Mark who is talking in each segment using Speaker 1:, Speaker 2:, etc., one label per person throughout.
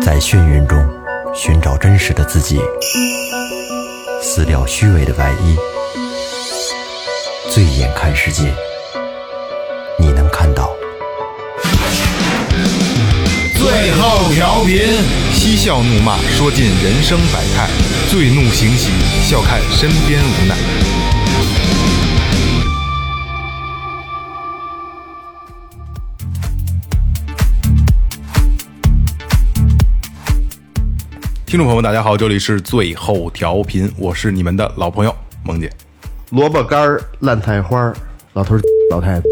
Speaker 1: 在眩晕中寻找真实的自己，撕掉虚伪的外衣，醉眼看世界，你能看到。
Speaker 2: 最后调频，
Speaker 3: 嬉笑怒骂，说尽人生百态；醉怒行喜，笑看身边无奈。听众朋友们，大家好，这里是最后调频，我是你们的老朋友萌姐。
Speaker 4: 萝卜干儿、烂菜花儿，老头儿、老太太。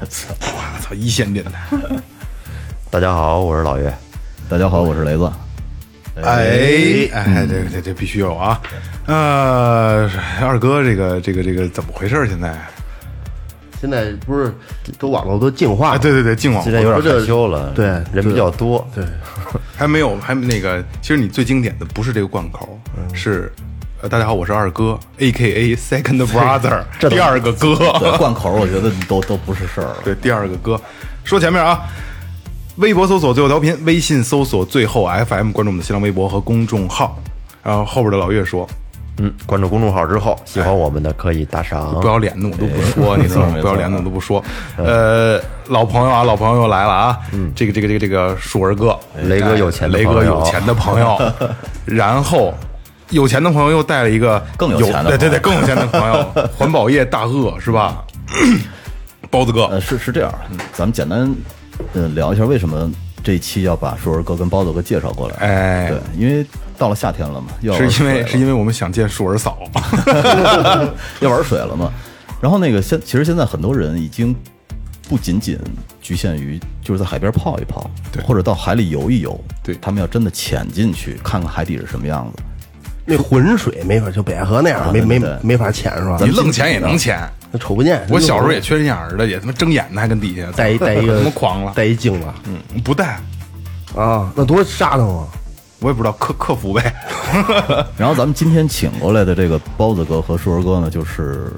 Speaker 3: 我操，一线电台！
Speaker 5: 大家好，我是老岳。
Speaker 6: 大家好，我是雷子。
Speaker 3: 哎哎，这这这必须有啊！呃，二哥，这个这个这个怎么回事儿？现
Speaker 5: 啊
Speaker 3: 在
Speaker 4: 现在不是都网络都进化
Speaker 3: 啊，
Speaker 4: 了，
Speaker 3: 对对对，净网
Speaker 5: 现在有点害羞了，
Speaker 4: 对
Speaker 5: 人比 较多，对，
Speaker 3: 还没有，还那个，其实你最经典的不是这个贯口，
Speaker 5: 嗯
Speaker 3: 是呃，大家好，我是二哥，A K A Second Brother，第二个
Speaker 6: 对，
Speaker 3: 哥，
Speaker 6: 贯口我觉得都都不是事儿了。
Speaker 3: 对，第二个哥。说前面啊，微博搜索最后调频，微信搜索最后 FM，关注我们的新浪微博和公众号。然后后边的老岳说，
Speaker 5: 嗯，关注公众号之后，喜欢我们的可以打赏，
Speaker 3: 不要脸的我都不说，你知道吗？不要脸的我都不说。呃，老朋友啊，老朋友又来了啊！这个这个这个这个鼠儿哥，
Speaker 5: 雷哥有钱的
Speaker 3: 雷哥
Speaker 5: 朋友
Speaker 3: 有钱的朋友，然后有钱的朋友又带了一个
Speaker 6: 更有
Speaker 3: 有
Speaker 6: 钱的
Speaker 3: 对对对，
Speaker 6: 朋
Speaker 3: 更有钱的朋友，环保业大鳄是吧？包子
Speaker 6: 呃，
Speaker 3: 哥，
Speaker 6: 是是这样，咱们简单呃聊一下为什么这一期要把硕儿哥跟包子哥介绍过来。
Speaker 3: 哎
Speaker 6: 对，因为到了夏天了嘛，要
Speaker 3: 是因为
Speaker 6: 玩水了
Speaker 3: 是因为我们想见鼠儿嫂，
Speaker 6: 要玩水了嘛。然后那个现其实现在很多人已经不仅仅局限于就是在海边泡一泡，
Speaker 3: 对
Speaker 6: 或者到海里游一游，
Speaker 3: 对
Speaker 6: 他们要真的潜进去看看海底是什么样子。
Speaker 4: 那浑水没法，就北戴河那样，没没
Speaker 6: 对对对
Speaker 4: 没法潜是吧
Speaker 3: 啊你？愣钱也能钱。
Speaker 4: 那瞅不见。
Speaker 3: 我小时候也缺心眼儿的，也他妈睁眼呢，还跟底下
Speaker 4: 带一带一
Speaker 3: 他
Speaker 4: 个
Speaker 3: 妈狂了，
Speaker 4: 带一镜子
Speaker 3: 嗯不带，
Speaker 4: 啊，那多沙腾啊！
Speaker 3: 我也不知道克克服呗。
Speaker 6: 然后咱们今天请过来的这个包子哥和硕儿哥呢，就是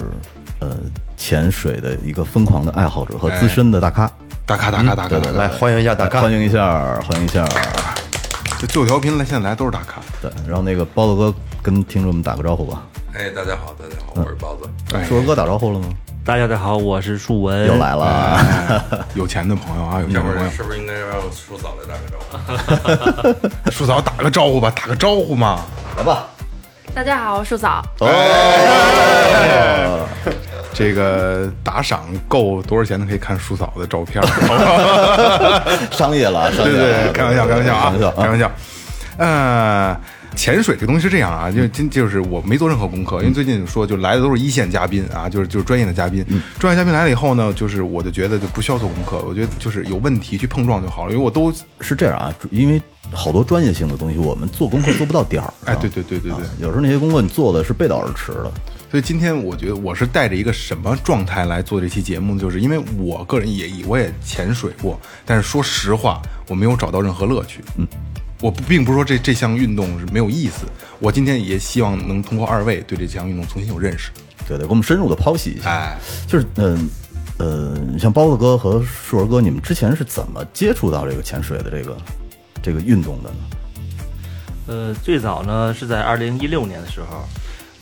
Speaker 6: 呃潜水的一个疯狂的爱好者和
Speaker 3: 哎
Speaker 6: 资深的大咖。
Speaker 3: 打卡
Speaker 4: 嗯
Speaker 3: 打卡打卡打卡，
Speaker 5: 来欢迎一下
Speaker 4: 哎
Speaker 5: 大咖
Speaker 6: 欢。迎一下，欢迎一下。
Speaker 3: 这最后调频来，现在来都是打卡。
Speaker 6: 对，然后那个包子哥跟听众们打个招呼吧。
Speaker 7: 哎，大家好，大家好，我是包子。
Speaker 3: 哎
Speaker 6: 硕儿哥打招呼了吗？
Speaker 8: 大家好，我是树文，
Speaker 6: 又来了，
Speaker 3: 哎有钱的朋友啊，有钱
Speaker 7: 要
Speaker 3: 的
Speaker 7: 不
Speaker 3: 朋
Speaker 7: 然
Speaker 3: 友，
Speaker 7: 是不是应该让叔嫂来打个招呼？
Speaker 3: 树嫂打个招呼吧，打个招呼嘛。
Speaker 6: 来吧。
Speaker 9: 大家好，我是树嫂。
Speaker 3: 哎这个打赏够多少钱的可以看树嫂的照片儿，好吧？
Speaker 6: 商业了，商
Speaker 3: 对
Speaker 6: 业
Speaker 3: 对对，
Speaker 6: 了
Speaker 3: 开玩笑，开玩笑
Speaker 6: 开玩笑
Speaker 3: 啊，开
Speaker 6: 啊！
Speaker 3: 玩笑。呃，潜水这个东西是这样啊，因为今就是我没做任何功课，因为最近说就来的都是一线嘉宾啊，就是就是专业的嘉宾。专业嘉宾来了以后呢，就是我就觉得就不需要做功课，我觉得就是有问题去碰撞就好了，因为我都
Speaker 6: 是这样啊，因为好多专业性的东西，我们做功课做不到点儿
Speaker 3: 哎
Speaker 6: 上。
Speaker 3: 对对对对对
Speaker 6: 啊有时候那些功课你做的是背道而驰的。
Speaker 3: 所以今天我觉得我是带着一个什么状态来做这期节目呢，就是因为我个人也我也潜水过，但是说实话，我没有找到任何乐趣。嗯，我不并不是说这这项运动是没有意思，我今天也希望能通过二位对这项运动重新有认识。
Speaker 6: 对对，给我们深入的剖析一下。
Speaker 3: 哎，
Speaker 6: 就是嗯呃，像包子哥和树儿哥，你们之前是怎么接触到这个潜水的这个这个运动的呢？
Speaker 8: 呃，最早呢是在二零一六年的时候，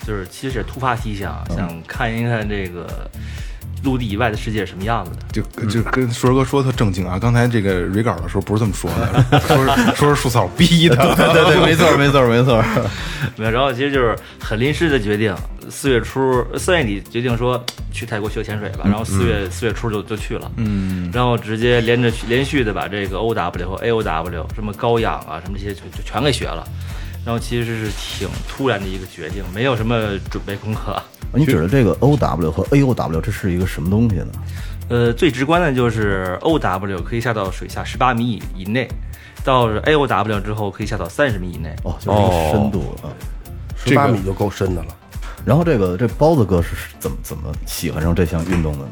Speaker 8: 就是其实也突发奇想，想看一看这个陆地以外的世界是什么样子的。
Speaker 3: 就就跟硕哥说特正经啊，刚才这个蕊稿的时候不是这么说的， 说是说是树草逼 的。嗯
Speaker 6: 对对，没错没错没错。
Speaker 8: 没有，然后其实就是很临时的决定，四月初三月底决定说去泰国学潜水吧，然后四月四月初就就去了，嗯，然后直接连着去连续的把这个 O W 和 A O W 什么高氧啊什么这些就就全给学了，然后其实是挺突然的一个决定，没有什么准备功课。
Speaker 6: 你指的这个 O W 和 A O W，这是一个什么东西呢？
Speaker 8: 呃，最直观的就是呃 O W 可以下到水下十八米以以内，到哎 A O W 之后可以下到三十米以内。
Speaker 6: 哦，就是一个深度啊。
Speaker 4: 十八米就够深的了。
Speaker 6: 然后这个这包子哥是怎么怎么喜欢上这项运动的呢？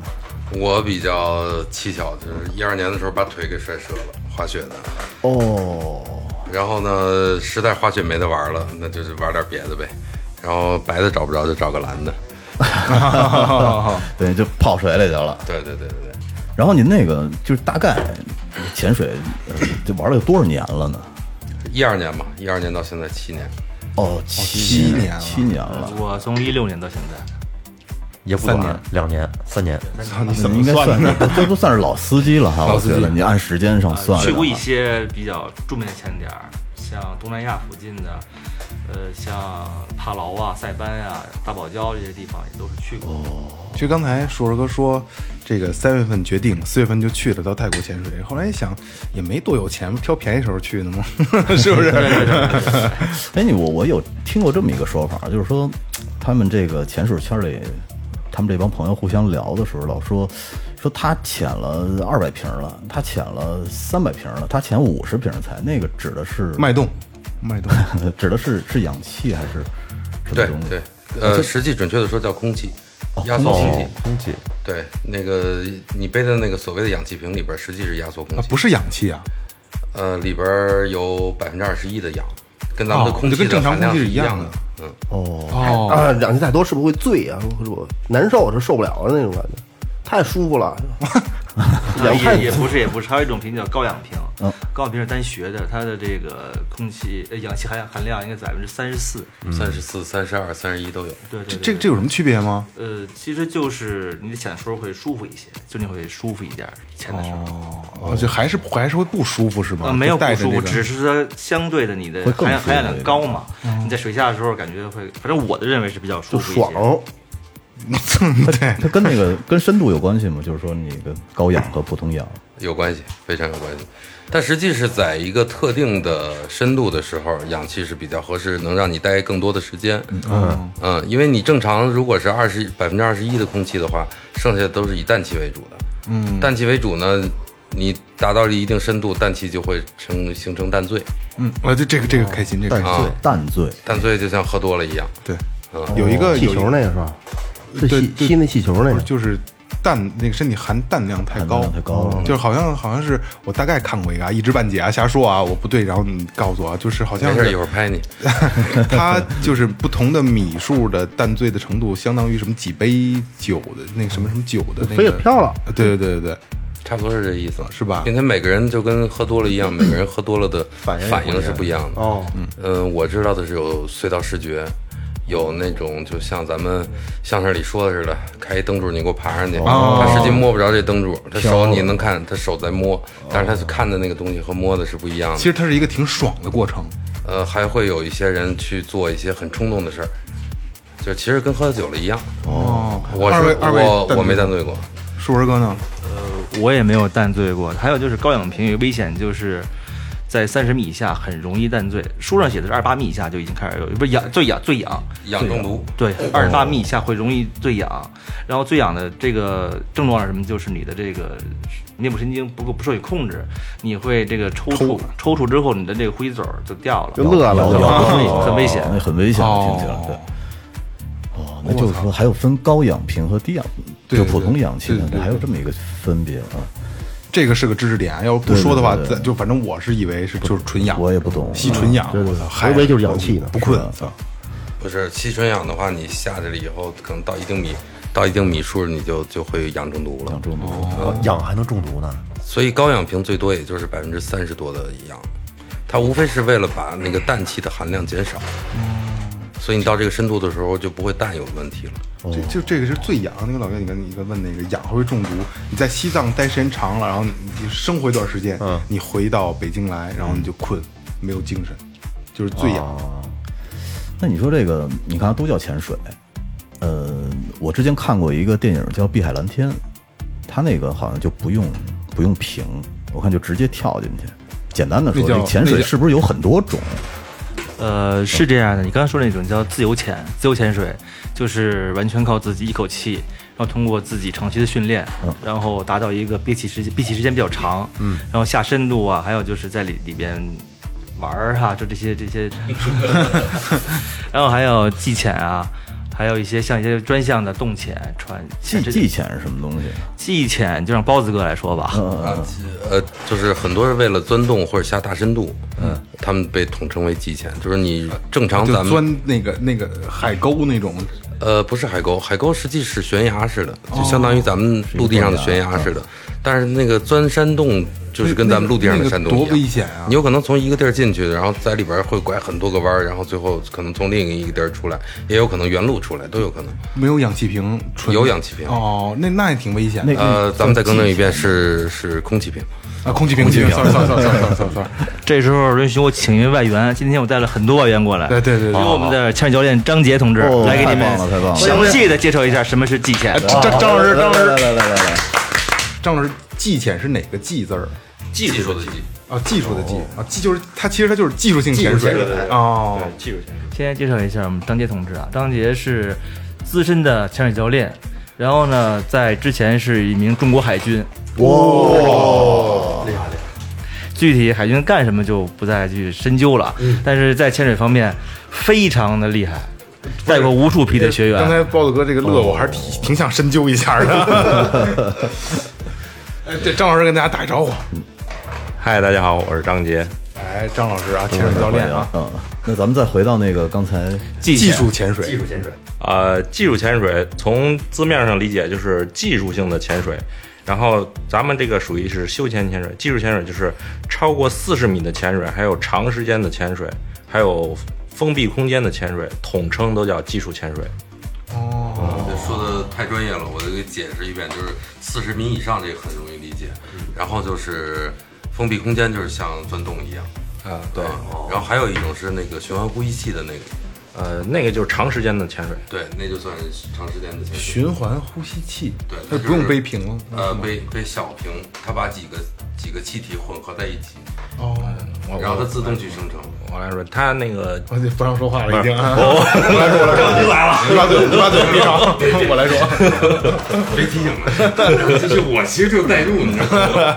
Speaker 7: 我比较蹊跷，就是一二年的时候把腿给摔折了，滑雪呢。
Speaker 6: 哦，
Speaker 7: 然后呢，实在滑雪没得玩了，那就是玩点别的呗。然后白的找不着，就找个蓝的。
Speaker 6: 对，就泡水里去了。
Speaker 7: 对对对对对，
Speaker 6: 然后您那个就是大概潜水、呃、就玩了有多少年了呢？
Speaker 7: 一二年吧，一二年到现在七年，
Speaker 6: 哦，
Speaker 3: 七年了
Speaker 6: 七年了，
Speaker 8: 哦我从一六年到现在，
Speaker 5: 也不
Speaker 3: 三
Speaker 5: 短
Speaker 3: 年，
Speaker 5: 两年、三年，
Speaker 3: 操，你怎
Speaker 6: 应
Speaker 3: 么
Speaker 6: 该
Speaker 3: 算
Speaker 6: 算
Speaker 3: 的？
Speaker 6: 是都不算是老司机了哈。
Speaker 3: 老
Speaker 6: 我
Speaker 3: 司机
Speaker 6: 觉得你按时间上哦算的话，
Speaker 8: 啊去过一些比较著名的潜点儿，像东南亚附近的，呃，像帕劳啊、塞班啊、大堡礁这些地方也都是去
Speaker 6: 哦
Speaker 8: 过。
Speaker 3: 其实刚才硕硕哥说，这个三月份决定，四月份就去了到泰国潜水。后来一想，也没多有钱，挑便宜时候去的嘛， 是不
Speaker 8: 对
Speaker 3: 是？
Speaker 8: 对对对对，
Speaker 6: 哎，你我我有听过这么一个说法，就是说，他们这个潜水圈里，他们这帮朋友互相聊的时候，老说说他潜了二百瓶了，他潜了三百瓶了，他潜五十瓶才，那个指的是
Speaker 3: 脉动，脉 动，
Speaker 6: 指的是是氧气还是什么
Speaker 7: 对
Speaker 6: 东西？
Speaker 7: 对，呃，实际准确的说叫空气，压缩空气，哦空气，对，那个你背的那个所谓的氧气瓶里边，实际是压缩空
Speaker 3: 啊
Speaker 7: 气，
Speaker 3: 不是氧气啊，
Speaker 7: 呃，里边有百分之二十一的氧，跟咱们的
Speaker 3: 哦
Speaker 7: 空气
Speaker 3: 就跟
Speaker 7: 的
Speaker 3: 正常
Speaker 7: 含量
Speaker 3: 空气
Speaker 7: 是
Speaker 3: 是一
Speaker 7: 一
Speaker 3: 样
Speaker 7: 样
Speaker 3: 的
Speaker 7: 的，嗯，
Speaker 3: 哦，
Speaker 4: 啊，氧气太多是不是会醉啊？我我难受，这受不了了那种感觉，太舒服了，
Speaker 8: 啊
Speaker 4: 氧太
Speaker 8: 也也不是也不是，还有一种瓶叫高氧瓶，
Speaker 6: 嗯
Speaker 8: 高氧瓶是单学的，它的这个空气呃氧气含含量应该百分之三十四。
Speaker 7: 嗯三十四、三十二、三十一都有。
Speaker 8: 对
Speaker 3: 这
Speaker 8: 对
Speaker 3: 这
Speaker 8: 对，
Speaker 3: 这有什么区别吗？
Speaker 8: 呃，其实就是你潜的时候会舒服一些，就你会舒服一点，潜的时候。
Speaker 3: 哦，就还是还是会不舒服是吗？
Speaker 8: 呃，没有
Speaker 3: 就带着
Speaker 8: 不舒服，
Speaker 3: 那个
Speaker 8: 只是它相对的你的
Speaker 6: 会更
Speaker 8: 含氧
Speaker 6: 舒服
Speaker 8: 含
Speaker 6: 一
Speaker 8: 氧量
Speaker 6: 点
Speaker 8: 高嘛。你在水下的时候感觉会，反正我的认为是比较舒
Speaker 4: 就
Speaker 8: 服一些。
Speaker 4: 爽。
Speaker 3: 对，
Speaker 6: 它跟那个跟深度有关系吗？就是说你的高氧和普通氧，
Speaker 7: 有关系，非常有关系。但实际是在一个特定的深度的时候，氧气是比较合适，能让你待更多的时间。嗯嗯，因为你正常如果是二十百分之二十一的空气的话，剩下的都是以氮气为主的。嗯，氮气为主呢，你达到了一定深度，氮气就会成形成氮醉。
Speaker 3: 嗯，啊，就这个这个开心，这个
Speaker 6: 淡
Speaker 3: 开心
Speaker 7: 啊
Speaker 3: 嗯
Speaker 6: 醉，淡醉，
Speaker 7: 氮醉就像喝多了一样。
Speaker 3: 对，有一个
Speaker 4: 气
Speaker 3: 有一
Speaker 4: 球那个是吧？是
Speaker 3: 对
Speaker 4: 吸
Speaker 3: 对
Speaker 4: 吸那气球那
Speaker 3: 不
Speaker 4: 个
Speaker 3: 是，就是氮那个身体含氮量太高，嗯
Speaker 6: 含量太高了
Speaker 3: 就是好像好像是我大概看过一个啊，一知半解啊，瞎说啊，我不对，然后你告诉我啊，就是好像
Speaker 7: 没事，一会
Speaker 3: 是
Speaker 7: 儿拍你。
Speaker 3: 它就是不同的米数的淡醉的程度，相当于什么几杯酒的那个什么什么酒的那
Speaker 4: 飞也
Speaker 3: 个，
Speaker 4: 飘了，
Speaker 3: 对对对对对，
Speaker 7: 差不多是这意思，
Speaker 3: 是吧
Speaker 7: 并且每个人就跟喝多了一 样，每个人喝多了的
Speaker 4: 反应
Speaker 7: 反应是不一样的。
Speaker 4: 哦，
Speaker 7: 嗯，我知道的是有隧道视觉，有那种就像咱们相声里说的似的，开一灯柱你给我爬上去，
Speaker 3: 哦
Speaker 7: 他实际摸不着这灯柱，他手你能看，他手在摸，但是他看的那个东西和摸的是不一样
Speaker 3: 哦其
Speaker 7: 的。
Speaker 3: 实它是一个挺爽的过程，
Speaker 7: 呃，还会有一些人去做一些很冲动的事儿，就其实跟喝酒了一样。
Speaker 3: 哦，
Speaker 7: 嗯我
Speaker 3: 二
Speaker 7: 是
Speaker 3: 位二位
Speaker 7: 我我没
Speaker 3: 淡
Speaker 7: 担对过，
Speaker 3: 树文哥呢？
Speaker 8: 我也没有淡醉过。还有就是高氧瓶有危险，就是在三十米以下很容易淡醉。书上写的是二八米以下就已经开始有，不是氧醉氧醉氧
Speaker 7: 氧中毒。
Speaker 8: 对，二十八米以下会容易醉氧，然后醉氧的这个症状是什么？就是你的这个面部神经不够不受你控制，你会这个抽搐，抽搐之后你的这个呼吸嘴儿就掉了，
Speaker 4: 就乐了，就哦
Speaker 8: 很危很危险。
Speaker 6: 那很危险，
Speaker 3: 哦
Speaker 6: 听起来对。哦，那就是说还有分高氧瓶和低氧，
Speaker 3: 对
Speaker 6: 就普通氧气
Speaker 3: 对对对
Speaker 6: 还有这么一个分别啊。
Speaker 3: 这个是个知识点啊，要不说的话，
Speaker 6: 对对对
Speaker 3: 咱就反正我是以为是就是纯氧，
Speaker 6: 我也不懂
Speaker 3: 啊
Speaker 6: 啊
Speaker 3: 吸纯氧，我操，还
Speaker 4: 我以为就是氧气呢
Speaker 3: 不困，操
Speaker 7: 不是吸纯氧的话，你下去了以后，可能到一定米到一定米数，你就就会氧中毒了。
Speaker 6: 氧中毒，
Speaker 3: 哦
Speaker 5: 哦氧还能中毒呢。
Speaker 7: 所以高氧瓶最多也就是百分之三十多的氧，它无非是为了把那个氮气的含量减少。所以你到这个深度的时候就不会氮有问题了。
Speaker 3: 这就这个是最氧。那个老岳，你跟你跟问那个氧会不会中毒？你在西藏待时间长了，然后你你生活一段时间，
Speaker 7: 嗯
Speaker 3: 你回到北京来，然后你就困，没有精神，就是最
Speaker 7: 哦
Speaker 3: 氧。
Speaker 6: 那你说这个，你看都叫潜水，呃，我之前看过一个电影叫《碧海蓝天》，它那个好像就不用不用屏，我看就直接跳进去。简单的说，
Speaker 3: 那叫
Speaker 6: 这潜水
Speaker 3: 那叫
Speaker 6: 是不是有很多种？
Speaker 8: 呃，是这样的，你刚才说那种叫自由潜，自由潜水就是完全靠自己一口气，然后通过自己长期的训练，然后达到一个憋气时间，憋气时间比较长，嗯，然后下深度啊，还有就是在里里边玩儿、哈，就这些这些， 然后还有技潜啊，还有一些像一些专项的动潜、船
Speaker 6: 技
Speaker 8: 潜这些
Speaker 6: 技潜是什么东西？
Speaker 8: 技潜，就让包子哥来说吧，
Speaker 7: 啊，呃，就是很多是为了钻洞或者下大深度，嗯，他们被统称为极潜，就是你正常
Speaker 3: 就
Speaker 7: 咱们
Speaker 3: 钻那个那个海沟那种
Speaker 7: 呃，不是海沟，海沟实际是悬崖式的，就相
Speaker 3: 哦
Speaker 7: 当于咱们陆地上的悬
Speaker 3: 啊
Speaker 7: 崖似的。但是那个钻山洞就是跟咱们陆地上的山洞
Speaker 3: 那个
Speaker 7: 一样，
Speaker 3: 那个多危险啊
Speaker 7: 你有可能从一个地儿进去，然后在里边会拐很多个弯儿，然后最后可能从另一个地儿出来，也有可能原路出来，都有可能。
Speaker 3: 没有氧气瓶，纯
Speaker 7: 有氧气瓶
Speaker 3: 哦，嗯那那也挺危险的。
Speaker 6: 那个
Speaker 7: 呃，咱们再更正一遍，是是空气瓶。
Speaker 3: 啊，空气瓶，空气瓶，sorry sorry sorry sorry sorry sorry，
Speaker 8: 这时候允许我请一位外援，今天我带了很多外援过来，
Speaker 3: 对对对对
Speaker 8: 由我们的潜水教练张杰同志
Speaker 6: 哦
Speaker 8: 来给你们
Speaker 6: 太棒了太棒了
Speaker 8: 详细的介绍一下什么是季潜。
Speaker 3: 哎张张张老师，张老
Speaker 6: 来
Speaker 3: 师，
Speaker 6: 来来来来，
Speaker 3: 张老师，技潜是哪个技字儿？
Speaker 7: 技术的技，
Speaker 3: 啊，技术的技啊，技就是它，其实它就是技术性潜水
Speaker 7: 哦技
Speaker 3: 哦，
Speaker 7: 术潜水技术性。
Speaker 8: 先介绍一下我们张杰同志啊，张杰是资深的潜水教练，然后呢，在之前是一名中国海军。具体海军干什么就不再去深究了，
Speaker 3: 嗯
Speaker 8: 但是在潜水方面非常的厉害，带过无数批的学员。
Speaker 3: 刚才包子哥这个乐，我还是挺挺想深究一下的。 哎，这张老师跟大家打一招呼。
Speaker 10: 嗨，大家好，我是张杰。
Speaker 3: 哎，张老师啊，潜水教练啊，
Speaker 6: 嗯，那咱们再回到那个刚才，
Speaker 3: 技术潜水，技术潜水，
Speaker 10: 呃，技术潜水从字面上理解就是技术性的潜水，然后咱们这个属于是休闲潜水。技术潜水就是超过四十米的潜水，还有长时间的潜水，还有封闭空间的潜水，统称都叫技术潜水。
Speaker 7: 这说的太专业了，我就给解释一遍，就是四十米以上这个很容易理解，
Speaker 3: 嗯
Speaker 7: 然后就是封闭空间，就是像钻洞一样，嗯
Speaker 10: 啊、对，
Speaker 3: 哦
Speaker 7: 然后还有一种是那个循环呼吸器的那个，
Speaker 10: 呃，那个就是长时间的潜水。
Speaker 7: 对，那就算是长时间的潜水。
Speaker 3: 循环呼吸器，
Speaker 7: 对
Speaker 3: 那
Speaker 7: 它
Speaker 3: 不用
Speaker 7: 就是
Speaker 3: 背嗯瓶了，
Speaker 7: 呃，背背小瓶，它把几个几个气体混合在一起，
Speaker 3: 哦，
Speaker 10: 我
Speaker 7: 然后它
Speaker 10: 我
Speaker 7: 自动去生成。
Speaker 10: 我来说，它那个
Speaker 3: 我就不让说话了，已经啊。我来说，我来说，你来了，你把嘴，你 把嘴闭上，我来说，
Speaker 7: 谁提醒的？ 就是我其实就代入，你知道 吗？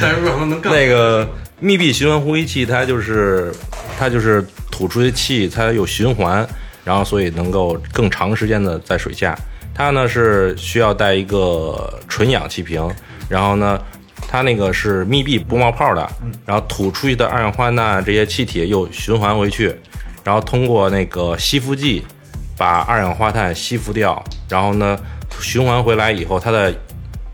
Speaker 7: 代入让他能干。
Speaker 10: 那个密闭循环呼吸器，它就是它就是吐出去气，它有循环，然后所以能够更长时间的在水下。它呢是需要带一个纯氧气瓶，然后呢，它那个是密闭不冒泡的，然后吐出去的二氧化钠这些气体又循环回去，然后通过那个吸附剂把二氧化碳吸附掉，然后呢循环回来以后，它的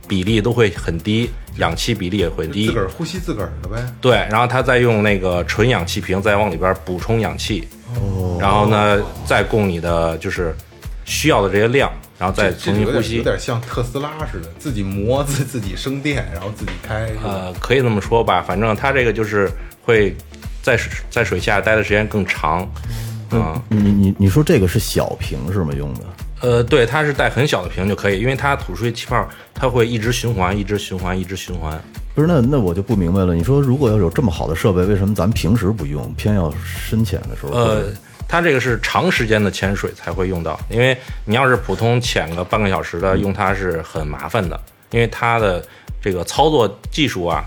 Speaker 10: 比例都会很低，氧气比例也会低，
Speaker 3: 自个儿呼吸自个儿的呗。
Speaker 10: 对，然后他再用那个纯氧气瓶再往里边补充氧气，
Speaker 3: 哦
Speaker 10: 然后呢再供你的就是需要的这些量，然后再
Speaker 3: 这
Speaker 10: 重
Speaker 3: 个
Speaker 10: 新
Speaker 3: 有
Speaker 10: 呼
Speaker 3: 点有
Speaker 10: 吸。
Speaker 3: 点像特斯拉似的，自己磨自自己生电，然后自己开。是吧
Speaker 10: 呃，可以这么说吧，反正他这个就是会在水在水下待的时间更长。
Speaker 3: 嗯
Speaker 10: 啊、
Speaker 6: 你你你你说这个是小瓶是吗？用的？
Speaker 10: 呃，对，它是带很小的瓶就可以，因为它吐出去气泡，它会一直循环，一直循环，一直循环。
Speaker 6: 不是，那那我就不明白了。你说如果要是有这么好的设备，为什么咱们平时不用，偏要深潜的时候？
Speaker 10: 呃，它这个是长时间的潜水才会用到，因为你要是普通潜个半个小时的，用它是很麻烦的，因为它的这个操作技术啊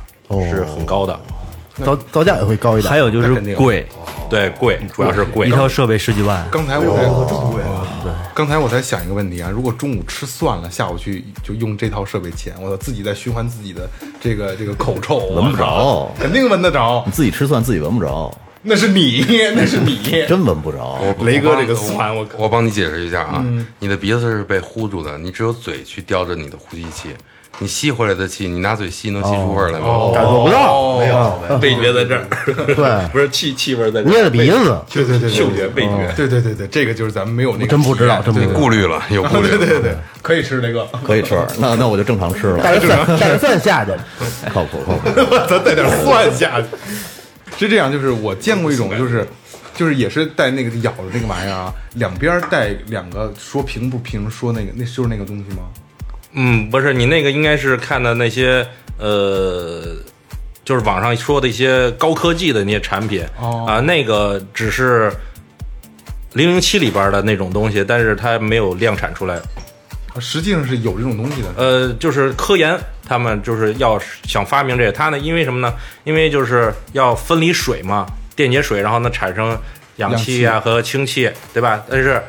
Speaker 10: 是很高的，
Speaker 4: 造造价也会高一点。
Speaker 8: 还有就是贵，
Speaker 10: 对，贵，主要是贵
Speaker 8: 一。套设备十几万。
Speaker 3: 刚才我才，刚才我才想一个问题啊，如果中午吃蒜了，下午去就用这套设备潜，我操，自己在循环自己的这个这个口臭，
Speaker 6: 闻不
Speaker 3: 我操，
Speaker 6: 着，
Speaker 3: 肯定闻得着
Speaker 6: 你，自己吃蒜自己闻不着，
Speaker 3: 那是你，那是你。
Speaker 6: 真闻不着。
Speaker 3: 雷哥这个蒜，我
Speaker 7: 我帮你解释一下啊，
Speaker 8: 嗯
Speaker 7: 你的鼻子是被呼住的，你只有嘴去叼着你的呼吸器，你吸回来的气，你拿嘴吸能吸
Speaker 8: 哦
Speaker 7: 出味儿来吗？
Speaker 4: 感受不到，
Speaker 3: 没有，
Speaker 10: 味觉在这儿，
Speaker 4: 对，
Speaker 10: 不是气气味在这儿，
Speaker 4: 捏着鼻子，
Speaker 3: 对对对，嗅觉
Speaker 10: 味觉。
Speaker 3: 对对对对，这个就是咱们没有那个，
Speaker 4: 真不知道真不知道
Speaker 7: 顾虑了，有顾虑
Speaker 3: 对
Speaker 7: 了。
Speaker 3: 对对对，可以吃雷哥，
Speaker 6: 可以吃，那那我就正常吃了，
Speaker 4: 带着蒜，带着蒜下去，
Speaker 6: 靠谱靠谱。
Speaker 3: 咱带点蒜下去。 是这样，就是我见过一种，就是就是也是带那个咬着那个玩意儿啊，两边带两个说平不平，说那个那就是那个东西吗？
Speaker 10: 嗯，不是，你那个应该是看的那些呃，就是网上说的一些高科技的那些产品啊、
Speaker 3: 哦
Speaker 10: 那个只是零零七里边的那种东西，但是它没有量产出来。
Speaker 3: 啊实际上是有这种东西的。
Speaker 10: 呃，就是科研，他们就是要想发明这个，它呢，因为什么呢？因为就是要分离水嘛，电解水，然后呢产生氧气啊和氢气，对吧？但是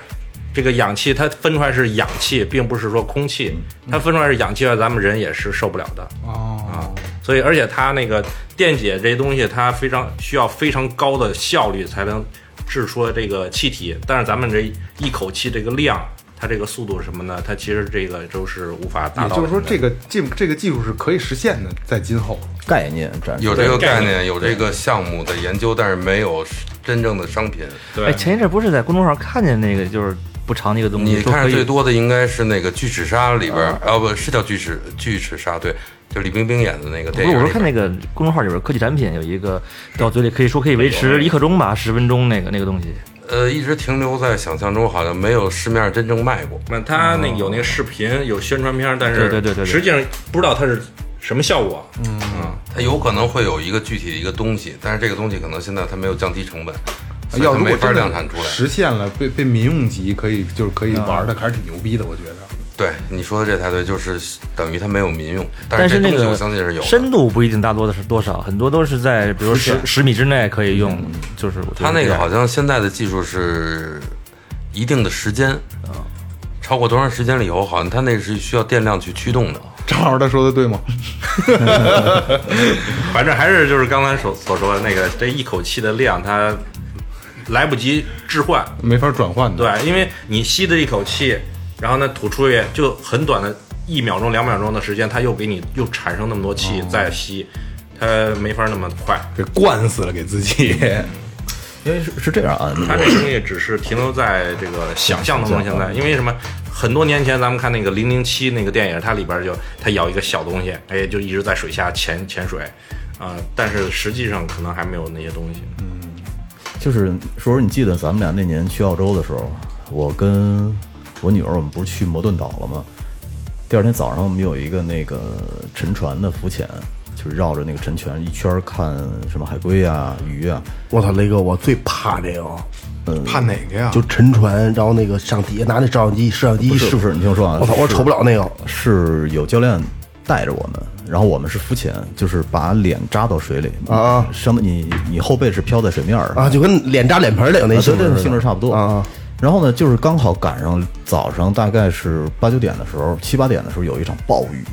Speaker 10: 这个氧气它分出来是氧气，并不是说空气，
Speaker 3: 嗯
Speaker 10: 它分出来是氧气啊，咱们人也是受不了的。
Speaker 3: 哦，
Speaker 10: 所以，而且它那个电解这些东西，它非常需要非常高的效率才能制出这个气体，但是咱们这一口气这个量它这个速度是什么呢？它其实这个都是无法达
Speaker 3: 也
Speaker 10: 到。
Speaker 3: 就是说，这个技这个技术是可以实现的，在今后。
Speaker 6: 概念展示
Speaker 7: 有这个概念，有这个项目的研究，但是没有真正的商品。
Speaker 10: 对
Speaker 8: 哎，前一阵不是在公众号看见那个就是不长那个东西，
Speaker 7: 你
Speaker 8: 说
Speaker 7: 看
Speaker 8: 可以
Speaker 7: 最多的应该是那个《巨齿鲨》里边儿，啊不是叫《巨齿巨齿鲨》，对，就李冰冰演的那个
Speaker 8: 不
Speaker 7: 电影里
Speaker 8: 是，我
Speaker 7: 边儿。
Speaker 8: 说看那个公众号里边科技产品有一个到嘴里可以说可以维持一刻钟吧，十分钟那个那个东西，
Speaker 7: 呃，一直停留在想象中，好像没有市面上真正卖过。
Speaker 10: 那它那有那个视频有宣传片，但是
Speaker 8: 对对对对对
Speaker 10: 实际上不知道它是什么效果。嗯，
Speaker 7: 它有可能会有一个具体的一个东西，但是这个东西可能现在它没有降低成本，所以
Speaker 3: 要
Speaker 7: 它
Speaker 3: 如
Speaker 7: 没
Speaker 3: 果
Speaker 7: 法
Speaker 3: 真的
Speaker 7: 量产出来。啊
Speaker 3: 实现了被被民用级可以就是可以玩的，还是挺牛逼的，我觉得。
Speaker 7: 对你说的这才对，就是等于它没有民用，但
Speaker 8: 但
Speaker 7: 是这
Speaker 8: 那
Speaker 7: 东西
Speaker 8: 个
Speaker 7: 我相信是有的。
Speaker 8: 深度不一定大多的是多少，很多都是在比如十十米之内可以用，就是我觉得
Speaker 7: 它嗯那
Speaker 8: 这
Speaker 7: 个
Speaker 8: 样
Speaker 7: 好像现在的技术是一定的时间，
Speaker 8: 啊
Speaker 7: 超过多长时间了以后，好像它那个是需要电量去驱动的。
Speaker 3: 正好他说的对吗？
Speaker 10: 反正还是就是刚才所所说的那个，这一口气的量它来不及置换，
Speaker 3: 没法转换的。
Speaker 10: 对，因为你吸的一口气，然后呢吐出去就很短的一秒钟、两秒钟的时间，它又给你又产生那么多气
Speaker 8: 哦
Speaker 10: 再吸，它没法那么快。
Speaker 3: 给灌死了给自 己。
Speaker 6: 因为是是这样啊，
Speaker 10: 它这东西只是停留在这个想象当中。现在，因为什么？很多年前咱们看那个《零零七》那个电影，它里边就它咬一个小东西，哎，就一直在水下潜潜水，啊、但是实际上可能还没有那些东西。
Speaker 6: 就是说说你记得咱们俩那年去澳洲的时候，我跟我女儿我们不是去摩顿岛了吗？第二天早上我们有一个那个沉船的浮潜，就是绕着那个沉船一圈儿看什么海龟啊、鱼啊，
Speaker 4: 我操，雷哥，我最怕这个，
Speaker 3: 怕哪个呀？
Speaker 4: 就沉船，然后那个上底下拿那照相机、摄像机
Speaker 6: 不
Speaker 4: 一
Speaker 6: 是
Speaker 4: 试
Speaker 6: 不是，你听我说啊，
Speaker 4: 我操，哦我瞅不了那个。
Speaker 6: 是有教练带着我们，然后我们是浮潜，就是把脸扎到水里
Speaker 4: 啊，
Speaker 6: 相当你你后背是飘在水面儿的
Speaker 4: 啊，就跟脸扎脸盆儿的有那
Speaker 6: 啊
Speaker 4: 性
Speaker 6: 对
Speaker 4: 质
Speaker 6: 对，性质差不多
Speaker 4: 啊啊。
Speaker 6: 然后呢，就是刚好赶上早上大概是八九点的时候，七八点的时候有一场暴雨，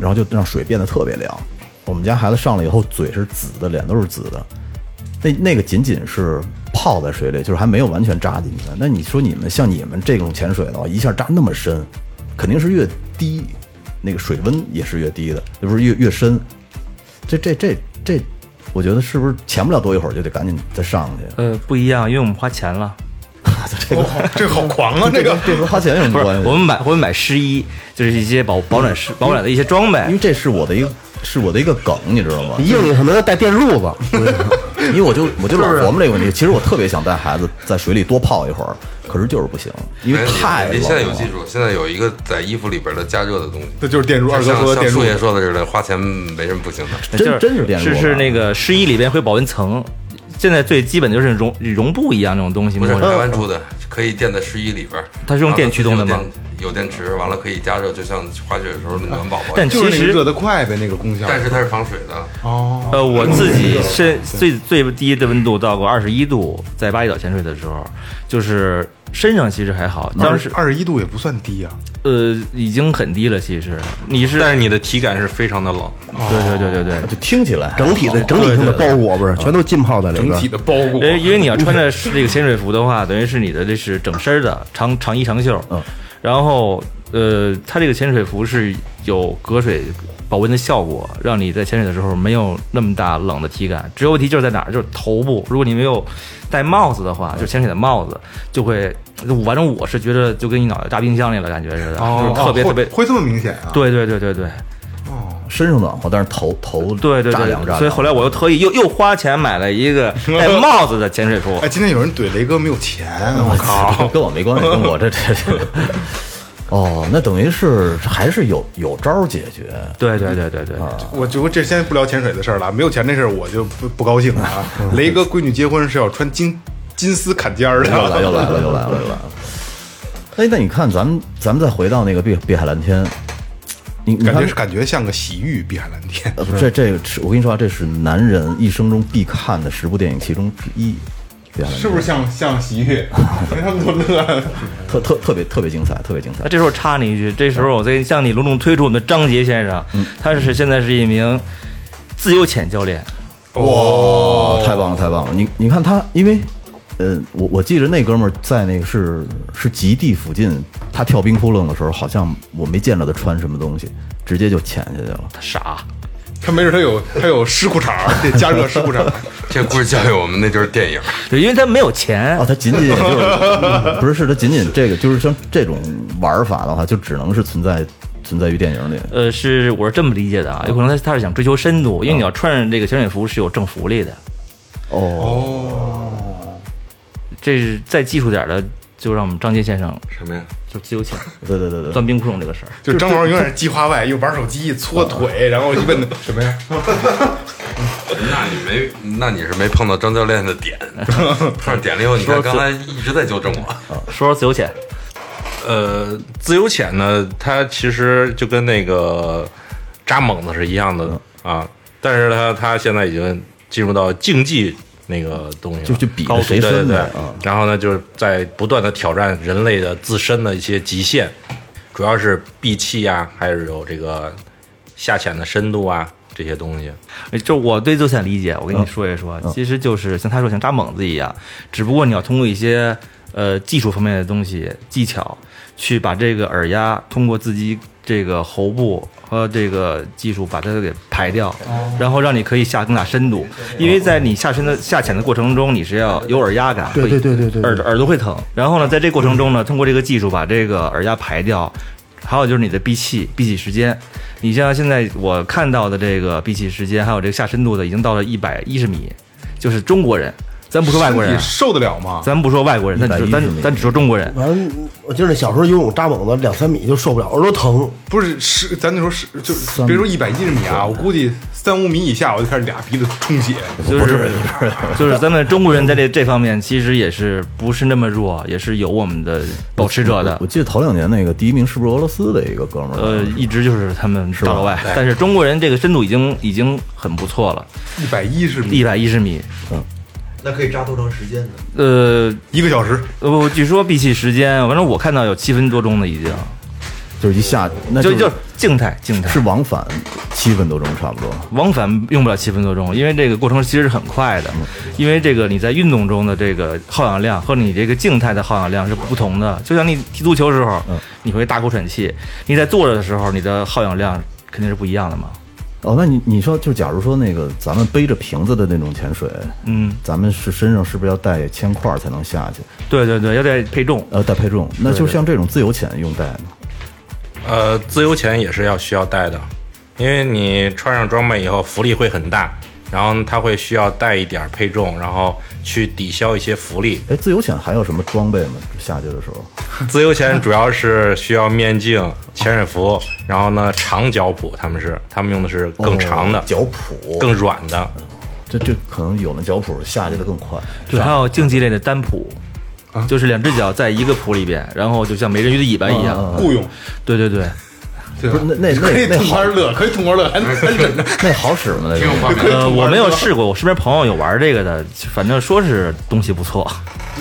Speaker 6: 然后就让水变得特别凉。我们家孩子上来以后，嘴是紫的，脸都是紫的。那那个仅仅是泡在水里，就是还没有完全扎进去。那你说你们像你们这种潜水的话，一下扎那么深，肯定是越低，那个水温也是越低的，就不是越越深。这这这这，我觉得是不是潜不了多一会儿就得赶紧再上去？
Speaker 8: 呃不一样，因为我们花钱了。
Speaker 3: 哦这好狂 啊！这个
Speaker 6: 这和花钱有什
Speaker 7: 嗯
Speaker 8: 不
Speaker 6: 么关，
Speaker 8: 是
Speaker 6: 系？
Speaker 8: 我们买我们买湿衣，就是一些保保暖湿保暖的一些装备
Speaker 6: 因为。这是我的一个是我的一个梗，你知道吗？
Speaker 4: 硬硬什么的带电褥 子，
Speaker 6: 因为我就我就老琢磨这个问题。其实我特别想带孩子在水里多泡一会儿，可是就是不行，因为
Speaker 7: 哎
Speaker 6: 太
Speaker 7: 你
Speaker 6: 冷
Speaker 7: 现在有
Speaker 6: 了
Speaker 7: 技。术，现在有一个在衣服里边的加热的东西。
Speaker 3: 这就是电褥，二哥
Speaker 7: 像
Speaker 3: 说的
Speaker 7: 像
Speaker 3: 电
Speaker 7: 树爷
Speaker 3: 褥。
Speaker 7: 说的似的，花钱没什么不行的。
Speaker 8: 就
Speaker 6: 真
Speaker 8: 是
Speaker 6: 真是电褥
Speaker 8: 是
Speaker 6: 子
Speaker 8: 是那个湿衣里边会有保温层，现在最基本就是绒绒布一样那种东西，
Speaker 7: 不是
Speaker 8: 摸着
Speaker 7: 台湾出的，可以垫在湿衣里边儿。
Speaker 8: 嗯它是用电驱动的吗
Speaker 7: 然后它有电有电池，完了可以加热，就像滑雪的时候的暖宝宝。
Speaker 8: 但
Speaker 3: 就是那
Speaker 8: 其
Speaker 3: 个
Speaker 8: 实
Speaker 3: 热得快呗，那个功效。
Speaker 7: 但是它是防水的，
Speaker 3: 哦，
Speaker 8: 呃，我自己是最最低的温度到过二十一度，在巴厘岛潜水的时候，就是身上其实还好，当时
Speaker 3: 二十一度也不算低啊。
Speaker 8: 呃已经很低了。其实你是哦
Speaker 10: 但是你的体感是非常的冷，
Speaker 8: 对对对对对，
Speaker 6: 就听起来
Speaker 4: 整体的整体性的包裹哦不是，全都浸泡在里
Speaker 3: 整
Speaker 4: 边
Speaker 3: 体
Speaker 4: 儿。
Speaker 3: 的包裹
Speaker 10: 哎
Speaker 8: 因为因为你要穿着是这个潜水服的话，等于是你的这是整身儿的长长衣长袖，
Speaker 6: 嗯，
Speaker 8: 然后呃，它这个潜水服是有隔水保温的效果，让你在潜水的时候没有那么大冷的体感。只有问题就是在哪儿，就是头部，如果你没有戴帽子的话，就潜水的帽子就会，反正我是觉得就跟你脑袋扎冰箱里了感觉似的，
Speaker 3: 哦，
Speaker 8: 就是特别
Speaker 3: 哦
Speaker 8: 特别
Speaker 3: 会，会这么明显啊？，
Speaker 8: 对对对对对。
Speaker 6: 身上暖和，但是头头
Speaker 8: 对对
Speaker 6: 扎
Speaker 8: 对
Speaker 6: 凉扎，凉。
Speaker 8: 所以后来我又特意又又花钱买了一个戴帽子的潜水服
Speaker 3: 哎，，今天有人怼雷哥没有钱，我靠！
Speaker 6: 跟我没关系，跟我这这这。 哦，那等于是还是有有招儿解决。
Speaker 8: 对对对对对，
Speaker 3: 我就这先不聊潜水的事儿了，没有钱这事儿我就不不高兴了啊。 雷哥闺女结婚是要穿金金丝坎肩儿的，
Speaker 6: 又来又来了，又来了，又来了。哎，那你看，咱们咱们再回到那个碧碧海蓝天，你你
Speaker 3: 感觉
Speaker 6: 看
Speaker 3: 是感觉像个洗浴碧海蓝天。
Speaker 6: 呃，不是这这个是，我跟你说啊，这是男人一生中必看的十部电影其中之一，对
Speaker 3: 是不是像像洗 浴？你看他们都乐。
Speaker 6: 特特特别特别精彩，特别精彩
Speaker 8: 那。这时候插你一句，这时候我再向你隆重推出我们的张杰先生，
Speaker 6: 嗯
Speaker 8: 他是现在是一名自由潜教练，
Speaker 6: 哦，太棒了，太棒了！你你看他，因为呃，我我记着那哥们儿在那个是是极地附近，他跳冰窟窿的时候，好像我没见着他穿什么东西，直接就潜下去了。
Speaker 8: 傻，
Speaker 3: 他没准他有他有湿裤衩儿， 得加热湿裤衩儿。
Speaker 7: 这故事教给我们那就是电影，
Speaker 8: 对，因为他没有钱
Speaker 6: 哦，，他仅仅也就是、嗯不是是他仅仅这个就是像这种玩儿法的话，就只能是存在存在于电影里。
Speaker 8: 呃，是我是这么理解的
Speaker 6: 哦
Speaker 8: 啊，有可能他他是想追求深度，因为你要穿上这个潜水服是有正浮力的，
Speaker 6: 哦，
Speaker 3: 哦
Speaker 8: 这是再技术点儿的，就让我们张杰先生
Speaker 7: 什么呀？
Speaker 8: 就自由潜
Speaker 6: 对对对对，
Speaker 8: 钻冰窟窿这个事儿。
Speaker 3: 就张毛永远是计划外，又玩手机，搓腿，然后一问什么呀？
Speaker 7: 那你没，那你是没碰到张教练的点，碰上点了以后，你看刚才一直在纠正我。
Speaker 8: 说说自由潜，
Speaker 6: 哦
Speaker 10: 呃，自由潜呢，它其实就跟那个扎猛子是一样的啊，但是它它现在已经进入到竞技那个东西了，
Speaker 6: 就就比
Speaker 10: 高
Speaker 6: 着谁
Speaker 10: 对对
Speaker 6: 深
Speaker 10: 对
Speaker 6: 呗啊。
Speaker 10: 然后呢，就是在不断的挑战人类的自身的一些极限，主要是闭气呀、还是有这个下潜的深度啊这些东西。
Speaker 8: 就我对自由潜理解，我跟你说一说，
Speaker 6: 哦
Speaker 8: 其实就是像他说像扎猛子一样，只不过你要通过一些呃技术方面的东西技巧，去把这个耳压通过自己这个喉部和这个技术把它给排掉，然后让你可以下更大深度，因为在你下深的下潜的过程中，你是要有耳压感，对对对对对，嗯耳耳朵会疼。然后呢，在这过程中呢，通过这个技术把这个耳压排掉，还有就是你的闭气闭气时间，你像现在我看到的这个闭气时间，还有这个下深度的，已经到了一百一十米，就是中国人，咱不说外国人
Speaker 3: 身体
Speaker 8: 啊，
Speaker 3: 受得了吗？
Speaker 8: 咱不说外国人，咱只咱咱只说中国人，
Speaker 4: 完了，我记得小时候游泳扎猛子两三米就受不了，耳朵疼。
Speaker 3: 不是十，咱那时候十，就别说一百一十米啊，我估计三五米以下我就开始俩鼻子充血。
Speaker 8: 就是 就是咱们中国人在这这方面其实也是不是那么弱，也是有我们的保持者的
Speaker 6: 我。记得头两年那个第一名是不是俄罗斯的一个哥们儿？
Speaker 8: 呃，一直就是他们大老外，但是中国人这个深度已经已经很不错了，
Speaker 3: 一百一十米，
Speaker 8: 一百一十米，
Speaker 5: 那可以扎多长时间呢？
Speaker 8: 呃，
Speaker 3: 一个小时，
Speaker 8: 我据说闭气时间，反正我看到有七分多钟的已经，
Speaker 6: 就是一下那
Speaker 8: 就是就静态静态
Speaker 6: 是往返七分多钟差不多。
Speaker 8: 往返用不了七分多钟，因为这个过程其实是很快的，因为这个你在运动中的这个耗氧量和你这个静态的耗氧量是不同的。就像你踢足球时候，你会大口喘气；你在坐着的时候，你的耗氧量肯定是不一样的嘛。
Speaker 6: 哦，那你你说，就假如说那个咱们背着瓶子的那种潜水，
Speaker 8: 嗯，
Speaker 6: 咱们是身上是不是要带铅块儿才能下去？
Speaker 8: 对对对，要得配重。
Speaker 6: 呃，带配重，那就像这种自由潜用带呢。
Speaker 10: 呃，自由潜也是要需要带的，因为你穿上装备以后，浮力会很大，然后它会需要带一点儿配重，然后去抵消一些 浮力。
Speaker 6: 哎，自由潜还有什么装备吗？下去的时候，
Speaker 10: 自由潜主要是需要面镜、潜水服，然后呢长脚蹼，他们是他们用的是更长
Speaker 6: 哦
Speaker 10: 的、
Speaker 5: 哦脚蹼，
Speaker 10: 更软的。
Speaker 6: 这这可能有了脚蹼下去的更快。
Speaker 8: 对，还有竞技类的单蹼，就是两只脚在一个蹼里边，然后就像美人鱼的尾巴一样。
Speaker 3: 啊雇佣，
Speaker 8: 对对对，
Speaker 3: 对
Speaker 6: 不
Speaker 3: 吧
Speaker 6: 是？那那
Speaker 3: 可以
Speaker 6: 那那
Speaker 3: 痛
Speaker 6: 好
Speaker 3: 快乐，可以痛快乐，还还忍着。
Speaker 6: 那好使吗？那
Speaker 7: 挺有
Speaker 6: 个
Speaker 7: 画面，
Speaker 8: 呃，我没有试过，我身边朋友有玩这个的，反正说是东西不错。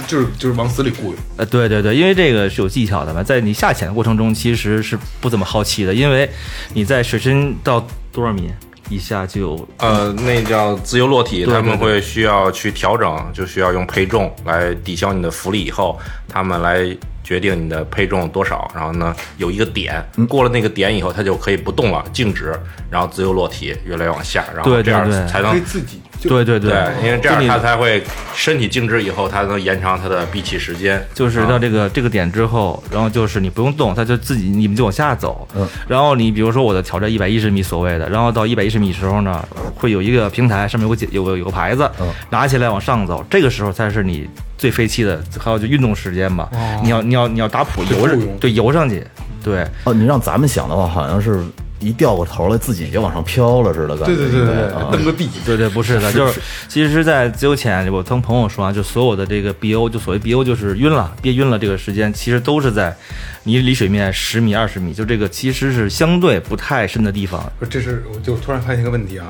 Speaker 3: 就是就是往死里雇佣，
Speaker 8: 呃，对对对，因为这个是有技巧的嘛，在你下潜的过程中，其实是不怎么好奇的，因为你在水深到多少米以下就有
Speaker 10: 呃，那叫自由落体，
Speaker 8: 对
Speaker 10: 他
Speaker 8: 对
Speaker 10: 们会需要去调整，就需要用配重来抵消你的浮力，以后他们来决定你的配重多少，然后呢有一个点，
Speaker 8: 嗯
Speaker 10: 过了那个点以后，它就可以不动了，静止，然后自由落体越来越往下，然后
Speaker 8: 对
Speaker 10: 这样
Speaker 8: 对对
Speaker 10: 才
Speaker 3: 可
Speaker 10: 能
Speaker 3: 以自己就
Speaker 8: 对对
Speaker 10: 因为这
Speaker 8: 就
Speaker 10: 样
Speaker 8: 你
Speaker 10: 它才会身体静止以后，它能延长它的闭气时间。啊
Speaker 8: 就是到这个、这个点之后，然后就是你不用动，它就自己你们就往下走。嗯，然后你比如说我的挑战一百一十米所谓的，然后到一百一十米时候呢，会有一个平台，上面有个解有个有个牌子，
Speaker 10: 嗯
Speaker 8: 拿起来往上走，这个时候才是你最费气的，还有就运动时间嘛，
Speaker 10: 哦
Speaker 8: 你要你要你要打蹼游上，对游上去，对。
Speaker 6: 哦，你让咱们想的话，好像是一掉过头来，自己就往上飘了似的感
Speaker 3: 对
Speaker 6: 觉。
Speaker 3: 对对对
Speaker 6: 啊
Speaker 3: 对，蹬个地。
Speaker 8: 对对，不是 的，就是其实，在自由潜，我听朋友说啊，就所有的这个 BO，就所谓 BO 就是晕了，憋晕了这个时间，其实都是在你离水面十米、二十米，就这个其实是相对不太深的地 方。
Speaker 3: 不是这是我就突 然发现一个问题啊，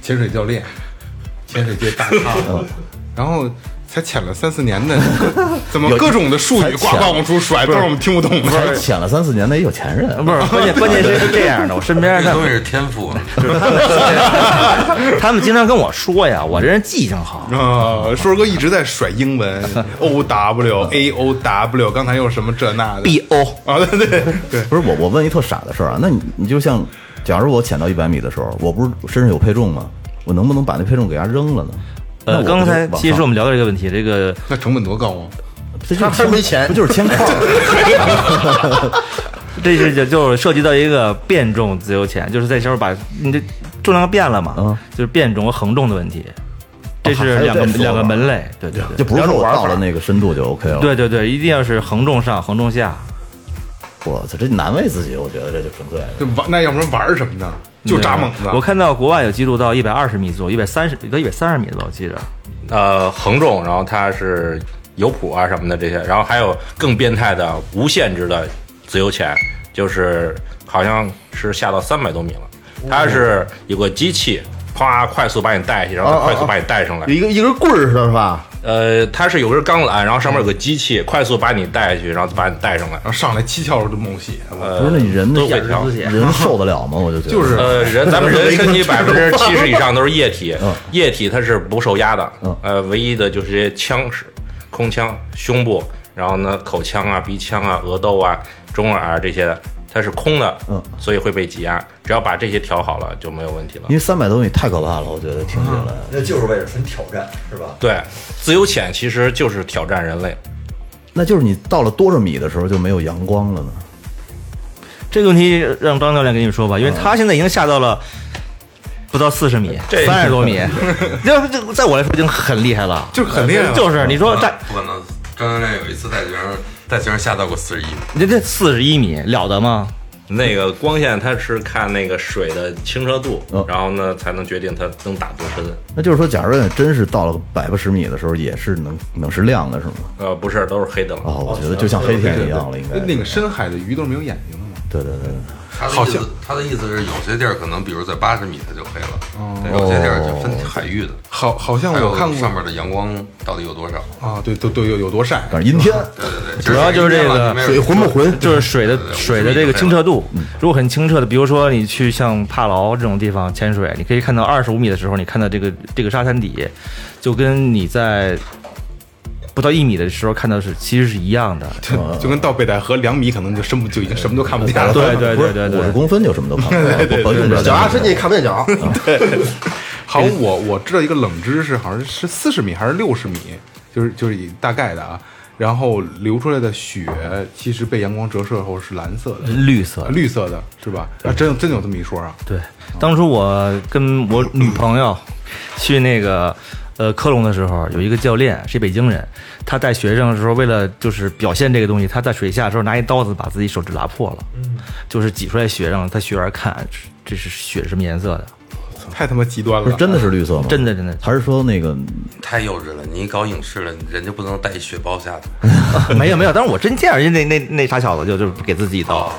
Speaker 3: 潜水教练，潜水界大咖，然后才潜了三四年的，怎么各种的术语
Speaker 6: 有
Speaker 3: 呱呱往出甩，都是我们听不懂
Speaker 6: 才
Speaker 3: 的。
Speaker 6: 潜了三四年的也有钱人，
Speaker 5: 不是关 键，关键是是这样的，我身边
Speaker 7: 这
Speaker 5: 的
Speaker 7: 东西是天赋，啊
Speaker 5: 他们经常跟我说呀，我这人记性好，
Speaker 3: 啊，硕哥一直在甩英文，O W A O W，刚才又什么这那的
Speaker 5: B O
Speaker 3: 啊，对对对，
Speaker 6: 不是我我问一特傻的事儿啊，那你你就像，假如我潜到一百米的时候，我不是身上有配重吗？我能不能把那配重给它扔了呢？那
Speaker 8: 呃，
Speaker 6: 我不就
Speaker 8: 刚才
Speaker 6: 往上
Speaker 8: 其实我们聊到这个问题，这个
Speaker 3: 那成本多高啊？
Speaker 6: 这就是
Speaker 5: 他没钱
Speaker 6: 不就是铅块儿吗？
Speaker 8: 这是就就是涉及到一个变重自由潜，就是在时候把你的重量变了嘛，
Speaker 6: 嗯哦
Speaker 8: 就是变重和横重的问题，这
Speaker 6: 还
Speaker 8: 是
Speaker 6: 有
Speaker 8: 两个
Speaker 6: 这说
Speaker 8: 两个
Speaker 6: 法
Speaker 8: 门类，对对 对。
Speaker 6: 就不 是说我到了那个深度就 OK 了。，
Speaker 8: 对对对，一定要是横重上，横重下。
Speaker 6: 我操，这难为自己，我觉得这就纯粹了。
Speaker 3: 这玩那要不然玩什么呢？就扎猛子。
Speaker 8: 嗯我看到国外有记录到一百二十米左右，一百三十，有一百三十米的吧，我记着。
Speaker 10: 呃，横重，然后它是有谱啊什么的这些，然后还有更变态的无限制的自由潜，就是好像是下到三百多米了，它是有个机器。啪！快速把你带下去，然后再快速把你带上来
Speaker 4: 有。一个一根棍儿似的，是吧？
Speaker 10: 呃，它是有根钢缆，然后上面有个机器，快速把你带下去，然后再把你带上来。
Speaker 3: 然后上来七窍就冒血了，
Speaker 10: 呃
Speaker 6: 不是那你人
Speaker 10: 都会跳。
Speaker 6: 人受得了吗？我就觉得
Speaker 3: 就是
Speaker 10: 呃，人咱们人身体百分之七十以上都是液体，
Speaker 8: 嗯
Speaker 10: 液体它是不受压的
Speaker 6: 嗯，
Speaker 10: 呃，唯一的就是这些腔室、空腔、胸部，然后呢口腔啊、鼻腔啊、额窦啊、中耳啊这些的，它是空的，
Speaker 6: 嗯
Speaker 10: 所以会被挤压。只要把这些调好了就没有问题了
Speaker 6: 因。为三百多米太可怕了，我觉得听起来。
Speaker 5: 那就是为了纯挑战，是吧？
Speaker 10: 对，自由潜其实就是挑战人类，
Speaker 6: 那就是你到了多少米的时候就没有阳光了呢？
Speaker 8: 这个问题让张教练跟你们说吧，
Speaker 6: 嗯
Speaker 8: 因为他现在已经下到了不到四十米，
Speaker 10: 这
Speaker 8: 三十 多米，这这在我来说已经很厉害了，
Speaker 3: 就是很厉害了嗯
Speaker 8: 就是你说在
Speaker 7: 不可能。张教练有一次带学生带学生下到过四十一，
Speaker 8: 你这四十一米了得吗？
Speaker 10: 那个光线它是看那个水的清澈度
Speaker 6: 嗯，
Speaker 10: 然后呢才能决定它能打多深。
Speaker 6: 那就是说，假如真是到了百八十米的时候，也是能能是亮的，是吗？
Speaker 10: 呃，不是，都是黑的了。
Speaker 6: 哦，我觉得就像黑天一样了，应该
Speaker 3: 那那个深海的鱼都是没有眼睛的嘛。
Speaker 6: 对对对，
Speaker 7: 他的意思他的意思是有些地儿可能，比如在八十米它就黑了，
Speaker 8: 哦
Speaker 7: 有些地儿就分海域的。
Speaker 3: 好，好像
Speaker 7: 还有
Speaker 3: 我看
Speaker 7: 上
Speaker 3: 过
Speaker 7: 面的阳光到底有多少？
Speaker 3: 啊，对，都都有有多晒，
Speaker 6: 但是阴天，
Speaker 7: 对对对，
Speaker 8: 主要就是这个
Speaker 4: 水浑不浑？
Speaker 8: 就是水的
Speaker 7: 对对
Speaker 8: 水的这个清澈度，
Speaker 10: 嗯
Speaker 8: 嗯如果很清澈的，比如说你去像帕劳这种地方潜水，你可以看到二十五米的时候，你看到这个这个沙滩底，就跟你在不到一米的时候看到是其实是一样的。
Speaker 3: 就就跟到北戴河两米，可能就什么就已经什么都看不见了。
Speaker 8: 对对对对
Speaker 6: 五十
Speaker 8: 对，
Speaker 6: 公分就什么都看不见，我用不了
Speaker 4: 脚丫伸进去看不见脚，
Speaker 3: 好，我我知道一个冷知识，好像是四十米还是六十米，就是就是以大概的啊。然后流出来的血其实被阳光折射后是蓝色的、
Speaker 8: 绿色。
Speaker 3: 绿色的，是吧？啊，真有真有这么一说啊！
Speaker 8: 对，当初我跟我女朋友去那个呃科隆的时候，有一个教练是北京人，他带学生的时候，为了就是表现这个东西，他在水下的时候拿一刀子把自己手指拉破了，就是挤出来血让他学员看这是血是什么颜色的，
Speaker 3: 太他妈极端
Speaker 6: 不是
Speaker 3: 了，
Speaker 6: 真的是绿色吗？
Speaker 8: 真的真的
Speaker 6: 还是说那个
Speaker 7: 太幼稚了！你搞影视了，人家不能带一血包下去。
Speaker 8: 没有没有，但是我真见着人家那那那傻小子就就给自己一刀。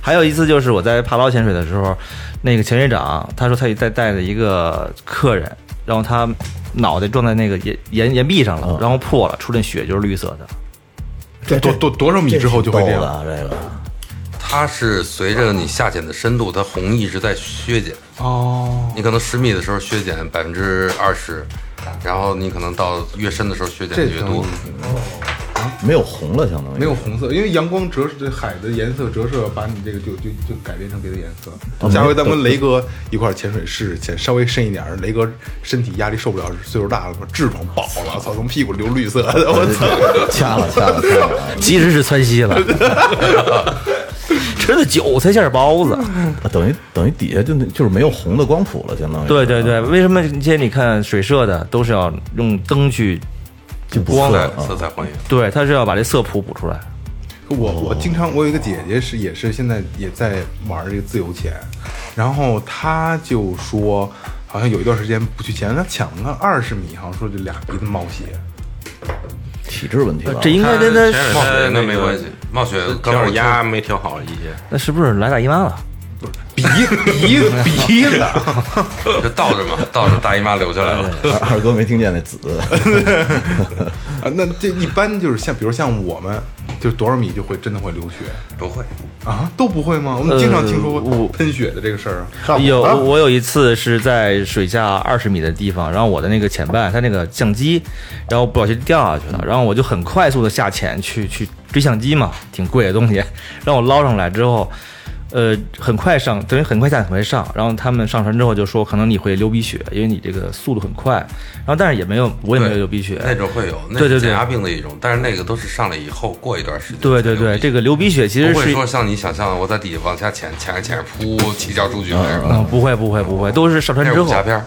Speaker 8: 还有一次就是我在帕劳潜水的时候，那个潜水长他说他也在带着一个客人，然后他脑袋撞在那个岩岩岩壁上了，然后破了，出那血就是绿色的。
Speaker 6: 这
Speaker 3: 多多多少米之后就会这样？
Speaker 6: 样？这个
Speaker 7: 它是随着你下潜的深度，它红一直在削减。
Speaker 3: 哦，
Speaker 7: 你可能十米的时候削减百分之二十，然后你可能到越深的时候削减
Speaker 3: 这
Speaker 7: 的越多
Speaker 3: 种。
Speaker 6: 没有红了，相当于
Speaker 3: 没有红色，因为阳光折射这海的颜色折射，把你这个就就就改变成别的颜色。下回咱们雷哥一块儿潜水试试，潜稍微深一点儿。雷哥身体压力受不了，岁数大了，痔疮爆了，操，从屁股流绿色的，我操！
Speaker 6: 哎 掐了掐了掐了，
Speaker 8: 其实是窜稀 了，吃的韭菜馅儿包子。
Speaker 6: 啊等于等于底下就那就是没有红的光谱了，相当于
Speaker 8: 对对对，，为什么今天你看水社的都是要用灯去
Speaker 6: 就不
Speaker 8: 光
Speaker 6: 错啊
Speaker 7: 对
Speaker 6: 了，
Speaker 7: 色彩还原。
Speaker 8: 对，他是要把这色谱补出来。
Speaker 3: 我我经常我有一个姐姐是也是现在也在玩这个自由潜，然后她就说好像有一段时间不去潜，她潜了二十米，好像说这俩鼻子冒血。
Speaker 6: 体质问题啊吧。
Speaker 8: 呃这应该跟他
Speaker 10: 潜水
Speaker 7: 冒
Speaker 10: 它
Speaker 7: 雪
Speaker 10: 那
Speaker 7: 那没
Speaker 10: 个
Speaker 7: 关系，冒雪
Speaker 10: 调
Speaker 7: 刚
Speaker 10: 压没调好一些，
Speaker 8: 那是不是来大姨妈了？
Speaker 3: 鼻鼻鼻子，
Speaker 7: 这倒着 嘛，倒着大姨妈留下来了。
Speaker 6: 二二哥没听见那子，
Speaker 3: 啊，那这一般就是像，比如像我们，就多少米就会真的会流血
Speaker 7: 不会，
Speaker 3: 啊？都不会吗？我们经常听
Speaker 4: 呃
Speaker 3: 说过喷血的这个事儿啊。
Speaker 4: 上火
Speaker 8: 有
Speaker 4: 了
Speaker 8: 我有一次是在水下二十米的地方，然后我的那个潜伴他那个相机，然后不小心掉下去了，然后我就很快速的下潜去去追相机嘛，挺贵的东西， 让我捞上来之后，呃，很快上，等于很快下很快上，然后他们上船之后就说可能你会流鼻血，因为你这个速度很快，然后但是也没有我也没有
Speaker 7: 对
Speaker 8: 流鼻血，
Speaker 7: 那种会有，那
Speaker 8: 对对
Speaker 7: 是
Speaker 8: 对
Speaker 7: 减压病的一种，但是那个都是上来以后过一段时间。
Speaker 8: 对对对，这
Speaker 7: 个
Speaker 8: 个流鼻血其实
Speaker 7: 不
Speaker 8: 是
Speaker 7: 会
Speaker 8: 一
Speaker 7: 说像你想象的，我在底下往下潜，潜着潜着，噗，七窍出血那种。
Speaker 8: 嗯，不会不会不会，都是上船
Speaker 7: 那
Speaker 8: 之
Speaker 7: 是武
Speaker 8: 后
Speaker 7: 侠，片儿，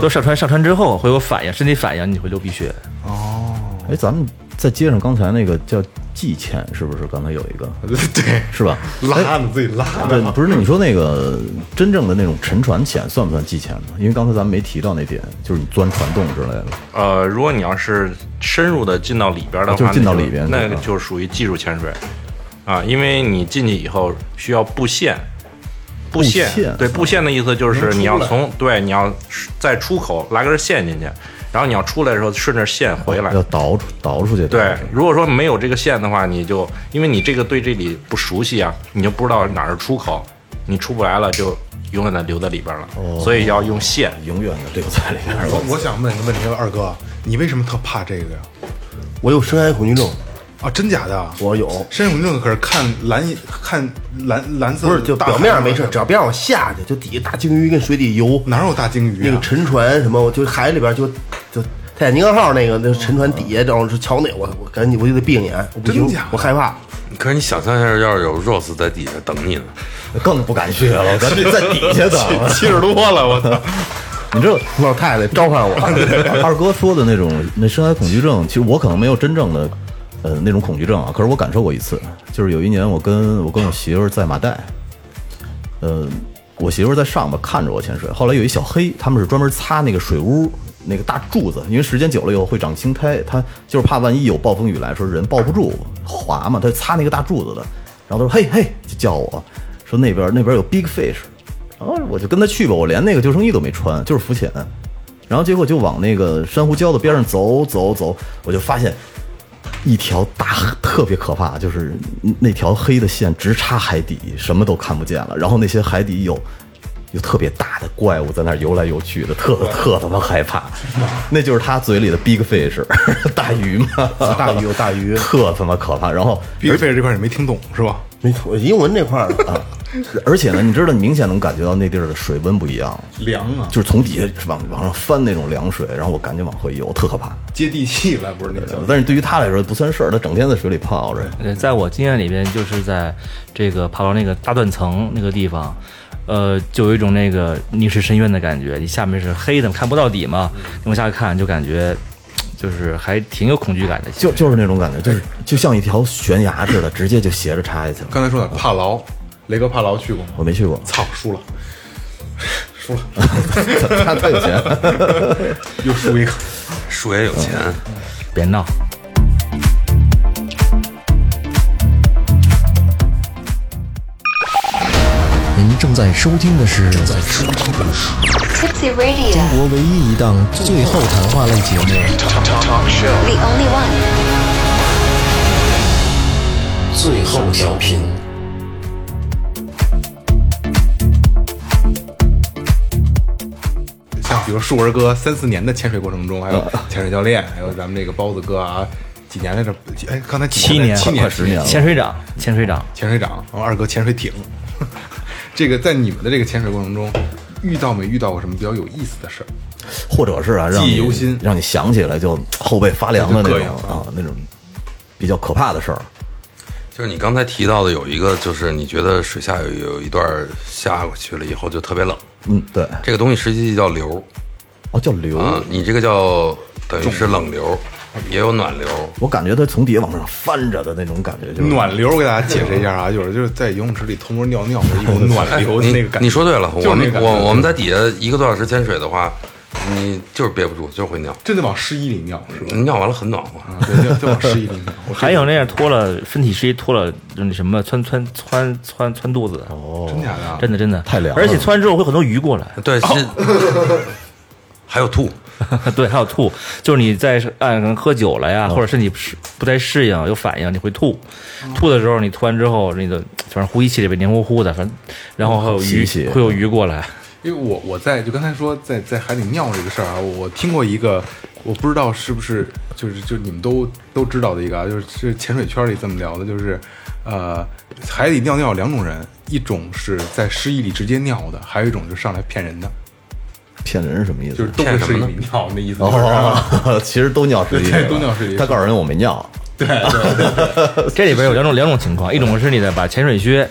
Speaker 8: 都上船上船之后会有反应，身体反应你会流鼻血。
Speaker 6: 哎，咱们再接上刚才那个叫季倩，是不是？刚才有一个，
Speaker 3: 对，
Speaker 6: 是吧？
Speaker 3: 拉呢自己拉
Speaker 6: 对
Speaker 3: 呢，，
Speaker 6: 不是那你说那个真正的那种沉船潜算不算季潜呢？因为刚才咱们没提到那点，就是你钻船洞之类的。
Speaker 10: 呃，如果你要是深入的进到里边的
Speaker 6: 啊
Speaker 10: 话，
Speaker 6: 就是进到
Speaker 10: 那
Speaker 6: 里边
Speaker 10: 那
Speaker 6: 对
Speaker 10: 个
Speaker 6: 吧
Speaker 10: 就属于技术潜水啊，因为你进去以后需要布线。布线
Speaker 6: 布线
Speaker 10: 对布线的意思就是你要从对你要在出口拉根线进去，然后你要出来的时候顺着线回来
Speaker 6: 要。倒出倒出去。
Speaker 10: 对，如果说没有这个线的话，你就因为你这个对这里不熟悉啊，你就不知道哪儿是出口，你出不来了就永远的留在里边了，所以要用线。
Speaker 6: 永远的留在里面。
Speaker 3: 我我想问一个问题，二哥，你为什么特怕这个呀？
Speaker 4: 我有深海恐惧症，
Speaker 3: 啊，真假的？
Speaker 4: 我有
Speaker 3: 深海恐惧症可是看蓝看蓝蓝色，
Speaker 4: 不是就
Speaker 3: 大
Speaker 4: 表面上
Speaker 3: 海
Speaker 4: 没事，只要别让我下去，就底下大鲸鱼跟水底游，
Speaker 3: 哪有大鲸鱼
Speaker 4: 那个
Speaker 3: 啊？
Speaker 4: 沉船什么，我就海里边就就泰坦尼克号那个那沉船底下，然后是瞧那我我赶紧我就得闭上眼，我不行
Speaker 3: 真假的
Speaker 4: 我害怕。
Speaker 7: 可是你想象一下，要是有 Rose 在底下等你呢？
Speaker 6: 更不敢去了，我赶紧在底下等。
Speaker 3: 七十多了，我操！
Speaker 6: 你知道
Speaker 4: 老太太召唤我，
Speaker 6: 二哥说的那种那深海恐惧症，其实我可能没有真正的呃那种恐惧症啊，可是我感受过一次，就是有一年我跟我跟我媳妇儿在马代，呃，我媳妇儿在上边看着我潜水，后来有一小黑，他们是专门擦那个水屋。那个大柱子，因为时间久了以后会长青苔，他就是怕万一有暴风雨来说人抱不住滑嘛，他擦那个大柱子的。然后他说：“嘿嘿，就叫我说那边那边有 big fish。”然后我就跟他去吧，我连那个救生衣都没穿，就是浮潜。然后结果就往那个珊瑚礁的边上走走走，我就发现一条大特别可怕，就是那条黑的线直插海底，什么都看不见了。然后那些海底有有特别大的怪物在那儿游来游去的，特特他妈害怕。那就是他嘴里的 big fish 大鱼嘛，
Speaker 4: 大鱼有大鱼
Speaker 6: 特他妈可怕。然后
Speaker 3: 毕费这块你没听懂是吧？
Speaker 4: 没错，英文这块儿 啊，
Speaker 6: 而且呢，你知道，你明显能感觉到那地儿的水温不一样，
Speaker 3: 凉啊，
Speaker 6: 就是从底下往往上翻那种凉水，然后我赶紧往回游，特可怕。
Speaker 3: 接地气了，不是那个叫
Speaker 6: 但是对于他来说不算事儿，他整天在水里泡着。
Speaker 8: 呃，在我经验里边，就是在这个爬到那个大断层那个地方，呃，就有一种那个凝视深渊的感觉。你下面是黑的，看不到底嘛，你往下看就感觉，就是还挺有恐惧感的。
Speaker 6: 就就是那种感觉，就是就像一条悬崖似的，直接就斜着插下去了。
Speaker 3: 刚才说的帕劳，雷哥帕劳去过吗？
Speaker 6: 我没去 过，
Speaker 3: 操，输了，输了，
Speaker 6: 他他有钱。
Speaker 3: 又输一个。
Speaker 7: 叔也有钱，
Speaker 8: 别闹，
Speaker 1: 您正在收听的是正在
Speaker 11: Tipsy Radio,
Speaker 1: 中国唯一一档最后谈话类节目
Speaker 11: the only one.
Speaker 1: 《最后调频》。
Speaker 3: 像比如树儿哥三四年的潜水过程中，还有
Speaker 6: 呃
Speaker 3: 潜水教练，还有咱们这个包子哥啊，几年来着？哎，刚才几
Speaker 8: 七年
Speaker 3: 七年
Speaker 6: 快十年了
Speaker 8: 潜水长，潜水长，
Speaker 3: 潜水长，然后二哥潜水艇。 这个在你们的这个潜水过程中，遇到没遇到过什么比较有意思的事儿？
Speaker 6: 或者是啊，让
Speaker 3: 记忆
Speaker 6: 你
Speaker 3: 犹新
Speaker 6: 让你想起来就后背发凉的那
Speaker 3: 就膈
Speaker 6: 种
Speaker 3: 应
Speaker 6: 啊，那种比较可怕的事儿。
Speaker 7: 就是你刚才提到的有一个，就是你觉得水下有有一段下过去了以后就特别冷，
Speaker 6: 嗯，对，
Speaker 7: 这个东西实际叫流
Speaker 6: 哦，叫流，
Speaker 7: 啊，你这个叫等于是冷流，
Speaker 10: 嗯
Speaker 7: 也有暖流。
Speaker 6: 我感觉他从底下往上翻着的那种感觉，就是
Speaker 3: 暖流，我给大家解释一下啊，就是就是在游泳池里偷摸尿 尿的一种暖流的
Speaker 7: 嗯你
Speaker 3: 那个感觉。
Speaker 7: 你说对了，
Speaker 3: 就是
Speaker 7: 我
Speaker 3: 那
Speaker 7: 们
Speaker 3: 感觉
Speaker 7: 我我们在底下一个多小时潜水的话，你就是憋不住，就是会尿，
Speaker 3: 真的往湿衣里尿，是吧？啊
Speaker 7: 尿完了很暖和，
Speaker 3: 对，就往湿衣里尿。
Speaker 8: 还有那样脱了身体湿衣脱了那什么穿穿穿穿穿肚子
Speaker 3: 哦，真假的？
Speaker 8: 真的真的
Speaker 6: 太凉了
Speaker 8: 而且穿完之后会很多鱼过来，
Speaker 7: 对是，
Speaker 3: 哦
Speaker 7: 还有吐，
Speaker 8: 对，还有吐，就是你在哎可能喝酒了呀，或者身体不适不太适应有反应，你会吐，吐的时候你吐完之后那个反正呼吸器里边黏糊糊的，反正然后还有
Speaker 6: 洗
Speaker 8: 鱼
Speaker 6: 一洗
Speaker 8: 会有鱼过来，
Speaker 3: 因为我我在就刚才说在在海里尿这个事儿啊，我我听过一个，我不知道是不是就是就你们都都知道的一个啊，就是是潜水圈里这么聊的，就是呃海里尿尿有两种人，一种是在湿衣里直接尿的，还有一种就上来骗人的，
Speaker 6: 骗人是什么意思？
Speaker 3: 就是都
Speaker 7: 骗
Speaker 3: 是
Speaker 7: 什
Speaker 3: 湿
Speaker 7: 么
Speaker 3: 衣
Speaker 7: 呢
Speaker 3: 里尿那意思，就是啊
Speaker 6: 哦，其实都尿湿衣里了，
Speaker 3: 对都尿湿衣里
Speaker 6: 他告诉人我没尿，
Speaker 8: 这里边有两种两种情况，一种是你的把潜水靴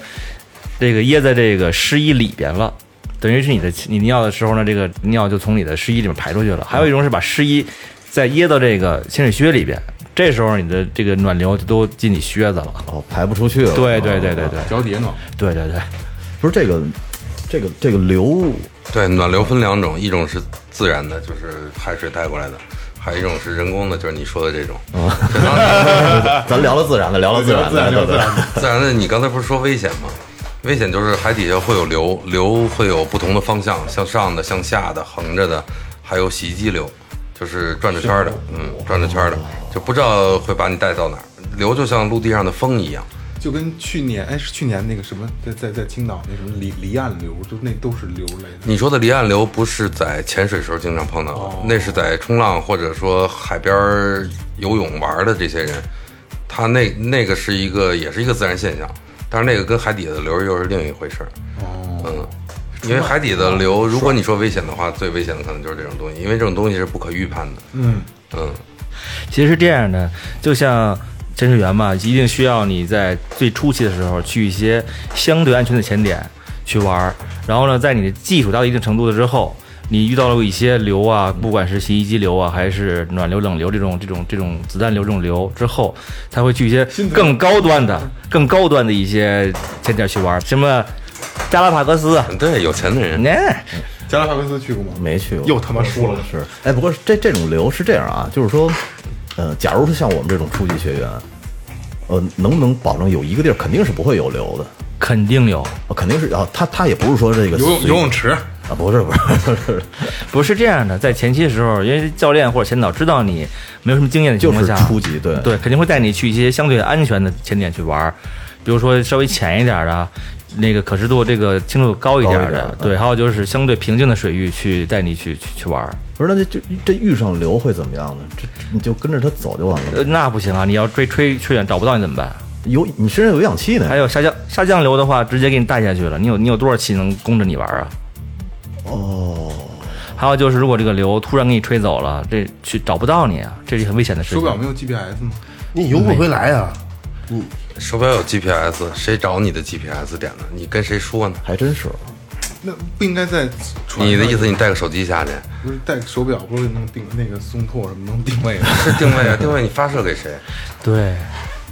Speaker 8: 这个掖在这个湿衣里边了。等于是你的你尿的时候呢，这个尿就从你的湿衣里面排出去了。还有一种是把湿衣再掖到这个潜水靴里边，这时候你的这个暖流就都进你靴子了。
Speaker 6: 哦，排不出去了。
Speaker 8: 对对对对对
Speaker 3: 脚底下暖。
Speaker 8: 对对对，
Speaker 6: 不是这个，这个这个流
Speaker 7: 对，暖流分两种，一种是自然的，就是海水带过来的，还有一种是人工的，就是你说的这种。
Speaker 3: 哦
Speaker 7: 这当 然
Speaker 3: 哎
Speaker 6: 咱聊了自然的，聊了自然的，对对对，
Speaker 7: 自然的，你刚才不是说危险吗？危险就是海底下会有流，流会有不同的方向，向上的、向下的、横着的，还有洗衣机流，就是转着圈儿的，嗯，转着圈儿的，就不知道会把你带到哪儿。流就像陆地上的风一样，
Speaker 3: 就跟去年哎是去年那个什么在在在青岛那什么离离岸流，就那都是流类的。
Speaker 7: 你说的离岸流不是在潜水时候经常碰到的，那是在冲浪或者说海边儿游泳玩的这些人，他那那个是一个也是一个自然现象，但是那个跟海底的流又是另一回事儿。哦，嗯，因为海底的流，如果你说危险的话，最危险的可能就是这种东西，因为这种东西是不可预判的。嗯嗯，
Speaker 8: 其实是这样的，就像潜水员嘛，一定需要你在最初期的时候去一些相对安全的潜点去玩儿，然后呢，在你的技术达到一定程度了之后，你遇到了一些流啊，不管是洗衣机流啊，还是暖流、冷流这种这种这种子弹流这种流之后，他会去一些更高端的、更高端的一些潜点去玩儿，什么加拉帕戈斯啊，
Speaker 7: 对，有钱的人
Speaker 8: 那
Speaker 3: 加拉帕戈斯去过吗？
Speaker 6: 没去过。
Speaker 3: 又他妈输了。
Speaker 6: 是，哎，不过这这种流是这样啊，就是说，呃，假如是像我们这种初级学员，呃，能不能保证有一个地儿肯定是不会有流的？
Speaker 8: 肯定有。
Speaker 6: 呃肯定是啊，他他也不是说这
Speaker 3: 游
Speaker 6: 个
Speaker 3: 泳
Speaker 6: 随
Speaker 3: 游泳池，
Speaker 6: 啊，不是不 是不是，
Speaker 8: 不是这样的，在前期的时候，因为教练或者前导知道你没有什么经验的情
Speaker 6: 就是
Speaker 8: 况下，
Speaker 6: 初级，对
Speaker 8: 对，肯定会带你去一些相对安全的潜点去玩儿，比如说稍微浅一点儿的啊，那个可视度这个清楚度高一点儿
Speaker 6: 高一点嗯
Speaker 8: 的
Speaker 6: 儿，
Speaker 8: 对，还有就是相对平静的水域去带你去去去玩儿。
Speaker 6: 不是那这这这遇上流会怎么样呢？这这你就跟着他走就完了。
Speaker 8: 呃，那不行啊，你要追吹吹远找不到你怎么办？
Speaker 6: 有你身上有氧气呢
Speaker 8: 还，有下降下降流的话，直接给你带下去了，你有你有多少气能供着你玩儿啊？
Speaker 6: 哦，
Speaker 8: 还有就是，如果这个流突然给你吹走了，这去找不到你啊，这是很危险的事
Speaker 3: 手
Speaker 8: 情。
Speaker 3: 表没有 GPS 吗？
Speaker 4: 你游不回来啊呀、
Speaker 7: 手表有 GPS，谁找你的 GPS 点呢？你跟谁说呢？
Speaker 6: 还真是。
Speaker 3: 那不应该在船上
Speaker 7: 你的意思，你带个手机下去
Speaker 3: 不是带手表，不是能定那个松拓什么能定位吗？
Speaker 7: 是定位啊？定位你发射给谁？
Speaker 8: 对。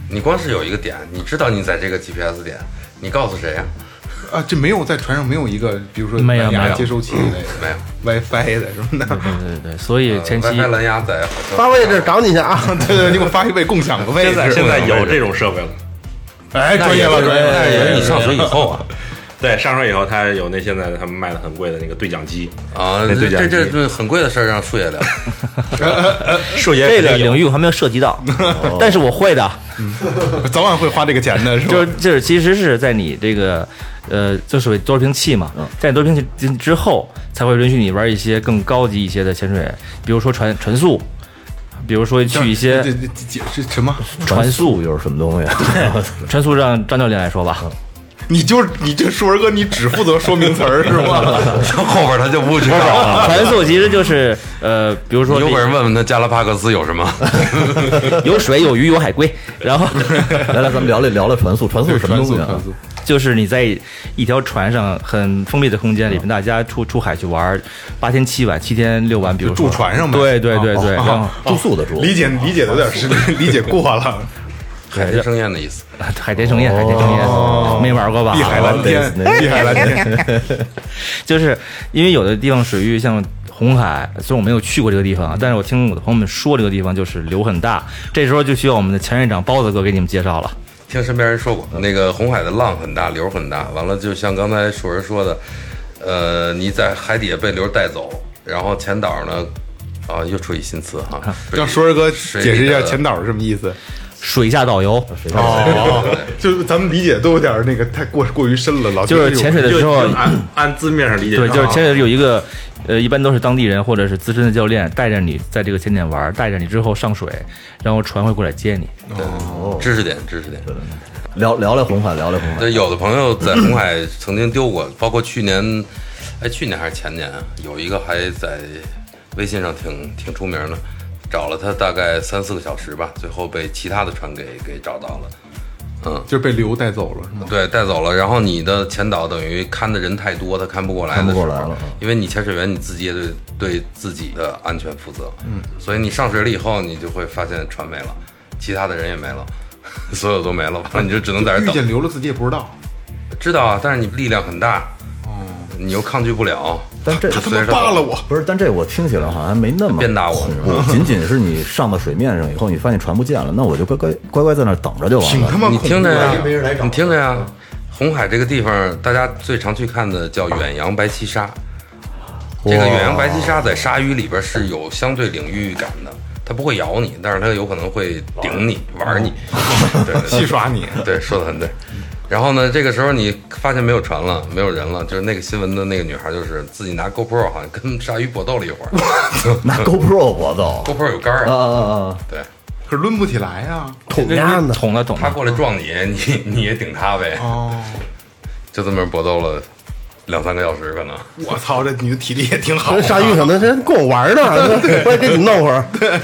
Speaker 7: 你光是有一个点，你知道你在这个 GPS 点，你告诉谁呀、
Speaker 3: 啊，这没有在船上没有一个，比如说
Speaker 8: 没有
Speaker 3: 蓝牙
Speaker 8: 没有
Speaker 3: 接收器一类的，
Speaker 7: 没有
Speaker 3: WiFi 的什么的。
Speaker 8: 对对，所
Speaker 7: 呃
Speaker 8: 以前期
Speaker 7: WiFi 蓝牙在
Speaker 4: 发位置找你去 啊！
Speaker 3: 对对，你给我发一位共享的位置。
Speaker 10: 现在现在有这种设备了。
Speaker 3: 哎，专业了，专业
Speaker 7: 那
Speaker 3: 了。
Speaker 7: 也是你上学以后啊
Speaker 10: 对，上手以后，它有那现在他们卖的很贵的那个对讲机
Speaker 7: 啊，
Speaker 10: 那
Speaker 7: 这
Speaker 10: 对讲
Speaker 7: 这
Speaker 10: 机，
Speaker 7: 这这很贵的事儿让树爷聊，
Speaker 10: 数学
Speaker 8: 这个领域我还没有涉及到，
Speaker 7: 哦
Speaker 8: 但是我会的，
Speaker 3: 早晚会花这个钱的，是吧？
Speaker 8: 就是就是其实是在你这个呃，就属于多屏器嘛，
Speaker 7: 嗯
Speaker 8: 在你多屏器之后，才会允许你玩一些更高级一些的潜水，比如说船船速，比如说去一
Speaker 3: 这
Speaker 8: 些
Speaker 3: 这这解释什么？
Speaker 8: 船速，
Speaker 6: 又是什么东西？啊
Speaker 8: 船速让张教练来说
Speaker 7: 嗯
Speaker 8: 吧，
Speaker 3: 你就是你这树儿哥，你只负责说名词儿是吧？
Speaker 7: 后边他就不知道 了。
Speaker 8: 船啊速其实就是呃，比如
Speaker 7: 你
Speaker 8: 说
Speaker 7: 有本事问问他加拉帕戈斯有什 么？
Speaker 8: 有水有鱼有海龟，然后
Speaker 6: 来来，咱们聊聊聊聊船速，船速是什么
Speaker 3: 传
Speaker 6: 东
Speaker 3: 速
Speaker 6: 西
Speaker 3: 传
Speaker 6: 啊？
Speaker 3: 速，
Speaker 8: 就是你在一条船上很封闭的空间里面，大家出出海去玩儿，八天七晚，七天六晚，比如说
Speaker 3: 住船上呗
Speaker 8: 对对对对，然后
Speaker 6: 住宿的住，
Speaker 3: 理解理解的有点是理解过了，
Speaker 7: 海天盛宴的意思。
Speaker 8: 海天盛宴，海天盛宴，没玩过吧？
Speaker 3: 碧海蓝天，碧海蓝天。
Speaker 8: 就是因为有的地方水域像。红海，虽然我没有去过这个地方啊，但是我听我的朋友们说这个地方就是流很大，这时候就需要我们的前院长包子哥给你们介绍了。
Speaker 7: 听身边人说过，那个红海的浪很大，流很大。完了，就像刚才树人说的，呃，你在海底下被流带走，然后前岛呢，啊，又出一新词哈。
Speaker 3: 让
Speaker 7: 水
Speaker 3: 说
Speaker 7: 里
Speaker 3: 儿哥
Speaker 7: 水
Speaker 3: 解释一下
Speaker 7: 里的
Speaker 3: 前导是什么意思。
Speaker 8: 水下导游，
Speaker 3: 哦，就是咱们理解都有点那个太过过于深了，老觉
Speaker 8: 就
Speaker 3: 得
Speaker 8: 是潜水的时候
Speaker 10: 就就按按字面上理解
Speaker 8: 对，就是
Speaker 10: 啊
Speaker 8: 潜水有一个，呃，一般都是当地人或者是资深的教练带着你在这个潜点玩，带着你之后上水，然后船会过来接你。
Speaker 7: 哦，知识点，知识点。
Speaker 6: 聊聊聊红海，聊聊红海。
Speaker 7: 对，有的朋友在红海曾经丢过，包括去年，哎，去年还是前年啊，有一个还在微信上挺挺出名的，找了他大概三四个小时吧，最后被其他的船给给找到了。嗯，
Speaker 3: 就是被流带走了，是
Speaker 6: 嗯
Speaker 3: 吗？
Speaker 7: 对，带走了。然后你的前导等于看的人太多，他看不过来的
Speaker 6: 看不
Speaker 7: 时候，
Speaker 6: 过来了啊
Speaker 7: 因为你潜水员你自己也得对自己的安全负责。嗯，所以你上水了以后，你就会发现船没了，其他的人也没了， 所有都没了，完了你就只能在这
Speaker 3: 遇
Speaker 7: 等。
Speaker 3: 见流了自己也不知道，
Speaker 7: 知道啊，但是你力量很大，你又抗拒不了。
Speaker 6: 但这
Speaker 7: 他他妈扒拉我，
Speaker 6: 不是？但这我听起来好像没那么
Speaker 7: 鞭打我
Speaker 6: 恐怖， 仅仅是你上到水面上以后，你发现船不见了，那我就乖乖乖乖在那儿等着就完
Speaker 3: 啊
Speaker 6: 了。
Speaker 7: 你听着呀，你听着呀，红海这个地方，大家最常去看的叫远洋白鳍鲨。这个远洋白鳍鲨在鲨鱼里边是有相对领域感的，它不会咬你，但是它有可能会顶你、玩你，对对对
Speaker 3: 戏耍你。
Speaker 7: 对，说的很对。然后呢，这个时候你发现没有船了，没有人了，就是那个新闻的那个女孩，就是自己拿 GoPro 好像跟鲨鱼搏斗了一会儿
Speaker 6: 拿 GoPro 搏斗，
Speaker 7: ，GoPro 有杆儿
Speaker 6: 啊，啊啊！
Speaker 7: 对。
Speaker 3: 可是抡不起来啊呀。
Speaker 4: 捅丫呢？
Speaker 8: 捅了捅
Speaker 7: 他
Speaker 8: 了，
Speaker 7: 过来撞你，
Speaker 10: 嗯
Speaker 7: 你你也顶他呗，
Speaker 3: 哦，
Speaker 7: 就这么搏斗了两三个小时，可能。
Speaker 3: 我操，这你的体力也挺好啊
Speaker 4: 跟。鲨
Speaker 8: 呃
Speaker 4: 鱼可能真跟我玩呢，我也跟你弄会儿，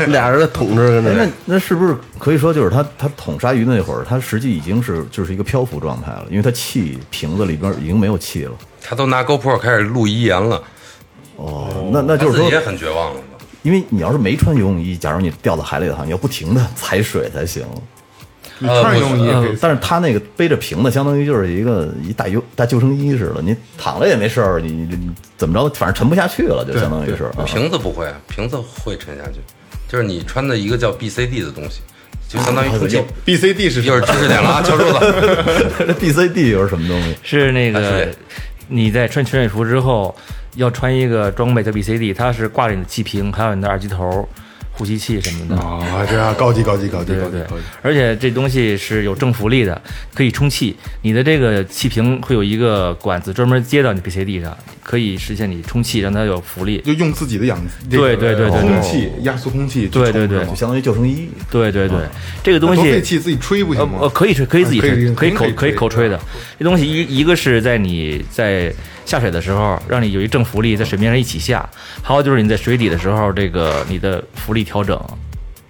Speaker 4: 俩人捅着跟
Speaker 6: 哎，
Speaker 4: 那
Speaker 6: 那那是不是可以说就是他他捅鲨鱼那会儿，他实际已经是就是一个漂浮状态了，因为他气瓶子里边已经没有气了。
Speaker 7: 他都拿 GoPro 开始录遗言了，
Speaker 6: 哦，那那
Speaker 7: 他
Speaker 6: 就是
Speaker 7: 自己也
Speaker 6: 说，
Speaker 7: 很绝望了。
Speaker 6: 因为你要是没穿游泳衣，假如你掉到海里的话，你要不停的踩水才行。
Speaker 3: 你穿上泳衣也
Speaker 8: 嗯
Speaker 3: 可以
Speaker 6: 但是他那个背着瓶子，相当于就是一个一大游大救生衣似的，你躺着也没事儿，你你你怎么着，反正沉不下去了，就相当于是。啊
Speaker 7: 瓶子不会，瓶子会沉下去，就是你穿的一个叫 BCD 的东西，就相当于充
Speaker 10: 啊
Speaker 7: 气。
Speaker 3: B C D 是什
Speaker 7: 又
Speaker 3: 么
Speaker 7: 是知识点了 啊，乔叔子。
Speaker 6: 这 B C D 又是什么东西？
Speaker 8: 是那
Speaker 7: 啊
Speaker 8: 个
Speaker 7: 是
Speaker 8: 你在穿潜水服之后要穿一个装备叫 BCD，它是挂着你的气瓶，还有你的二级头、呼吸器什么的。
Speaker 3: 啊，这样高级高级高级
Speaker 8: 对
Speaker 3: 高级
Speaker 8: 对对
Speaker 3: 高级。，
Speaker 8: 而且这东西是有正浮力的，可以充气。你的这个气瓶会有一个管子专门接到你 BCD 上，可以实现你充气，让它有浮力。
Speaker 3: 就用自己的氧，
Speaker 8: 对对对对对
Speaker 3: 空气压缩空气去冲
Speaker 8: 对
Speaker 3: 是吗，
Speaker 8: 对对
Speaker 6: 就相当于救生衣。
Speaker 8: 对对对，这个
Speaker 3: 那
Speaker 8: 东
Speaker 3: 多费
Speaker 8: 西
Speaker 3: 气自己吹不
Speaker 8: 呃
Speaker 3: 行吗？
Speaker 8: 呃可以吹，可以自己
Speaker 3: 啊可以
Speaker 8: 吹，可以
Speaker 3: 可以吹
Speaker 8: 口可以
Speaker 3: 啊
Speaker 8: 口吹的。这东西一一个是在你在下水的时候，让你有一正浮力在水面上一起下；还有就是你在水底的时候，这个你的浮力调整，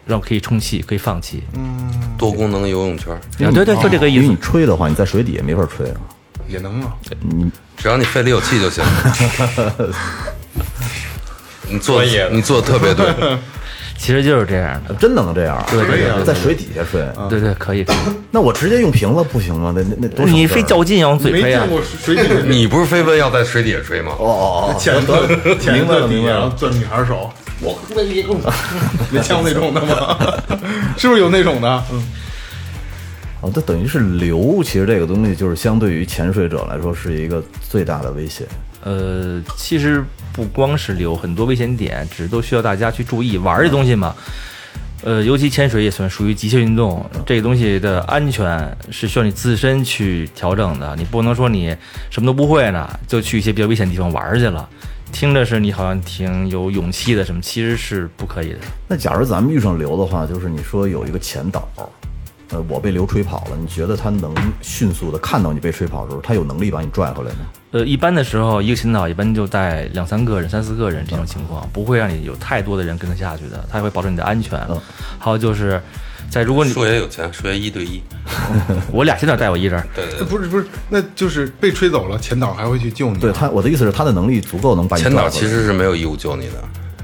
Speaker 8: 让可以充气，可以放气。
Speaker 3: 嗯
Speaker 7: 多功能游泳圈，
Speaker 8: 对对，就这个
Speaker 6: 因
Speaker 8: 意
Speaker 6: 为
Speaker 8: 思
Speaker 6: 你。吹的话，你在水底也没法吹啊。
Speaker 3: 也能啊，
Speaker 7: 只要你肺里有气 就行。你做
Speaker 10: 专业的
Speaker 7: 你做的特别对，
Speaker 8: 其实就是这样的。
Speaker 6: 真能这样啊？
Speaker 8: 对对对对
Speaker 6: 在水底下吹。
Speaker 3: 啊
Speaker 8: 对对，可以。可以
Speaker 6: 那我直接用瓶子不行吗？那那那多省
Speaker 8: 你
Speaker 6: 事儿
Speaker 8: 非较劲呀，用嘴
Speaker 3: 没
Speaker 8: 飞啊
Speaker 3: 见！过水底的
Speaker 7: 你不是非问要在水底下吹吗？
Speaker 6: 哦哦哦，
Speaker 3: 潜到潜
Speaker 6: 明白
Speaker 3: 到
Speaker 6: 了
Speaker 3: 底
Speaker 6: 明白
Speaker 3: 下，然后
Speaker 6: 了。
Speaker 3: 攥女孩手，我那一个，没见过 那种的吗？ 是不是有那种的？
Speaker 6: 哦，这等于是流，其实这个东西就是相对于潜水者来说是一个最大的威胁。
Speaker 8: 呃，其实不光是流，很多危险点只是都需要大家去注意。玩儿这东西嘛，呃，尤其潜水也算属于极限运动，这个东西的安全是需要你自身去调整的。你不能说你什么都不会呢，就去一些比较危险的地方玩儿去了。听着是你好像挺有勇气的什么，其实是不可以的。
Speaker 6: 那假如咱们遇上流的话，就是你说有一个前导，呃，我被流吹跑了，你觉得他能迅速的看到你被吹跑的时候，他有能力把你拽回来吗？
Speaker 8: 呃，一般的时候，一个群岛一般就带两三个人、三四个人这种情况，不会让你有太多的人跟他下去的，他会保证你的安全。还有就是，在如果你
Speaker 7: 数学有钱，数学一对一。
Speaker 8: 我俩群岛带我一人，
Speaker 7: 对对对。
Speaker 3: 呃不是不是，那就是被吹走了，前导还会去救你吗。
Speaker 6: 对他，我的意思是他的能力足够能把你
Speaker 7: 前
Speaker 6: 拽回来。
Speaker 7: 导其实是没有义务救你的。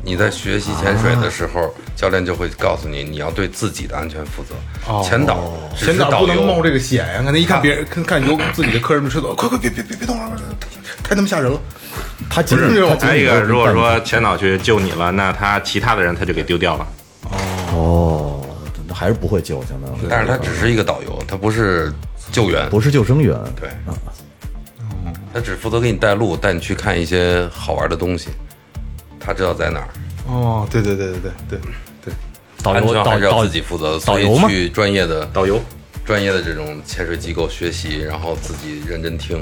Speaker 7: 你在学习潜水的时
Speaker 3: 啊
Speaker 7: 候，教练就会告诉你，你要对自己的安全负责。
Speaker 3: 哦
Speaker 7: 前导只
Speaker 3: 前
Speaker 7: 是
Speaker 3: 导
Speaker 7: 导
Speaker 3: 不能冒
Speaker 7: 游，
Speaker 3: 这个险呀！可能一看别人看看有自己的客人被吹走，快快别别别别动了，太他妈吓人了！
Speaker 6: 他
Speaker 10: 不
Speaker 6: 仅
Speaker 10: 是
Speaker 6: 仅他仅
Speaker 10: 还有
Speaker 6: 仅
Speaker 10: 一
Speaker 6: 都
Speaker 10: 个，
Speaker 6: 是
Speaker 10: 如果
Speaker 6: 干
Speaker 10: 说前导去救你了，那他其他的人他就给丢掉了。
Speaker 6: 哦，还是不会救，相当于。
Speaker 7: 但是他只是一个导游，他不是救援，
Speaker 6: 不是救生员，
Speaker 7: 对，
Speaker 3: 嗯
Speaker 7: 他只负责给你带路，带你去看一些好玩的东西。他知道在哪儿，
Speaker 3: 哦，对对对对对对对，
Speaker 7: 安全还是要自己负责的，所以去专业的
Speaker 10: 导游、
Speaker 7: 专业的这种潜水机构学习，然后自己认真听，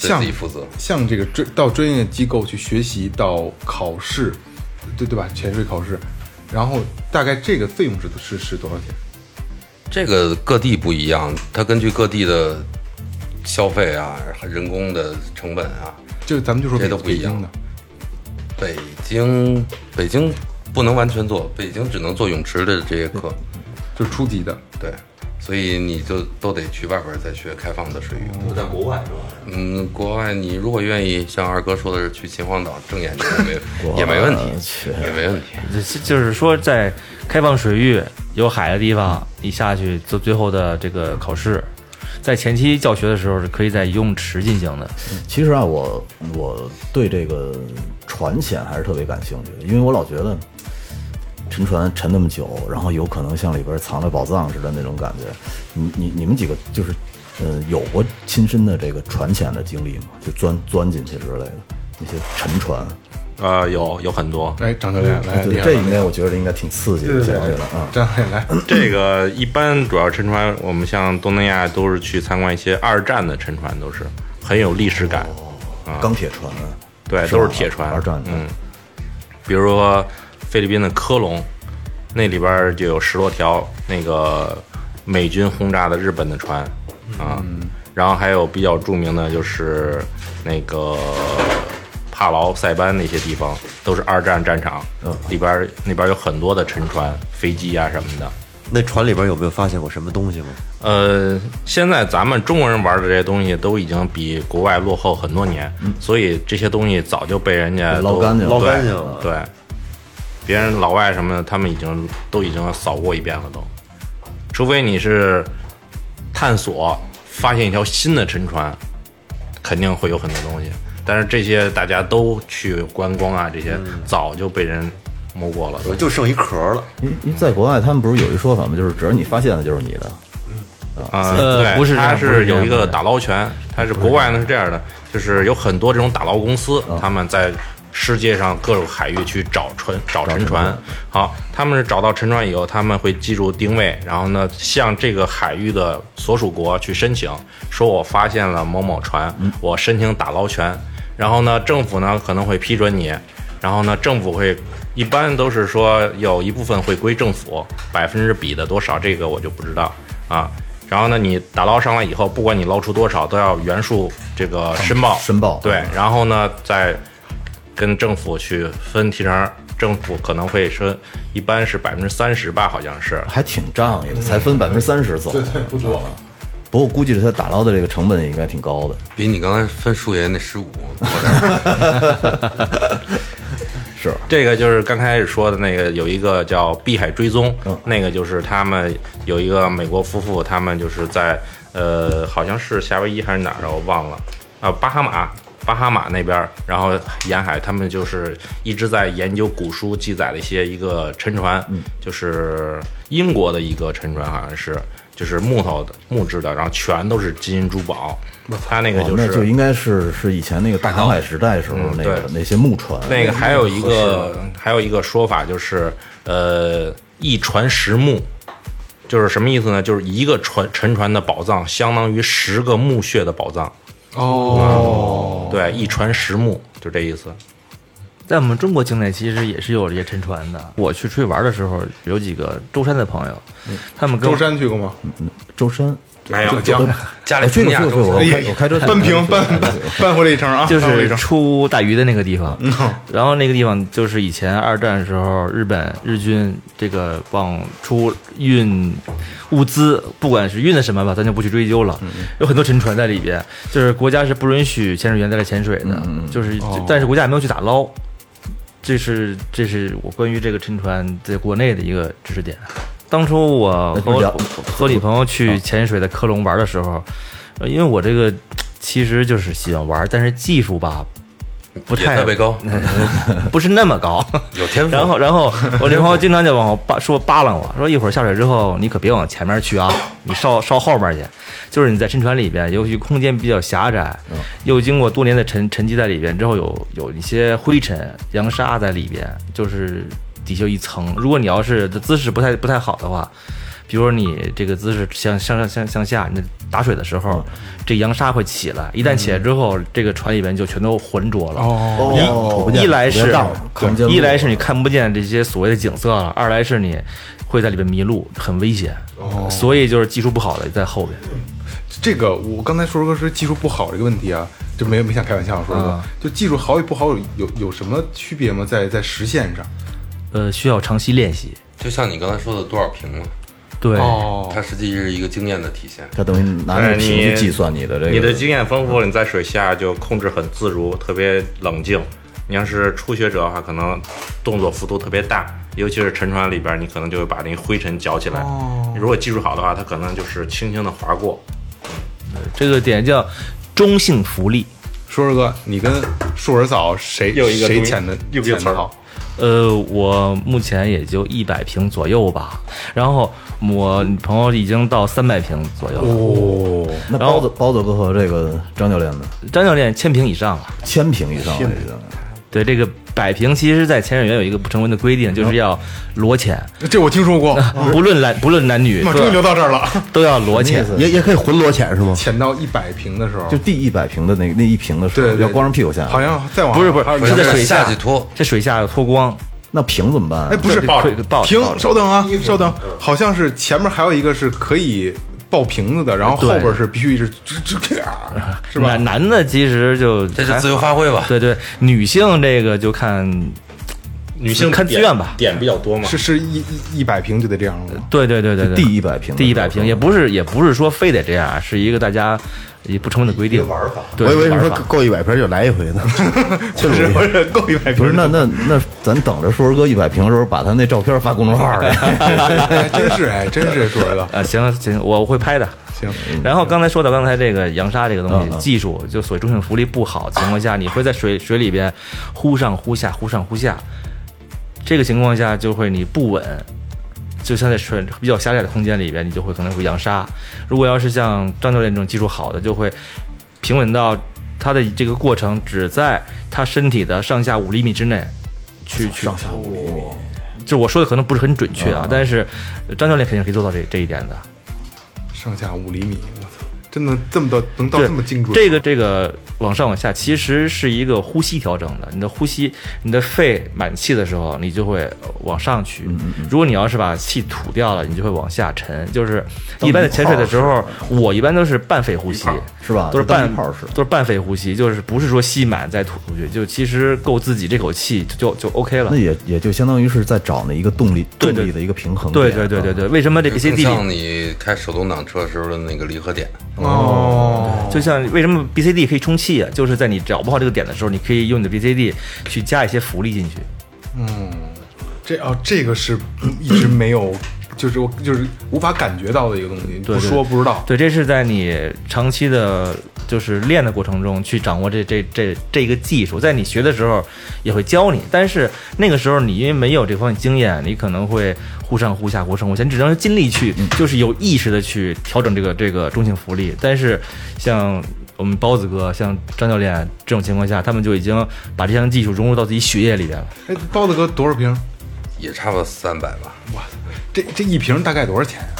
Speaker 7: 对
Speaker 3: 像
Speaker 7: 自己负责。
Speaker 3: 像这个专到专业机构去学习，到考试，对对吧？潜水考试，然后大概这个费用是是是多少钱？
Speaker 7: 这个各地不一样，它根据各地的消费啊、人工的成本啊，
Speaker 3: 就咱们就说
Speaker 7: 这都不一样的。北京，北京不能完全做，北京只能做泳池的这些课，
Speaker 3: 就是初级的。
Speaker 7: 对，所以你就都得去外边再学开放的水域。
Speaker 10: 在国外是吧？
Speaker 7: 嗯，国外你如果愿意，像二哥说的是去秦皇岛睁眼睛也没也没问题，也没问题。
Speaker 8: 就是就是说，在开放水域有海的地方，你下去做最后的这个考试，在前期教学的时候是可以在游泳池进行的。
Speaker 6: 其实啊，我我对这个船险还是特别感兴趣的，因为我老觉得沉船沉那么久，然后有可能像里边藏着宝藏似的那种感觉。你你你们几个就是呃有过亲身的这个船险的经历吗？就钻钻进去之类的那些沉船。
Speaker 10: 啊，有有很多。
Speaker 3: 哎，张教练来，
Speaker 6: 对
Speaker 3: 厉害
Speaker 6: 这
Speaker 3: 了
Speaker 6: 应该我觉得应该挺刺激的，
Speaker 3: 对对
Speaker 6: 相
Speaker 3: 对
Speaker 6: 对来啊。
Speaker 3: 张磊来，
Speaker 10: 这个一般主要沉船，我们像东南亚都是去参观一些二战的沉船，都是很有历史感。啊，
Speaker 6: 钢铁船，
Speaker 10: 对，
Speaker 6: 哦是吧
Speaker 10: 都是铁船。
Speaker 6: 二战的
Speaker 10: 嗯，比如说菲律宾的科隆，那里边儿就有十多条那个美军轰炸的日本的船
Speaker 6: 嗯
Speaker 10: 啊，然后还有比较著名的就是那个帕劳、塞班那些地方，都是二战战场，
Speaker 6: 嗯
Speaker 10: 里边儿那边儿有很多的沉船、飞机啊什么的。
Speaker 5: 那船里边有没有发现过什么东西吗？
Speaker 10: 呃，现在咱们中国人玩的这些东西都已经比国外落后很多年，所以这些东西早就被人家
Speaker 6: 嗯捞
Speaker 10: 都
Speaker 6: 干净了
Speaker 10: 对
Speaker 6: 捞干净了
Speaker 10: 对，别人老外什么的，他们已经都已经扫过一遍了都，除非你是探索发现一条新的沉船，肯定会有很多东西。但是这些大家都去观光啊，这些
Speaker 6: 嗯
Speaker 10: 早就被人摸过了，
Speaker 5: 就剩一壳了。
Speaker 6: 因因为在国外，他们不是有一说法吗？就是只要你发现的，就是你的。
Speaker 10: 啊，对，
Speaker 8: 呃不是这样
Speaker 10: 它
Speaker 8: 不是
Speaker 10: 是
Speaker 8: 这样
Speaker 10: 有一个打捞权，它是国外呢是这样的，就是有很多这种打捞公司，
Speaker 8: 嗯
Speaker 10: 他们在世界上各种海域去找船，找沉船。好，他们是找到沉船以后，他们会记住定位，然后呢向这个海域的所属国去申请，说我发现了某某船，
Speaker 8: 嗯
Speaker 10: 我申请打捞权。然后呢，政府呢可能会批准你，然后呢，政府会一般都是说有一部分会归政府，百分之比的多少，这个我就不知道啊。然后呢，你打捞上来以后，不管你捞出多少，都要原数这个申报，
Speaker 6: 申报
Speaker 10: 对，然后呢再跟政府去分提成，政府可能会说一般是百分之三十吧，好像是，
Speaker 6: 还挺仗义的，才分百分之三十走。
Speaker 3: 不多。啊
Speaker 6: 不过估计他打捞的这个成本也应该挺高的。
Speaker 7: 比你刚才分数学那十五，
Speaker 10: 这个就是刚开始说的那个，有一个叫碧海追踪，
Speaker 6: 嗯
Speaker 10: 那个就是他们有一个美国夫妇，他们就是在呃，好像是夏威夷还是哪儿啊，我忘了，啊，巴哈马，巴哈马那边儿，然后沿海，他们就是一直在研究古书记载的一些一个沉船，
Speaker 6: 嗯
Speaker 10: 就是英国的一个沉船，好像是。就是木头的木质的，然后全都是金银珠宝。他那个
Speaker 6: 哦
Speaker 10: 就
Speaker 6: 那
Speaker 10: 是、
Speaker 6: 就应该是是以前那个大航海时代时候
Speaker 10: 嗯
Speaker 6: 那个
Speaker 10: 对
Speaker 6: 那些木船。
Speaker 10: 那个还有一
Speaker 6: 合适
Speaker 10: 个还有一个说法就是，呃，一船十木，就是什么意思呢？就是一个船沉船的宝藏相当于十个墓穴的宝藏。
Speaker 3: 哦，
Speaker 10: 对，一船十木，就这意思。
Speaker 8: 在我们中国境内，其实也是有这些沉船的。我去出去玩的时候，有几个舟山的朋友，
Speaker 7: 嗯
Speaker 8: 他们跟
Speaker 3: 舟
Speaker 8: 我
Speaker 3: 山去过吗？
Speaker 6: 舟山，
Speaker 10: 没有，
Speaker 3: 江
Speaker 7: 家
Speaker 6: 我
Speaker 7: 里
Speaker 6: 去
Speaker 7: 评
Speaker 6: 过
Speaker 7: 价
Speaker 6: 去过去过，我
Speaker 3: 哎
Speaker 6: 开
Speaker 3: 呀
Speaker 6: 我开车去
Speaker 3: 扳平
Speaker 6: 过
Speaker 3: 扳扳回来一程啊，
Speaker 8: 就
Speaker 3: 扳回来一
Speaker 8: 是
Speaker 3: 程。
Speaker 8: 出大鱼的那个地方，然后那个地方就是以前二战时候日本日军这个往出运物资，不管是运的什么吧，咱就不去追究了。有很多沉船在里边，就是国家是不允许潜水员在这潜水的，就是、但是国家也没有去打捞。这是这是我关于这个沉船在国内的一个知识点。当初我
Speaker 6: 那
Speaker 8: 和
Speaker 6: 不聊
Speaker 8: 我和女朋友去潜水的科隆玩的时候，呃因为我这个其实就是喜欢玩，但是技术吧不
Speaker 7: 也
Speaker 8: 太
Speaker 7: 特别高
Speaker 8: 不是那么高，
Speaker 7: 有天赋
Speaker 8: 然后，然后我那朋友经常就往我扒说扒拉我说，一会儿下水之后你可别往前面去啊，你稍稍后边去。就是你在沉船里边，尤其空间比较狭窄，
Speaker 7: 嗯
Speaker 8: 又经过多年的沉沉积在里边之后有，有一些灰尘、扬沙在里边，就是底下有一层。如果你要是的姿势不太不太好的话，比如说你这个姿势向向上向向下，你打水的时候，
Speaker 7: 嗯
Speaker 8: 这扬沙会起来，一旦起来之后，这个船里边就全都浑浊了。
Speaker 4: 哦
Speaker 8: 一一
Speaker 4: 看不
Speaker 8: 来
Speaker 4: 见
Speaker 8: 是
Speaker 4: 道了
Speaker 6: 看不见路
Speaker 8: 一来是你看不见这些所谓的景色了，二来是你会在里边迷路，很危险。所以就是技术不好的在后边。
Speaker 3: 这个我刚才说说说技术不好这个问题啊，就没没想开玩笑说的，
Speaker 8: 啊
Speaker 3: 就技术好与不好有有有什么区别吗？在在实现上，
Speaker 8: 呃，需要长期练习。
Speaker 7: 就像你刚才说的多少平嘛，
Speaker 8: 对，
Speaker 7: 它实际是一个经验的体现。
Speaker 6: 它等于拿那
Speaker 10: 但是
Speaker 6: 个平
Speaker 10: 哎你
Speaker 6: 去计算你的这个，
Speaker 10: 你的经验丰富了，你在水下就控制很自如，特别冷静。你要是初学者的话，可能动作幅度特别大，尤其是沉船里边，你可能就会把那灰尘搅起来。如果技术好的话，它可能就是轻轻的划过。
Speaker 8: 这个点叫中性浮力。
Speaker 3: 说说哥，你跟硕儿嫂谁
Speaker 10: 又一个
Speaker 3: 谁
Speaker 10: 东西
Speaker 3: 潜的
Speaker 10: 又一个
Speaker 3: 潜
Speaker 10: 词
Speaker 3: 的
Speaker 10: 儿
Speaker 3: 好？
Speaker 8: 呃，我目前也就一百平左右吧，然后我朋友已经到三百平左右了。
Speaker 3: 哦，
Speaker 6: 那
Speaker 8: 然
Speaker 6: 包
Speaker 8: 后
Speaker 6: 子包子哥和这个张教练呢，
Speaker 8: 张教练千平以上了。
Speaker 6: 千平以上了已经。
Speaker 8: 对这个摆平，其实，在潜水员有一个不成文的规定，就是要裸潜，
Speaker 3: 这我听说过，
Speaker 8: 嗯不论男不论男女，
Speaker 3: 妈，
Speaker 8: 都
Speaker 3: 终于
Speaker 8: 要
Speaker 3: 聊到这儿了。
Speaker 8: 都要裸潜。
Speaker 4: 也也可以魂裸潜是吗？
Speaker 3: 潜到一百平的时候，
Speaker 6: 就第一百平的那那一平的时
Speaker 3: 对
Speaker 6: 候，
Speaker 3: 对
Speaker 6: 要光着屁股下，
Speaker 3: 好像再往
Speaker 8: 不是不
Speaker 3: 还有
Speaker 8: 是，
Speaker 3: 一
Speaker 8: 是
Speaker 3: 个
Speaker 8: 在水
Speaker 7: 下
Speaker 8: 下
Speaker 7: 去脱，
Speaker 8: 这水下脱光，
Speaker 6: 那平怎么办啊？
Speaker 3: 哎，不是
Speaker 8: 对抱着抱着
Speaker 3: 停
Speaker 8: 抱，着
Speaker 3: 稍等啊，稍等，好像是前面还有一个是可以爆瓶子的，然后后
Speaker 8: 对
Speaker 3: 边是必 须一直吱吱吱啊是吧？
Speaker 8: 男男的其实就
Speaker 7: 这就
Speaker 8: 还
Speaker 7: 自由发挥吧。
Speaker 8: 对对，女性这个就看
Speaker 10: 女性
Speaker 8: 看资
Speaker 10: 点
Speaker 8: 源吧
Speaker 10: 点比较多嘛。
Speaker 3: 是是一一一百平就得这样了吗？
Speaker 8: 对对对对对，
Speaker 6: 第一百平的
Speaker 8: 第一
Speaker 6: 时候
Speaker 8: 百平也不是也不是说非得这样，是一个大家也不成文的规定玩法。对，
Speaker 4: 我以为是
Speaker 8: 玩
Speaker 4: 说
Speaker 8: 法
Speaker 4: 够一百瓶就来一回 呢，确实
Speaker 3: 不是 够一百平
Speaker 6: 不是，那那那咱等着硕儿哥一百平的时候，把他那照片发公众号里。
Speaker 3: 哎真是哎，真是说的
Speaker 8: 啊，行行，我会拍的。
Speaker 3: 行。
Speaker 8: 然后刚才说到刚才这个扬沙这个东
Speaker 6: 嗯
Speaker 8: 西，
Speaker 6: 嗯
Speaker 8: 技术就所谓中性浮力不好的情况下，你会在水水里边忽上忽下，忽上忽下，这个情况下就会你不稳，就像在水比较狭窄的空间里边，你就会可能会扬沙。如果要是像张教练这种技术好的，就会平稳到它的这个过程只在他身体的上下五厘米之内去去上下五厘米。就我说的可能不是很准确啊，但是张教练肯定可以做到这这一点的。
Speaker 3: 上下五厘米，我操，真的这么到能到
Speaker 8: 对
Speaker 3: 这么精准？
Speaker 8: 这个这个往上往下，其实是一个呼吸调整的。你的呼吸，你的肺满气的时候，你就会往上去；如果你要是把气吐掉了，你就会往下沉。就是一般的潜水的时候，我一般都是半肺呼吸，
Speaker 6: 是吧
Speaker 8: 都是
Speaker 6: 当
Speaker 8: 半
Speaker 6: 一泡是
Speaker 8: 都是半肺呼吸，就是不是说吸满再吐出去，就其实够自己这口气就就就 OK 了
Speaker 6: 那。也也就相当于是在找那一个动力
Speaker 8: 对
Speaker 6: 动
Speaker 8: 对
Speaker 6: 力的一个平衡
Speaker 8: 对
Speaker 6: 点。啊
Speaker 8: 对对对对，为什么这个
Speaker 7: 就
Speaker 8: BCD 里
Speaker 7: 像你开手动挡车时候的那个离合点，
Speaker 3: 哦，
Speaker 8: 就像为什么 BCD 可以充气啊？就是在你找不好这个点的时候，你可以用你的 BCD 去加一些浮力进去。
Speaker 3: 这哦，这个是一直没有，就是我就是无法感觉到的一个东西，不
Speaker 8: 对
Speaker 3: 说不知道。
Speaker 8: 对，这是在你长期的，就是练的过程中去掌握这这这这个技术，在你学的时候也会教你，但是那个时候你因为没有这方面经验，你可能会忽上忽下，忽上忽下，你只能是尽力去，
Speaker 3: 嗯
Speaker 8: 就是有意识的去调整这个这个中性浮力。但是像我们包子哥、像张教练这种情况下，他们就已经把这项技术融入到自己血液里边了。
Speaker 3: 哎，包子哥多少瓶？
Speaker 7: 也差不多三百吧。
Speaker 3: 这这一瓶大概多少钱啊？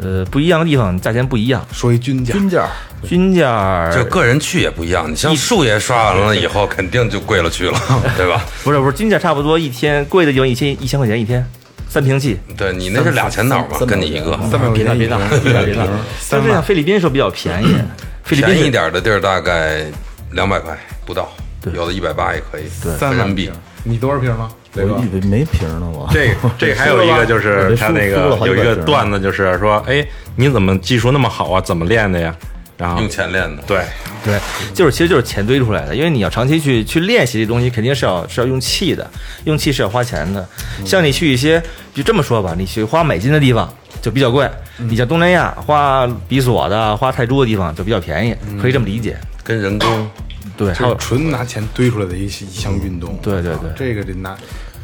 Speaker 8: 呃，不一样的地方价钱不一样，
Speaker 3: 说一均价，
Speaker 6: 均价
Speaker 8: 均价儿
Speaker 7: 就个人去也不一样，你像树爷刷完了以后，肯定就贵了 去了，对吧？
Speaker 8: 不是不是均价差不多一天贵的有一千一千块钱一天，三瓶气。
Speaker 7: 对你那是俩前脑嘛，跟你一
Speaker 6: 啊
Speaker 7: 个。
Speaker 3: 三百块
Speaker 8: 别闹
Speaker 3: 钱一
Speaker 8: 别
Speaker 3: 瓶
Speaker 8: 闹
Speaker 3: 儿，
Speaker 8: 别闹别闹！但是像菲律宾时候比较便宜，菲律宾
Speaker 7: 便宜
Speaker 8: 是
Speaker 7: 一点的地儿大概两百块不到，有的一百八也可以，
Speaker 3: 三
Speaker 7: 人
Speaker 3: 百
Speaker 7: 民币。。
Speaker 3: 你多少瓶吗？
Speaker 6: 我
Speaker 3: 雷哥
Speaker 6: 以为没平呢，我
Speaker 10: 这这还有一个就
Speaker 6: 我
Speaker 10: 是
Speaker 6: 这
Speaker 10: 他
Speaker 6: 输
Speaker 10: 那
Speaker 6: 输
Speaker 10: 个
Speaker 6: 了好几
Speaker 10: 有一
Speaker 6: 百
Speaker 10: 个
Speaker 6: 分儿
Speaker 10: 段子，就是说，哎，你怎么技术那么好啊？怎么练的呀？然后
Speaker 7: 用钱练的，
Speaker 10: 对，
Speaker 8: 对，就是其实就是钱堆出来的，因为你要长期去去练习这东西，肯定是要是要用气的，用气是要花钱的。像你去一些，就这么说吧，你去花美金的地方就比较贵，你像东南亚花比索的、花泰铢的地方就比较便宜，可以这么理解。
Speaker 7: 跟人工
Speaker 8: 对
Speaker 3: 就是纯拿钱堆出来的一一项运
Speaker 7: 嗯
Speaker 3: 动。
Speaker 8: 对对对，
Speaker 3: 这个得拿，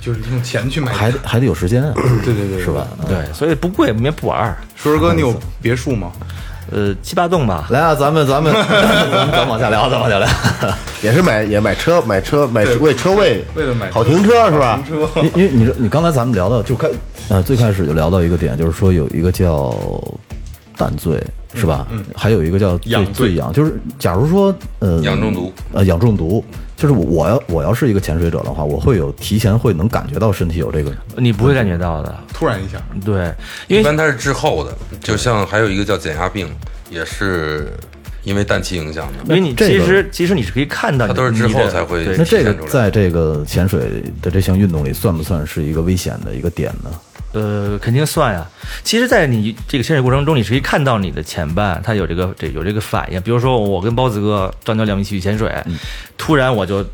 Speaker 3: 就是用钱去买，
Speaker 6: 还得还得有时间啊，
Speaker 3: 对对对，
Speaker 6: 是吧？
Speaker 8: 对，所以不贵，也不玩儿。
Speaker 3: 硕儿哥，你有别墅吗？
Speaker 8: 呃，七八栋吧。
Speaker 6: 来啊，咱们咱们 咱们咱往下聊，咱往下聊。
Speaker 4: 也是买也买车，买车买
Speaker 3: 对
Speaker 4: 为车位，
Speaker 3: 为了买车
Speaker 4: 好停车是吧？
Speaker 3: 停车，
Speaker 6: 因因为你说你刚才咱们聊到就开，呃，最开始就聊到一个点，就是说有一个叫胆醉是吧？嗯，还有一个叫
Speaker 3: 氧
Speaker 6: 醉
Speaker 3: 醉
Speaker 6: 醉氧，就是假如说呃
Speaker 7: 氧中毒，
Speaker 6: 呃氧中毒，就是我我要我要是一个潜水者的话，我会有提前会能感觉到身体有这个，
Speaker 8: 你不会感觉到的，
Speaker 3: 突然一下，
Speaker 8: 对，
Speaker 7: 一
Speaker 8: 因为
Speaker 7: 般它是滞后的，就像还有一个叫减压病，也是因为氮气影响的。
Speaker 8: 因为你
Speaker 6: 这
Speaker 8: 其
Speaker 6: 个
Speaker 8: 实其实你是可以看到你，
Speaker 7: 它都是之
Speaker 8: 你
Speaker 7: 后
Speaker 8: 的
Speaker 7: 才会
Speaker 8: 对
Speaker 6: 那这个
Speaker 7: 体现出来
Speaker 6: 在这个潜水的这项运动里算不算是一个危险的一个点呢？
Speaker 8: 呃，肯定算呀。其实，在你这个潜水过程中，你是可以看到你的前伴他有这个这有这个反应。比如说，我跟包子哥、张教练我们一起去潜水，
Speaker 3: 嗯
Speaker 8: 突然我就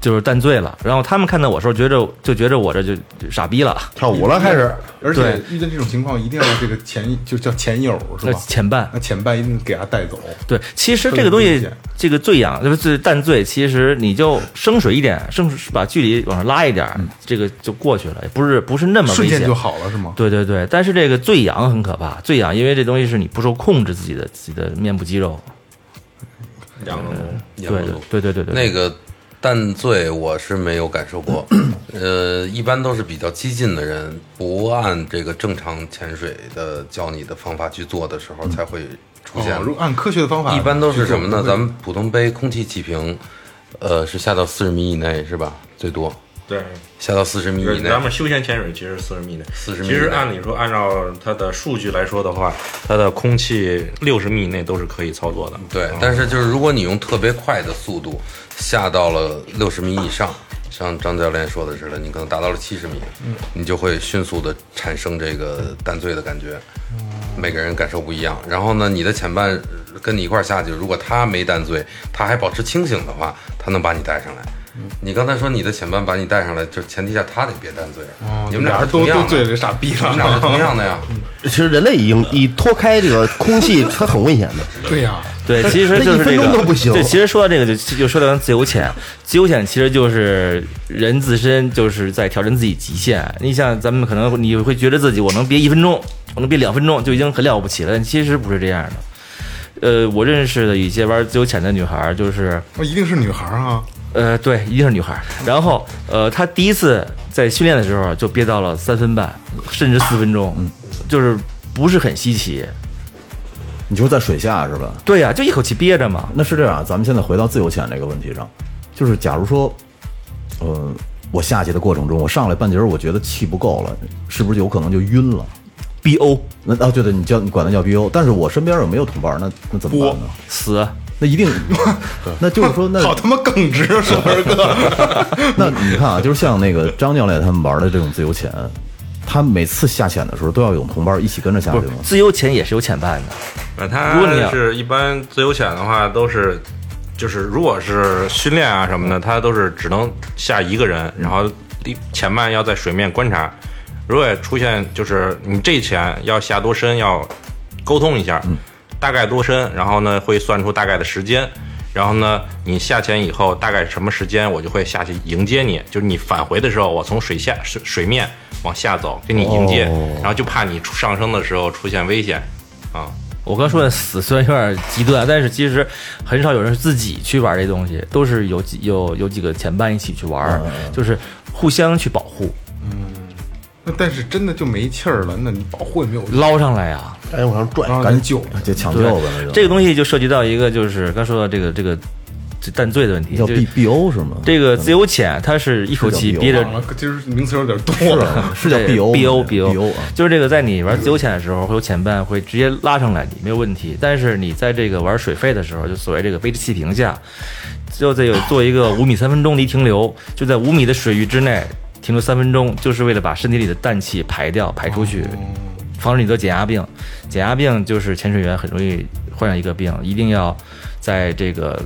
Speaker 8: 就是淡醉了，然后他们看到我的时候，觉着就觉着我这就就傻逼了。
Speaker 4: 跳舞了开始，
Speaker 3: 而
Speaker 8: 对
Speaker 3: 且遇见这种情况，一定要这个前就叫前友是
Speaker 8: 那
Speaker 3: 吧？
Speaker 8: 前伴
Speaker 3: 那前伴一定给他带走。
Speaker 8: 对，其实这个东
Speaker 3: 很明
Speaker 8: 西
Speaker 3: 显，
Speaker 8: 这个醉氧，就是最淡醉，其实你就升水一点，升把距离往上拉一点，这个就过去了，也不是不是那么
Speaker 3: 嗯瞬
Speaker 8: 危险
Speaker 3: 间就。好了是吗？
Speaker 8: 对对对，但是这个醉氧很可怕，醉氧因为这东西是你不受控制自己的自己的面部肌肉，
Speaker 7: 氧中毒，
Speaker 8: 对
Speaker 7: 氧中毒。
Speaker 8: 对对对对对，
Speaker 7: 那个淡醉我是没有感 受过，呃，一般都是比较激进的人，不按这个正常潜水的教你的方法去做的时候，才会出现。
Speaker 3: 哦，如果按科学的方法，
Speaker 7: 一般都是什么呢？
Speaker 3: 去做
Speaker 7: 咱们普通杯空气气瓶，呃，是下到四十米以内是吧？最多
Speaker 10: 对，
Speaker 7: 下到四十米
Speaker 10: 就是
Speaker 7: 以内。
Speaker 10: 咱们休闲潜水其实嗯四十米内，
Speaker 7: 40米
Speaker 10: 其实
Speaker 7: 内
Speaker 10: 按理说，按照它的数据来说的话，它的空气六十米以内都是可以操作的。
Speaker 7: 对，但是就是如果你用特别快的速度下到了六十米以上，像张教练说的似的，你可能达到了七十米，你就会迅速的产生这个淡醉的感觉。每个人感受不一样。然后呢，你的前伴呃跟你一块儿下去，如果他没淡醉，他还保持清醒的话，他能把你带上来。你刚才说你的前伴把你带上来，就前提下他得别淡醉。啊
Speaker 3: 哦
Speaker 7: 你们俩
Speaker 3: 俩
Speaker 7: 是
Speaker 3: 都
Speaker 7: 同样
Speaker 3: 都
Speaker 7: 的
Speaker 3: 醉了，傻逼
Speaker 7: 你
Speaker 3: 了
Speaker 7: 们。俩是同样 的呀。
Speaker 4: 其实人类已经已脱开这个空气，它很危险的。
Speaker 3: 对呀，
Speaker 8: 对，其实就是
Speaker 4: 那一分
Speaker 8: 这个
Speaker 4: 钟都不行
Speaker 8: 对，其实说到这个就就说到咱自由潜，自由潜其实就是人自身就是在挑战自己极限。你像咱们可能你会觉得自己我能憋一分钟，我能憋两分钟就已经很了不起了，但其实不是这样的。呃，我认识的一些玩自由潜的女孩儿，就是
Speaker 3: 哦一定是女孩儿啊。
Speaker 8: 呃，对，一定是女孩儿。然后呃，她第一次在训练的时候就憋到了三分半，甚至四分钟，就是不是很稀奇。
Speaker 6: 你说在水下是吧？
Speaker 8: 对呀、就一口气憋着嘛。
Speaker 6: 那是这样，啊咱们现在回到自由潜这个问题上，就是假如说，呃，我下去的过程中，我上来半截儿，我觉得气不够了，是不是有可能就晕了？BO，那啊，对对，你叫你管它叫 BO，但是我身边有没有同伴儿？那那怎么办呢？
Speaker 8: 死，
Speaker 6: 那一定，那就是说，那
Speaker 3: 好哦他妈耿 直，硕儿哥。
Speaker 6: 那你看啊，就是像那个张教练他们玩的这种自由潜，他每次下潜的时候都要有同伴儿一起跟着下去吗？
Speaker 8: 自由潜也是有潜伴的。
Speaker 10: 呃，它
Speaker 8: 如果你要
Speaker 10: 是一般自由潜的话，都是就是如果是训练啊什么的，它都是只能下一个人，然后一前半要在水面观察。如果出现就是你这潜要下多深，要沟通一
Speaker 8: 嗯
Speaker 10: 下，大概多深，然后呢会算出大概的时间。然后呢，你下潜以后大概什么时间，我就会下去迎接你。就是你返回的时候，我从水下水水面往下走，给你迎接，
Speaker 8: 哦
Speaker 10: 然后就怕你出上升的时候出现危险，啊。
Speaker 8: 我刚说的死虽然有点极端，但是其实很少有人是自己去玩这东西，都是有几有有几个前伴一起去玩，就是互相去保护，
Speaker 3: 那但是真的就没气儿了，那你保护也没有用，
Speaker 8: 捞上来呀、
Speaker 4: 哎，往上拽，
Speaker 3: 然后赶紧救。
Speaker 6: 就抢救
Speaker 8: 对
Speaker 6: 呗，那，就
Speaker 8: 这个东西就涉及到一个就是刚说到这个这个这淡醉的问题，
Speaker 6: 叫
Speaker 8: 就
Speaker 6: B B O 是吗？
Speaker 8: 这个自由潜，它是一口气憋着
Speaker 3: 忘了，今儿名词有点多。
Speaker 6: 是啊叫 B O
Speaker 8: B O
Speaker 6: B O 啊。
Speaker 8: 就是这个，在你玩自由潜的时候，会有潜伴会直接拉上来你，没有问题。但是你在这个玩水肺的时候，就所谓这个背着气瓶下，就得有做一个五米三分钟的一停留，就在五米的水域之内停留三分钟，就是为了把身体里的氮气排掉、排出
Speaker 6: 哦
Speaker 8: 去，防止你得减压病。减压病就是潜水员很容易患上一个病，一定要在这个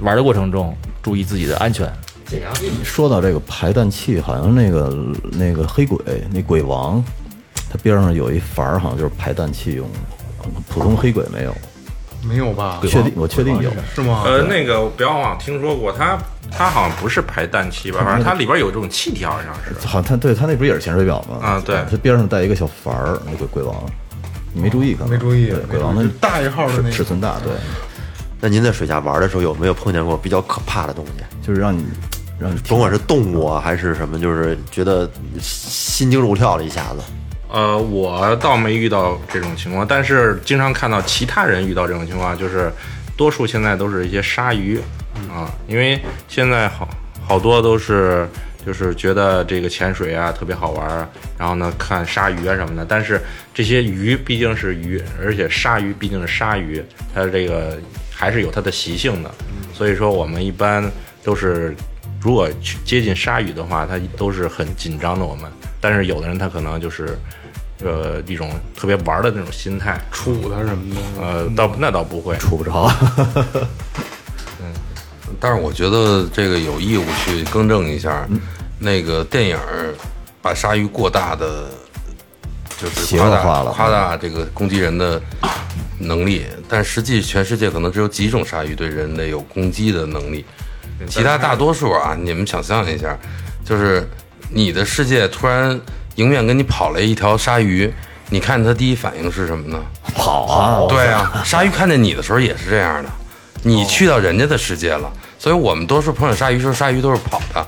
Speaker 8: 玩的过程中注意自己的安
Speaker 6: 哦
Speaker 8: 全。
Speaker 6: 说到这个排氮气，好像那个那个黑鬼那鬼王，他边上有一阀儿，好像就是排氮气用的。普通黑鬼没有，
Speaker 3: 没有吧？
Speaker 6: 确定，我确定有，
Speaker 3: 是吗？
Speaker 10: 呃，那个不要忘，听说过它，它好像不是排氮气吧？反正它里边有这种气体，好像是。
Speaker 6: 好像他对他那不是也是潜水表吗？
Speaker 10: 啊对
Speaker 6: 他边上带一个小筏儿，那鬼鬼王，你没注意可能
Speaker 3: 没注意
Speaker 6: 对
Speaker 3: 没
Speaker 6: 鬼王
Speaker 3: 注
Speaker 6: 那
Speaker 3: 意就大一号的那个嗯
Speaker 6: 尺寸大，对，
Speaker 1: 那您在水下玩的时候有没有碰见过比较可怕的东西？
Speaker 6: 就是让你让你
Speaker 1: 甭管是动物啊还是什么，就是觉得心惊肉跳了一下子。
Speaker 10: 呃，我倒没遇到这种情况，但是经常看到其他人遇到这种情况，就是多数现在都是一些鲨鱼啊，因为现在好好多都是就是觉得这个潜水啊特别好玩儿，然后呢看鲨鱼啊什么的，但是这些鱼毕竟是鱼，而且鲨鱼毕竟是鲨鱼，它这个还是有它的习性的，所以说我们一般都是如果去接近鲨鱼的话，它都是很紧张的。我们，但是有的人他可能就是，呃，一种特别玩的那种心态，
Speaker 3: 杵它什么的。
Speaker 10: 呃，倒那倒不会，
Speaker 6: 处 不着。
Speaker 7: 但是我觉得这个有义务去更正一下，那个电影儿把鲨鱼过大的就是
Speaker 6: 邪
Speaker 7: 夸
Speaker 6: 恶
Speaker 7: 大
Speaker 6: 化了
Speaker 7: 夸大这个攻击人的能力，但实际全世界可能只有几种鲨鱼对人类有攻击的能力，其他大多数啊，你们想象一下，就是你的世界突然迎面跟你跑来一条鲨鱼。你看它第一反应是什么呢？
Speaker 6: 跑啊！
Speaker 7: 对啊，鲨鱼看见你的时候也是这样的，
Speaker 6: 哦
Speaker 7: 你去到人家的世界了，所以我们多数碰上鲨鱼时候，鲨鱼都是跑的，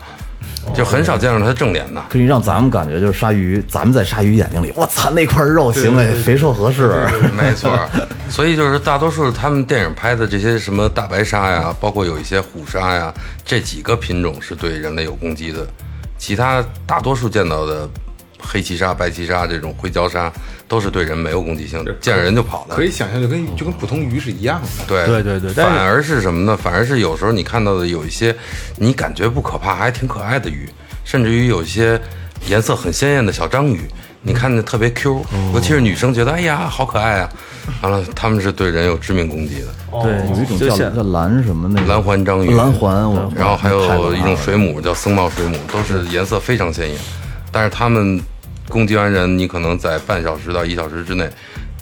Speaker 7: 就很少见到它正脸的。
Speaker 6: 可以让咱们感觉就是鲨鱼，咱们在鲨鱼眼睛里，我操，那块肉行哎，肥瘦合适。
Speaker 7: 没错，所以就是大多数他们电影拍的这些什么大白鲨呀，包括有一些虎鲨呀，这几个品种是对人类有攻击的，其他大多数见到的黑鳍鲨、白鳍鲨这种灰礁鲨都是对人没有攻击性的，见着人就跑的
Speaker 3: 可。以想象，就跟就跟普通鱼是一样的。
Speaker 7: 对
Speaker 8: 对对对但是
Speaker 7: 反而是什么呢？反而是有时候你看到的有一些你感觉不可怕，还挺可爱的鱼，甚至于有一些颜色很鲜艳的小章鱼，
Speaker 8: 嗯
Speaker 7: 你看着特别 Q，、尤其是女生觉得哎呀好可爱啊，完了他们是对人有致命攻击的，
Speaker 8: 对，
Speaker 6: 有一种
Speaker 8: 就
Speaker 6: 叫
Speaker 8: 像
Speaker 6: 叫蓝什么那个
Speaker 7: 蓝环章鱼，
Speaker 6: 蓝环，我啊
Speaker 7: 然后还
Speaker 6: 太可怕
Speaker 7: 有
Speaker 6: 了
Speaker 7: 一种水母叫僧帽水母，都是颜色非常鲜艳，但是它们攻击完人，你可能在半小时到一小时之内。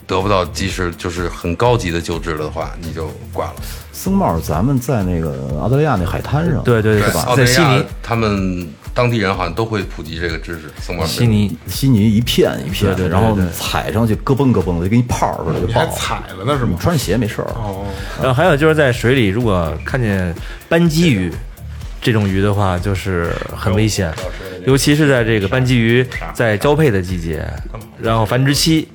Speaker 7: 得不到及时就是很高级的救治了的话，你就挂了。
Speaker 6: 僧帽，咱们在那个澳大利亚那海滩上，
Speaker 8: 对对对
Speaker 7: 对，
Speaker 8: 是吧
Speaker 7: 澳大
Speaker 8: 在
Speaker 7: 利
Speaker 8: 悉
Speaker 7: 亚
Speaker 8: 尼，
Speaker 7: 啊他们当地人好像都会普及这个知识。松柏
Speaker 8: 悉尼，
Speaker 6: 悉尼一片一片
Speaker 8: 对对
Speaker 6: 的，
Speaker 8: 对
Speaker 6: 然后踩上去咯嘣咯嘣的，就跟一泡似的就
Speaker 3: 你
Speaker 6: 爆
Speaker 3: 还
Speaker 6: 了。
Speaker 3: 踩了呢是吗？
Speaker 6: 穿着鞋没事儿，
Speaker 3: 哦，
Speaker 8: 然后还有就是在水里，如果看见斑鳍鱼这种鱼的话，就是很危险，尤其是在这个斑鳍鱼在交配的季节，然后繁殖期，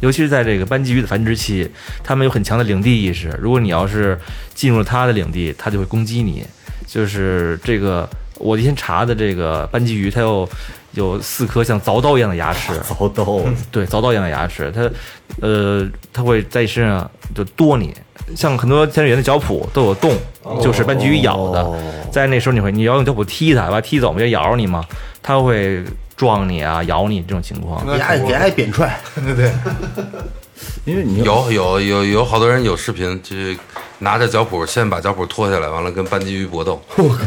Speaker 8: 尤其是在这个斑鳍鱼的繁殖期，它们有很强的领地意识。如果你要是进入了它的领地，它就会攻击你。就是这个，我今天查的这个斑鳍鱼，它有有四颗像凿刀一样的牙齿，
Speaker 6: 好逗。
Speaker 8: 对，凿刀一样的牙齿，它，呃，它会在你身上就剁你，像很多潜水员的脚蹼都有洞，就是斑鳍鱼咬的，在那时候你会，你要用脚蹼踢它，把它踢走，不就咬着你吗？它会撞你啊，咬你这种情况。
Speaker 12: 给爱给爱扁 踹，
Speaker 6: 因为你
Speaker 7: 有有有有好多人有视频，就是拿着脚蹼，先把脚蹼脱下来，完了跟班级鱼搏 斗，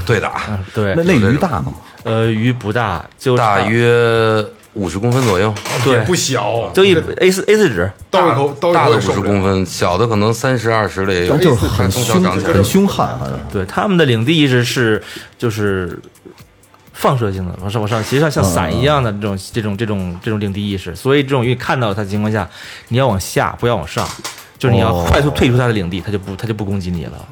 Speaker 7: 对啊打，
Speaker 8: 对
Speaker 6: 那，那鱼大吗？
Speaker 8: 呃，鱼不大，就差哦
Speaker 7: 大约五十公分左右，
Speaker 8: 对，
Speaker 3: 不小，
Speaker 8: 就一 A 四 A 四纸，
Speaker 3: 刀一口刀一
Speaker 7: 大
Speaker 3: 口
Speaker 7: 的
Speaker 3: 也
Speaker 7: 五
Speaker 3: 受
Speaker 7: 十
Speaker 3: 不了
Speaker 7: 公分，小的可能三十二十的也有，
Speaker 6: 就是很
Speaker 7: 从小
Speaker 6: 凶
Speaker 7: 长起来
Speaker 6: 很。凶悍，啊好像
Speaker 8: 对，他们的领地意识是就是放射性的，往上往上，其实像像伞一样的这种这种这种这种领地意识，所以这种鱼看到它的情况下，你要往下，不要往上，就是你要快速退出它的领地，它就不它就不攻击你了。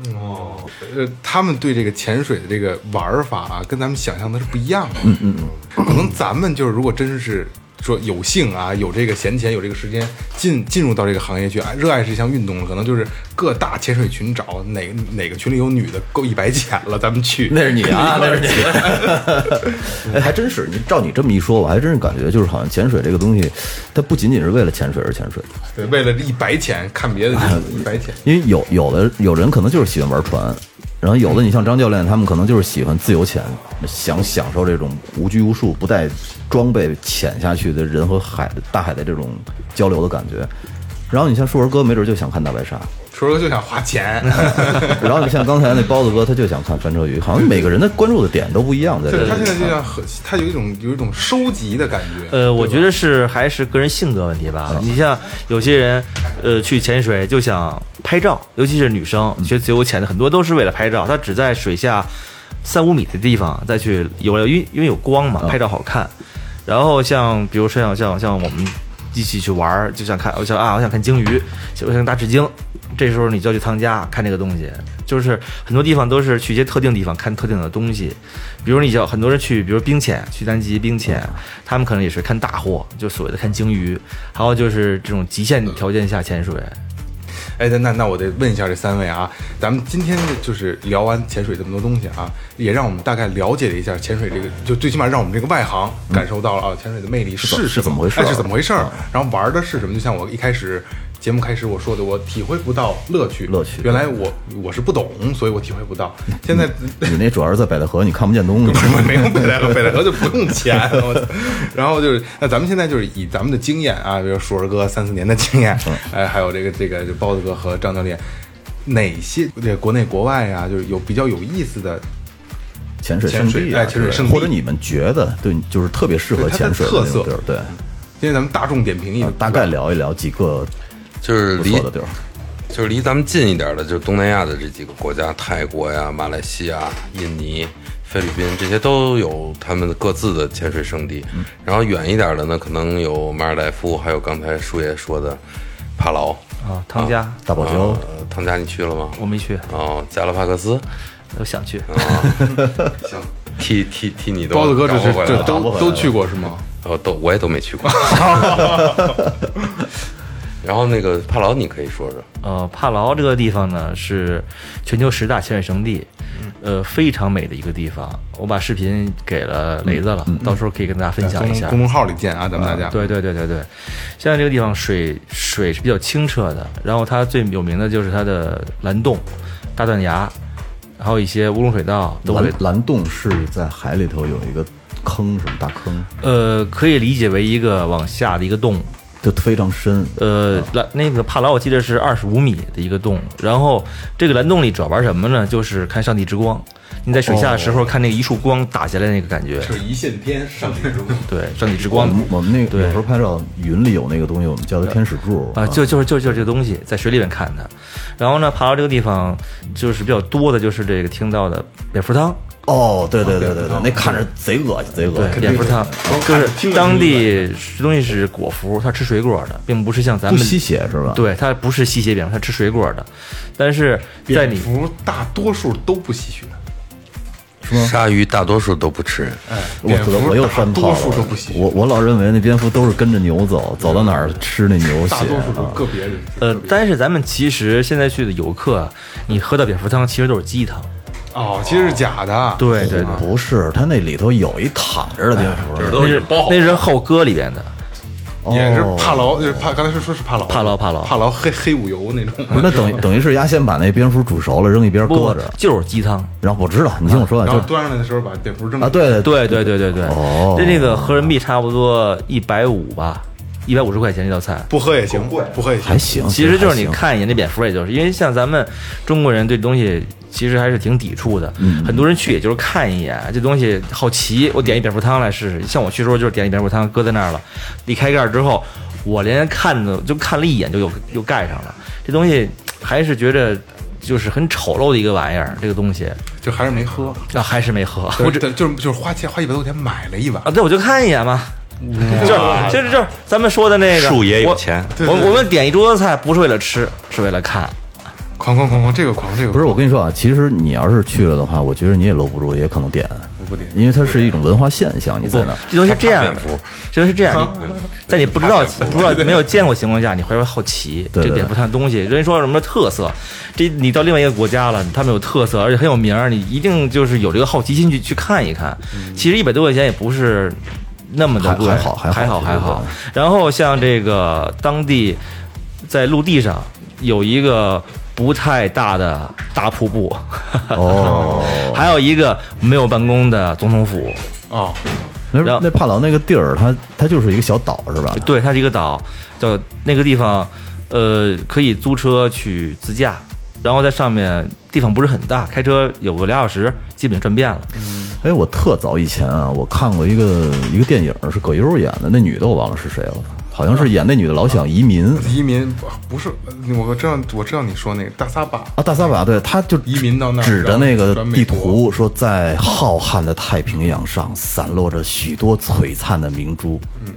Speaker 3: 呃，他们对这个潜水的这个玩法啊，跟咱们想象的是不一样的。嗯嗯嗯，可能咱们就是如果真是说有幸啊，有这个闲钱，有这个时间进进入到这个行业去，啊热爱这项运动了，可能就是各大潜水群找哪个哪个群里有女的够一百潜了，咱们去。
Speaker 6: 那是你 啊，那是你。哎，还真是，你照你这么一说，我还真是感觉就是好像潜水这个东西，它不仅仅是为了潜水而潜水，
Speaker 3: 对，为了这一百潜，看别的 一百潜。
Speaker 6: 因为有有的有人可能就是喜欢玩船，然后有的你像张教练他们可能就是喜欢自由潜，想享受这种无拘无束、不带装备潜下去的人和海的大海的这种交流的感觉。然后你像树儿哥，没准就想看大白鲨；
Speaker 3: 说说就想花钱，
Speaker 6: 然后你像刚才那包子哥，他就想看翻车鱼。好像每个人的关注的点都不一样，在这
Speaker 3: 对
Speaker 6: 里
Speaker 3: 他现在就像很，他有一种有一种收集的感觉。
Speaker 8: 呃，我觉得是还是个人性格问题吧。你像有些人，呃，去潜水就想拍照，尤其是女生学自由潜的，很多都是为了拍照，她只在水下三五米的地方再去游了，因为因为有光嘛，拍照好看。然后像比如说像像像我们一起去玩儿，就想看，我想啊，我想看鲸鱼，我想大齿鲸，这时候你就要去汤加看这个东西，就是很多地方都是去一些特定地方看特定的东西，比如你像很多人去，比如冰潜，去南极冰潜，他们可能也是看大货，就所谓的看鲸鱼，还有就是这种极限条件下潜水，
Speaker 3: 哎，那那那我得问一下这三位啊，咱们今天就是聊完潜水这么多东西啊，也让我们大概了解了一下潜水这个，就最起码让我们这个外行感受到了啊，潜水的魅力
Speaker 6: 怎
Speaker 3: 是
Speaker 6: 嗯是怎么回事
Speaker 3: 哎
Speaker 6: 儿啊
Speaker 3: 是怎么回事儿，然后玩的是什么？就像我一开始节目开始我说的，我体会不到乐趣，乐趣。原来我我是不懂，所以我体会不到。
Speaker 6: 嗯
Speaker 3: 现在
Speaker 6: 你那主要是在北戴河，你看不见东西。
Speaker 3: 没有北戴河，北戴河就不用钱。我操然后就是，那咱们现在就是以咱们的经验啊，比如硕儿哥三四年的经验，哎，还有这个这个这包子哥和张教练，哪些这国内国外啊，就是有比较有意思的
Speaker 6: 潜水
Speaker 3: 潜
Speaker 6: 圣
Speaker 3: 水
Speaker 6: 地啊，
Speaker 3: 哎潜水
Speaker 6: 对
Speaker 3: 圣地
Speaker 6: 或者你们觉得对，就是特别适合
Speaker 3: 对它的
Speaker 6: 潜水的
Speaker 3: 特
Speaker 6: 那种
Speaker 3: 色
Speaker 6: 地儿，对，
Speaker 3: 今天咱们大众点评一下，
Speaker 6: 呃大概聊一聊几个
Speaker 7: 就是
Speaker 6: 不
Speaker 7: 离
Speaker 6: 错的地儿。
Speaker 7: 就是离咱们近一点的，就是东南亚的这几个国家，泰国呀、马来西亚、印尼、菲律宾，这些都有他们各自的潜水圣地。然后远一点的呢，可能有马尔代夫，还有刚才叔爷说的帕劳
Speaker 8: 啊汤加大堡礁
Speaker 7: 呃
Speaker 6: 哦
Speaker 7: 汤加你去了吗？
Speaker 8: 我没去。
Speaker 7: 哦，加拉帕克斯，
Speaker 8: 我想去。
Speaker 7: 啊，行，替替替你都
Speaker 3: 包子哥这
Speaker 7: 找
Speaker 3: 是
Speaker 7: 回来
Speaker 3: 这
Speaker 7: 了
Speaker 3: 都都去过是吗？
Speaker 7: 哦，都我也都没去 过。然后那个帕劳，你可以说说。
Speaker 8: 呃，帕劳这个地方呢是全球十大潜水圣地，呃，非常美的一个地方。我把视频给了雷子了，到时候可以跟大家分享一
Speaker 3: 嗯
Speaker 8: 下。
Speaker 3: 公公众号里见啊，咱们大家。
Speaker 8: 啊对对对对对，现在这个地方水水是比较清澈的，然后它最有名的就是它的蓝洞、大断崖，还有一些乌龙水道都会
Speaker 6: 蓝。蓝洞是在海里头有一个坑，是吗？大坑，
Speaker 8: 呃，可以理解为一个往下的一个洞，
Speaker 6: 就非常深。
Speaker 8: 呃，蓝那个帕劳我记得是二十五米的一个洞，然后这个蓝洞里主要玩什么呢？就是看上帝之光。你在水下的时候看那个一束光打下来那个感觉，
Speaker 3: 是一线天上帝之光，
Speaker 8: 对，上帝之光
Speaker 6: 我们我们那个有时候拍照，云里有那个东西，我们叫它天使柱
Speaker 8: 啊，就就是就是就是这个东西在水里面看的。然后呢，爬到这个地方就是比较多的就是这个听到的蝙蝠汤。
Speaker 6: 哦，对对对对对，那看着贼恶心，贼恶心。
Speaker 8: 对，蝙蝠汤
Speaker 6: 哦
Speaker 8: 就是当地吃东西是果蝠，它吃水果的，并不是像咱们
Speaker 6: 不吸血是吧
Speaker 8: 对，它不是吸血蝙蝠，它吃水果的。但是在
Speaker 3: 蝙
Speaker 8: 你
Speaker 3: 蝠大多数都不吸血，
Speaker 7: 鲨鱼大多数都不吃，
Speaker 6: 我
Speaker 3: 蝙蝠
Speaker 6: 我又翻
Speaker 3: 大
Speaker 6: 炮
Speaker 3: 多数都
Speaker 6: 了
Speaker 3: 不行，
Speaker 6: 我我老认为那蝙蝠都是跟着牛走，走到哪儿吃那牛血
Speaker 3: 大多数都
Speaker 6: 啊。
Speaker 3: 个别人。
Speaker 8: 呃，但是咱们其实现在去的游客啊，你喝的蝙蝠汤其实都是鸡汤。
Speaker 3: 哦，其实是假的。
Speaker 8: 对对对，
Speaker 6: 不是，它那里头有一躺着的蝙蝠，
Speaker 8: 那是那是后歌里边的
Speaker 3: 也是
Speaker 6: 哦
Speaker 3: 帕劳，就是帕，刚才是说是帕劳，
Speaker 8: 帕劳帕劳
Speaker 3: 帕劳黑黑五油那种。
Speaker 6: 不是，那等于等于是鸭先把那蝙蝠煮熟了，扔一边搁着，
Speaker 8: 就是鸡汤。
Speaker 6: 然后我知道，你听我说啊，
Speaker 3: 然后
Speaker 6: 就
Speaker 3: 端上来的时候把蝙蝠扔
Speaker 6: 啊，对
Speaker 8: 对对对对对，
Speaker 6: 哦
Speaker 8: 这那个合人民币差不多一百五吧，一百五十块钱一道菜。
Speaker 3: 不喝也行，不喝也行
Speaker 6: 还。行，
Speaker 8: 其实就是你
Speaker 6: 还行
Speaker 8: 看一眼这蝙蝠，也就是因为像咱们中国人对东西其实还是挺抵触的，很多人去也就是看一眼，这东西好奇，我点一蝙蝠汤来试试。像我去的时候就是点一蝙蝠汤搁在那儿了，一开盖之后，我连看都就看了一眼就又又盖上了，这东西还是觉着就是很丑陋的一个玩意儿，这个东西
Speaker 3: 就还是没喝。
Speaker 8: 那还是没喝，
Speaker 3: 我
Speaker 8: 我
Speaker 3: 这
Speaker 8: 只
Speaker 3: 就是就是花钱花一百多块钱买了一碗
Speaker 8: 啊，，对，我就看一眼嘛。就是就是就是咱们说的那个，
Speaker 10: 树爷有
Speaker 8: 我
Speaker 10: 钱，
Speaker 8: 我我们点一桌子菜不是为了吃，是为了看。
Speaker 3: 狂狂狂狂，这个狂这个狂
Speaker 6: 不是，我跟你说啊，其实你要是去了的话，我觉得你也搂不住，也可能点，
Speaker 3: 不点
Speaker 6: 因为它是一种文化现象，你在那儿
Speaker 8: 这东西是这样的
Speaker 7: 怕蝙蝠，
Speaker 8: 这东西是这样，
Speaker 6: 嗯
Speaker 8: 你在你不知道、不知道没有见过情况下，你会不会好奇？
Speaker 6: 对对
Speaker 8: 这蝙蝠探东西，人家说什么特色，这你到另外一个国家了，他们有特色，而且很有名儿，你一定就是有这个好奇心去去看一看。其实一百多块钱也不是那么的
Speaker 6: 嗯还
Speaker 8: 贵，
Speaker 6: 还好还好
Speaker 8: 还
Speaker 6: 其实
Speaker 8: 还好。然后像这个当地在陆地上有一个不太大的大瀑布，
Speaker 6: 哦。
Speaker 8: 还有一个没有办公的总统府。
Speaker 3: 哦，
Speaker 6: 那
Speaker 8: 然后
Speaker 6: 那帕劳那个地儿，它它就是一个小岛是吧？
Speaker 8: 对，它是一个岛，叫那个地方，呃，可以租车去自驾，然后在上面地方不是很大，开车有个俩小时，基本转遍了。
Speaker 6: 哎，我特早以前啊，我看过一个一个电影是葛优演的，那女的我忘了是谁了，好像是演那女的老想移民
Speaker 8: 啊
Speaker 3: 移民不是，呃我知道我知道你说那个大撒把
Speaker 6: 啊，大撒把，对，他就
Speaker 3: 移民到那儿
Speaker 6: 指着那个地图说，在浩瀚的太平洋上散落着许多璀璨的明珠，嗯，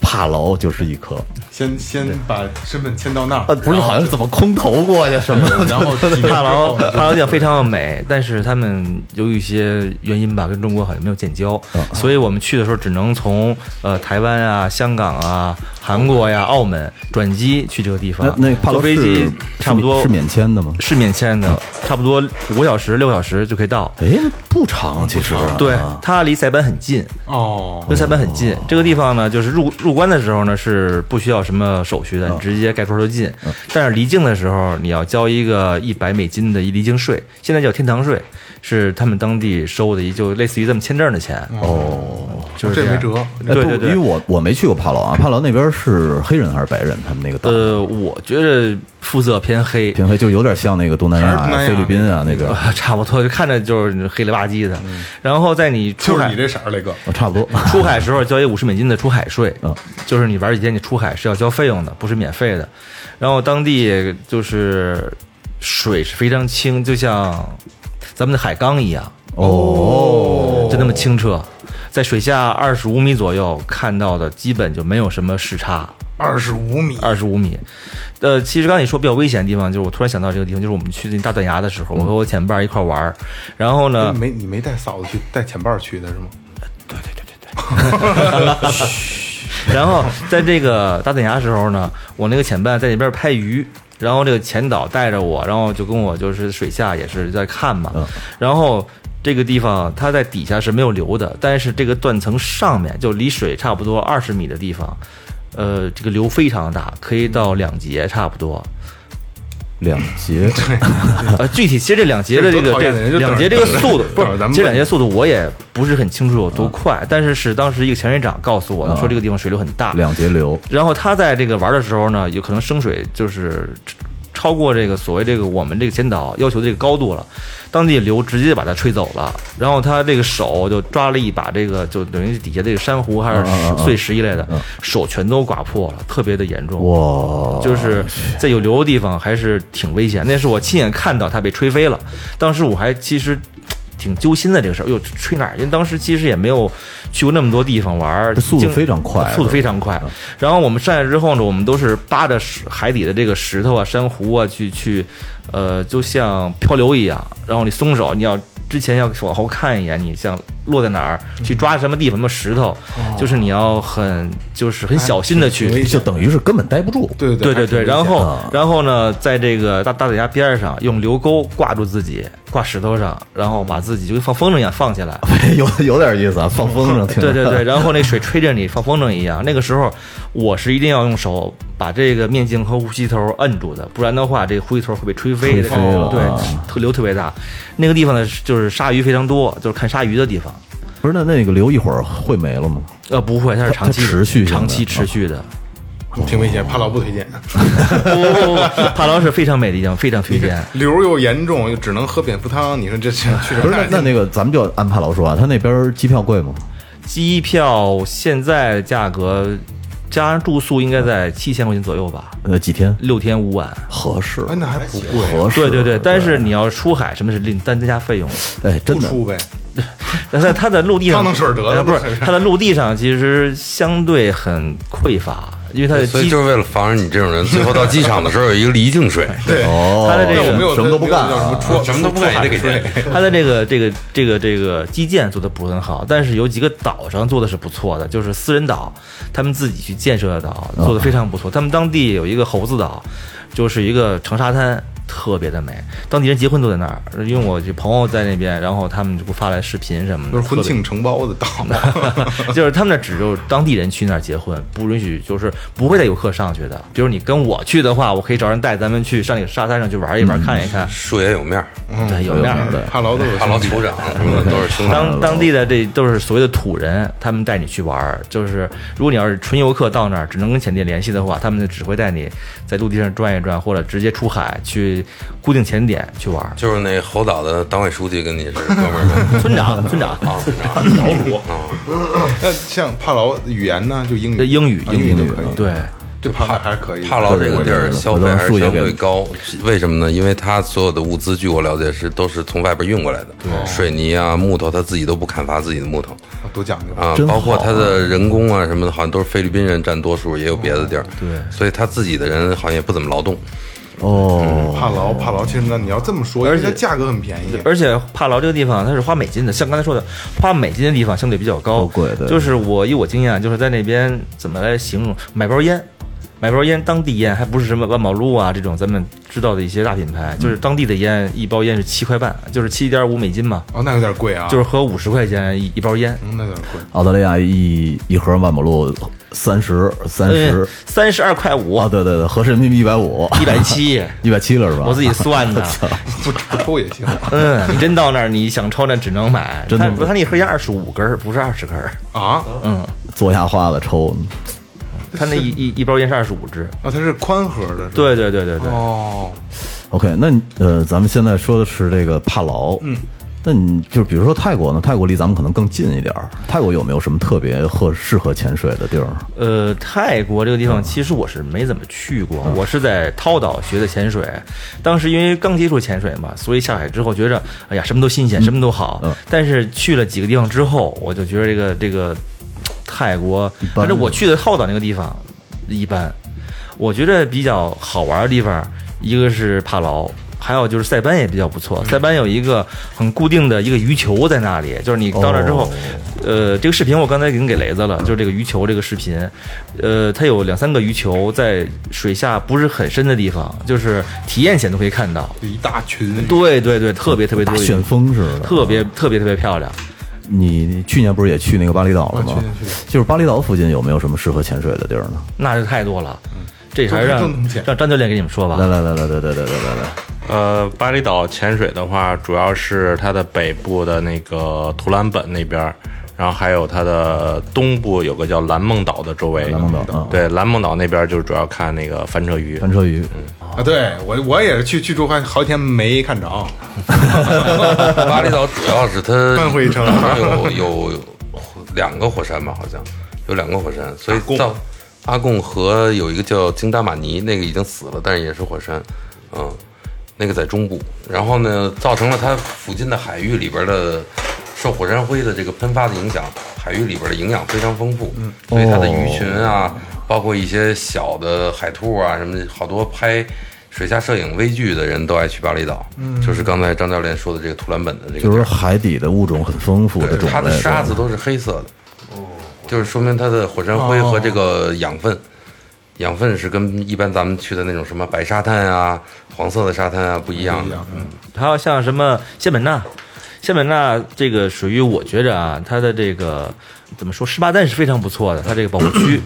Speaker 6: 帕劳就是一颗。
Speaker 3: 先先把身份签到那儿，
Speaker 6: 不是好像怎么空投过去什么，
Speaker 3: 然后
Speaker 8: 帕劳帕劳酱非常的美，但是他们由于一些原因吧，跟中国好像没有建交，
Speaker 6: 嗯
Speaker 8: 所以我们去的时候只能从呃台湾啊、香港啊、韩国呀、澳门转机去这个地方。
Speaker 6: 那那帕劳
Speaker 8: 坐飞机差不多
Speaker 6: 是免嗯签的吗？
Speaker 8: 是免签的，差不多五个小时、六个小时就可以到。
Speaker 6: 哎，不长其实。啊
Speaker 8: 对，它离塞班很近
Speaker 3: 哦，
Speaker 8: 离塞班很近。这个地方呢，就是入入关的时候呢是不需要。什么手
Speaker 3: 哦
Speaker 8: 续的，你直接盖戳就进。
Speaker 3: 嗯
Speaker 8: 但是离境的时候，你要交一个一百美金的一离境税，现在叫天堂税，是他们当地收的一，就类似于这么签证的钱。
Speaker 6: 哦，哎
Speaker 8: 就是
Speaker 3: 这没辙。哎
Speaker 8: 对对对，
Speaker 6: 因为我我没去过帕劳啊，帕劳那边是黑人还是白人？他们那个
Speaker 8: 呃，我觉得肤色偏黑，
Speaker 6: 偏黑就有点像那个东南亚、菲律宾啊那个，
Speaker 8: 差不多，就看着就是黑了吧唧的。然后在你
Speaker 3: 嗯
Speaker 8: 出
Speaker 3: 就是你这色儿，雷哥，
Speaker 6: 哦差不多。
Speaker 8: 出海时候交一五十美金的出海税，就是你玩几天你出海是要。交费用的不是免费的，然后当地就是水是非常清，就像咱们的海港一样
Speaker 6: 哦，
Speaker 8: 就那么清澈，在水下二十五米左右看到的基本就没有什么视差。
Speaker 3: 二十五米，
Speaker 8: 二十五米。呃，其实刚才你说比较危险的地方，就是我突然想到这个地方，就是我们去那大断崖的时候，我和我前伴一块玩儿，然后呢，
Speaker 3: 没你没带嫂子去，带前伴去的是吗？
Speaker 8: 对对对对对。 然后在这个打断崖的时候呢，我那个潜伴在那边拍鱼，然后这个潜导带着我，然后就跟我就是水下也是在看嘛，然后这个地方它在底下是没有流的，但是这个断层上面就离水差不多二十米的地方，呃，这个流非常大，可以到两节差不 多。
Speaker 6: 两节，
Speaker 8: 呃，具体其实这两节的这个这两节这个速 度，不嗯是，其实两节速度我也不是很清楚有多快，但是是当时一个潜水长告诉我的，说这个地方水流很大，
Speaker 6: 两节流。
Speaker 8: 然后他在这个玩的时候呢，有可能升水就是超过这个所谓这个我们这个潜导要求的这个高度了，当地流直接把他吹走了，然后他这个手就抓了一把这个就等于底下这个珊瑚还是碎石一类的，手全都刮破了，特别的严重。
Speaker 6: 哇，
Speaker 8: 就是在有流的地方还是挺危险，那是我亲眼看到它被吹飞了。当时我还其实挺揪心的这个事儿，哟，吹哪儿？因为当时其实也没有去过那么多地方玩儿，
Speaker 6: 速度非常快，
Speaker 8: 速度非常快。然后我们上来之后呢，我们都是扒着海底的这个石头啊、珊瑚啊去去，呃，就像漂流一样。然后你松手，你要。之前要往后看一眼，你像落在哪儿，去抓什么地方，什么石头，
Speaker 6: 哦
Speaker 8: 就是你要很就是很小心的去，
Speaker 6: 就等于是根本待不住。
Speaker 3: 对
Speaker 8: 对
Speaker 3: 对
Speaker 8: 对，然后然后呢，在这个大大嘴崖边上用流钩挂住自己，挂石头上，然后把自己就跟放风筝一样 放起来，
Speaker 6: 有有点意思啊，放风筝。
Speaker 8: 对对对， 然后那水吹着你放风筝一样。那个时候我是一定要用手把这个面镜和呼吸头摁住的，不然的话这个呼吸头会被吹飞嗯的。哦对，流特别大，那个地方呢就是。是鲨鱼非常多，就是看鲨鱼的地方。
Speaker 6: 不是，那那个流一会儿会没了吗？
Speaker 8: 呃，不会，它是长期
Speaker 6: 持续、
Speaker 8: 长期持续的，哦
Speaker 3: 挺危险。帕劳不推荐，
Speaker 8: 不不不，哦帕劳是非常美的地方，非常推荐。
Speaker 3: 流又严重，又只能喝蝙蝠汤。你说这这去
Speaker 6: 不是？那那那个，咱们就按帕劳说啊，他那边机票贵吗？
Speaker 8: 机票现在价格加上住宿应该在七千块钱左右吧？
Speaker 6: 呃，几天？
Speaker 8: 六天五晚，
Speaker 6: 合适。
Speaker 3: 哎，那还不贵，
Speaker 6: 合适。
Speaker 8: 对对对，但是你要出海，什么是另单增加费用？
Speaker 6: 哎，真的
Speaker 3: 出呗。
Speaker 8: 但是它在陆地上，呃
Speaker 3: 趟水得了，
Speaker 8: 不是它在陆地上其实相对很匮乏，因为它的
Speaker 7: 所以就是为了防止你这种人，最后到机场的时候有一个离境 税。
Speaker 3: 对，
Speaker 6: 哦
Speaker 8: 它的这
Speaker 3: 哎我没有
Speaker 8: 个
Speaker 6: 什么都不干，
Speaker 3: 什么出
Speaker 7: 什么都不干也得 给钱。
Speaker 8: 它的这个这个这个这个基建做的不是很好，但是有几个岛上做的是不错的，就是私人岛，他们自己去建设的岛做的非常不错。他们当地有一个猴子岛，就是一个长沙滩。特别的美，当地人结婚都在那儿，因为我这朋友在那边，然后他们就给我发来视频什么的，
Speaker 3: 都是婚庆承包的岛，
Speaker 8: 就是他们那只有当地人去那儿结婚，不允许就是不会带游客上去的。比如你跟我去的话，我可以找人带咱们去上那个沙滩上去玩一
Speaker 3: 嗯
Speaker 8: 玩，看一看。
Speaker 7: 术也有面儿，
Speaker 8: 对，有面儿的。
Speaker 3: 帕劳都有
Speaker 7: 帕劳酋长什么的都是兄弟。
Speaker 8: 当当地的这都是所谓的土人，他们带你去玩儿。就是如果你要是纯游客到那儿，只能跟潜店联系的话，他们只会带你在陆地上转一转，或者直接出海去去固定潜点去玩。
Speaker 7: 就是那侯导的党委书记跟你是哥们儿吗
Speaker 8: 村长村长
Speaker 7: 啊，村长
Speaker 8: 老
Speaker 7: 虎
Speaker 3: 那像帕劳语言呢，就英语，
Speaker 8: 英语
Speaker 3: 啊
Speaker 8: 英
Speaker 3: 英
Speaker 8: 语
Speaker 3: 都可以。
Speaker 8: 对，
Speaker 3: 这帕劳还是可以的。啊
Speaker 7: 帕劳这个地儿消费还是相对高，为什么呢？因为它所有的物资，据我了解是都是从外边运过来的，水泥啊、木头，他自己都不砍伐自己的木头
Speaker 3: 多讲究
Speaker 7: 啊，包括他的人工啊什么的，好像都是菲律宾人占多数，也有别的地儿，
Speaker 6: 对，
Speaker 7: 所以他自己的人好像也不怎么劳动。
Speaker 6: 哦，
Speaker 3: 帕劳，帕劳，其实呢，你要这么说，
Speaker 8: 而
Speaker 3: 而
Speaker 8: 且
Speaker 3: 且价格很便宜，
Speaker 8: 而且帕劳这个地方它是花美金的，像刚才说的，花美金的地方相对比较高。
Speaker 6: 贵对
Speaker 8: 就是我以我经验，就是在那边怎么来形容，买包烟，买包烟，当地烟还不是什么万宝路啊这种咱们知道的一些大品牌，就是当地的烟一包烟是七块半，就是七点五美金嘛，
Speaker 3: 哦，那有点贵啊，
Speaker 8: 就是合五十块钱一一包烟。
Speaker 3: 嗯那有点贵。
Speaker 6: 澳大利亚一一盒万宝路三十三十
Speaker 8: 嗯三十二块五
Speaker 6: 啊，对对对，合人民币一百五，
Speaker 8: 170
Speaker 6: 一百七了是吧？
Speaker 8: 我自己算 的
Speaker 6: 操
Speaker 3: 不不抽也行。啊
Speaker 8: 嗯，你真到那儿，你想抽那只能买，
Speaker 6: 真的
Speaker 8: 他
Speaker 6: 吗
Speaker 8: 不，他那盒烟二十五根儿，不是二十根儿。
Speaker 3: 啊，
Speaker 8: 嗯，
Speaker 6: 左牙花子抽，
Speaker 8: 他那一一一包烟是二十五支。
Speaker 3: 啊，它是宽盒的，
Speaker 8: 对对对对对。
Speaker 3: 哦，
Speaker 6: OK，那你呃，咱们现在说的是这个帕劳，
Speaker 3: 嗯，
Speaker 6: 那你就比如说泰国呢？泰国离咱们可能更近一点儿，泰国有没有什么特别合适合潜水的地儿？
Speaker 8: 呃，泰国这个地方其实我是没怎么去过，我是在涛岛学的潜水。当时因为刚接触潜水嘛，所以下海之后觉着，哎呀，什么都新鲜，什么都好。但是去了几个地方之后，我就觉得这个这个泰国，反正我去的涛岛那个地方一般。我觉得比较好玩的地方，一个是帕劳。还有就是塞班也比较不错，塞班有一个很固定的一个鱼球在那里，就是你到那之后，呃，这个视频我刚才已经给雷子了，就是这个鱼球这个视频，呃，它有两三个鱼球在水下不是很深的地方，就是体验险都可以看到。
Speaker 3: 一大群，
Speaker 8: 对对对，特别特别多
Speaker 6: 大
Speaker 8: 的鱼
Speaker 6: 旋，风似的，
Speaker 8: 特别特别特别漂亮。
Speaker 6: 你去年不是也去那个巴厘岛了
Speaker 7: 啊
Speaker 6: 吗？就是巴厘岛附近有没有什么适合潜水的地儿呢？
Speaker 8: 那就太多了，这还
Speaker 3: 都
Speaker 8: 是
Speaker 3: 是
Speaker 8: 让
Speaker 3: 更浅
Speaker 8: 让张教练给你们说
Speaker 7: 啊
Speaker 8: 吧。
Speaker 6: 来来来来来来来来来来，
Speaker 10: 呃，巴厘岛潜水的话，主要是它的北部的那个图兰本那边儿，然后还有它的东部有个叫蓝梦岛的周围。蓝
Speaker 6: 梦岛啊
Speaker 10: 对，蓝梦岛那边儿就是主要看那个翻车鱼。
Speaker 6: 翻车鱼，
Speaker 7: 嗯
Speaker 3: 啊，对我我也是去去住，还好几天没看着，
Speaker 7: 巴厘岛主要是它
Speaker 3: 半会一城
Speaker 7: 有有有两个火山吧，好像有两个火山，所以到阿贡河有一个叫京达马尼，那个已经死了，但是也是火 山，嗯，那个在中部。然后呢，造成了它附近的海域里边的受火山灰的这个喷发的影响，海域里边的营养非常丰富，所以
Speaker 6: 哦
Speaker 7: 它的鱼群啊，包括一些小的海兔啊什么的，好多拍。水下摄影微距的人都爱去巴厘岛，嗯，就是刚才张教练说的这个图兰本的这个地
Speaker 6: 就
Speaker 7: 儿，
Speaker 6: 是海底的物种很丰富的种
Speaker 7: 对，
Speaker 6: 类，
Speaker 7: 它的沙子都是黑色的，就是说明它的火山灰和这个养分，养分是跟一般咱们去的那种什么白沙滩啊、黄色的沙滩啊不一样的。
Speaker 8: 还有像什么仙本那，仙本那这个属于我觉着啊，它的这个怎么说，湿巴旦是非常不错的，它这个保护区，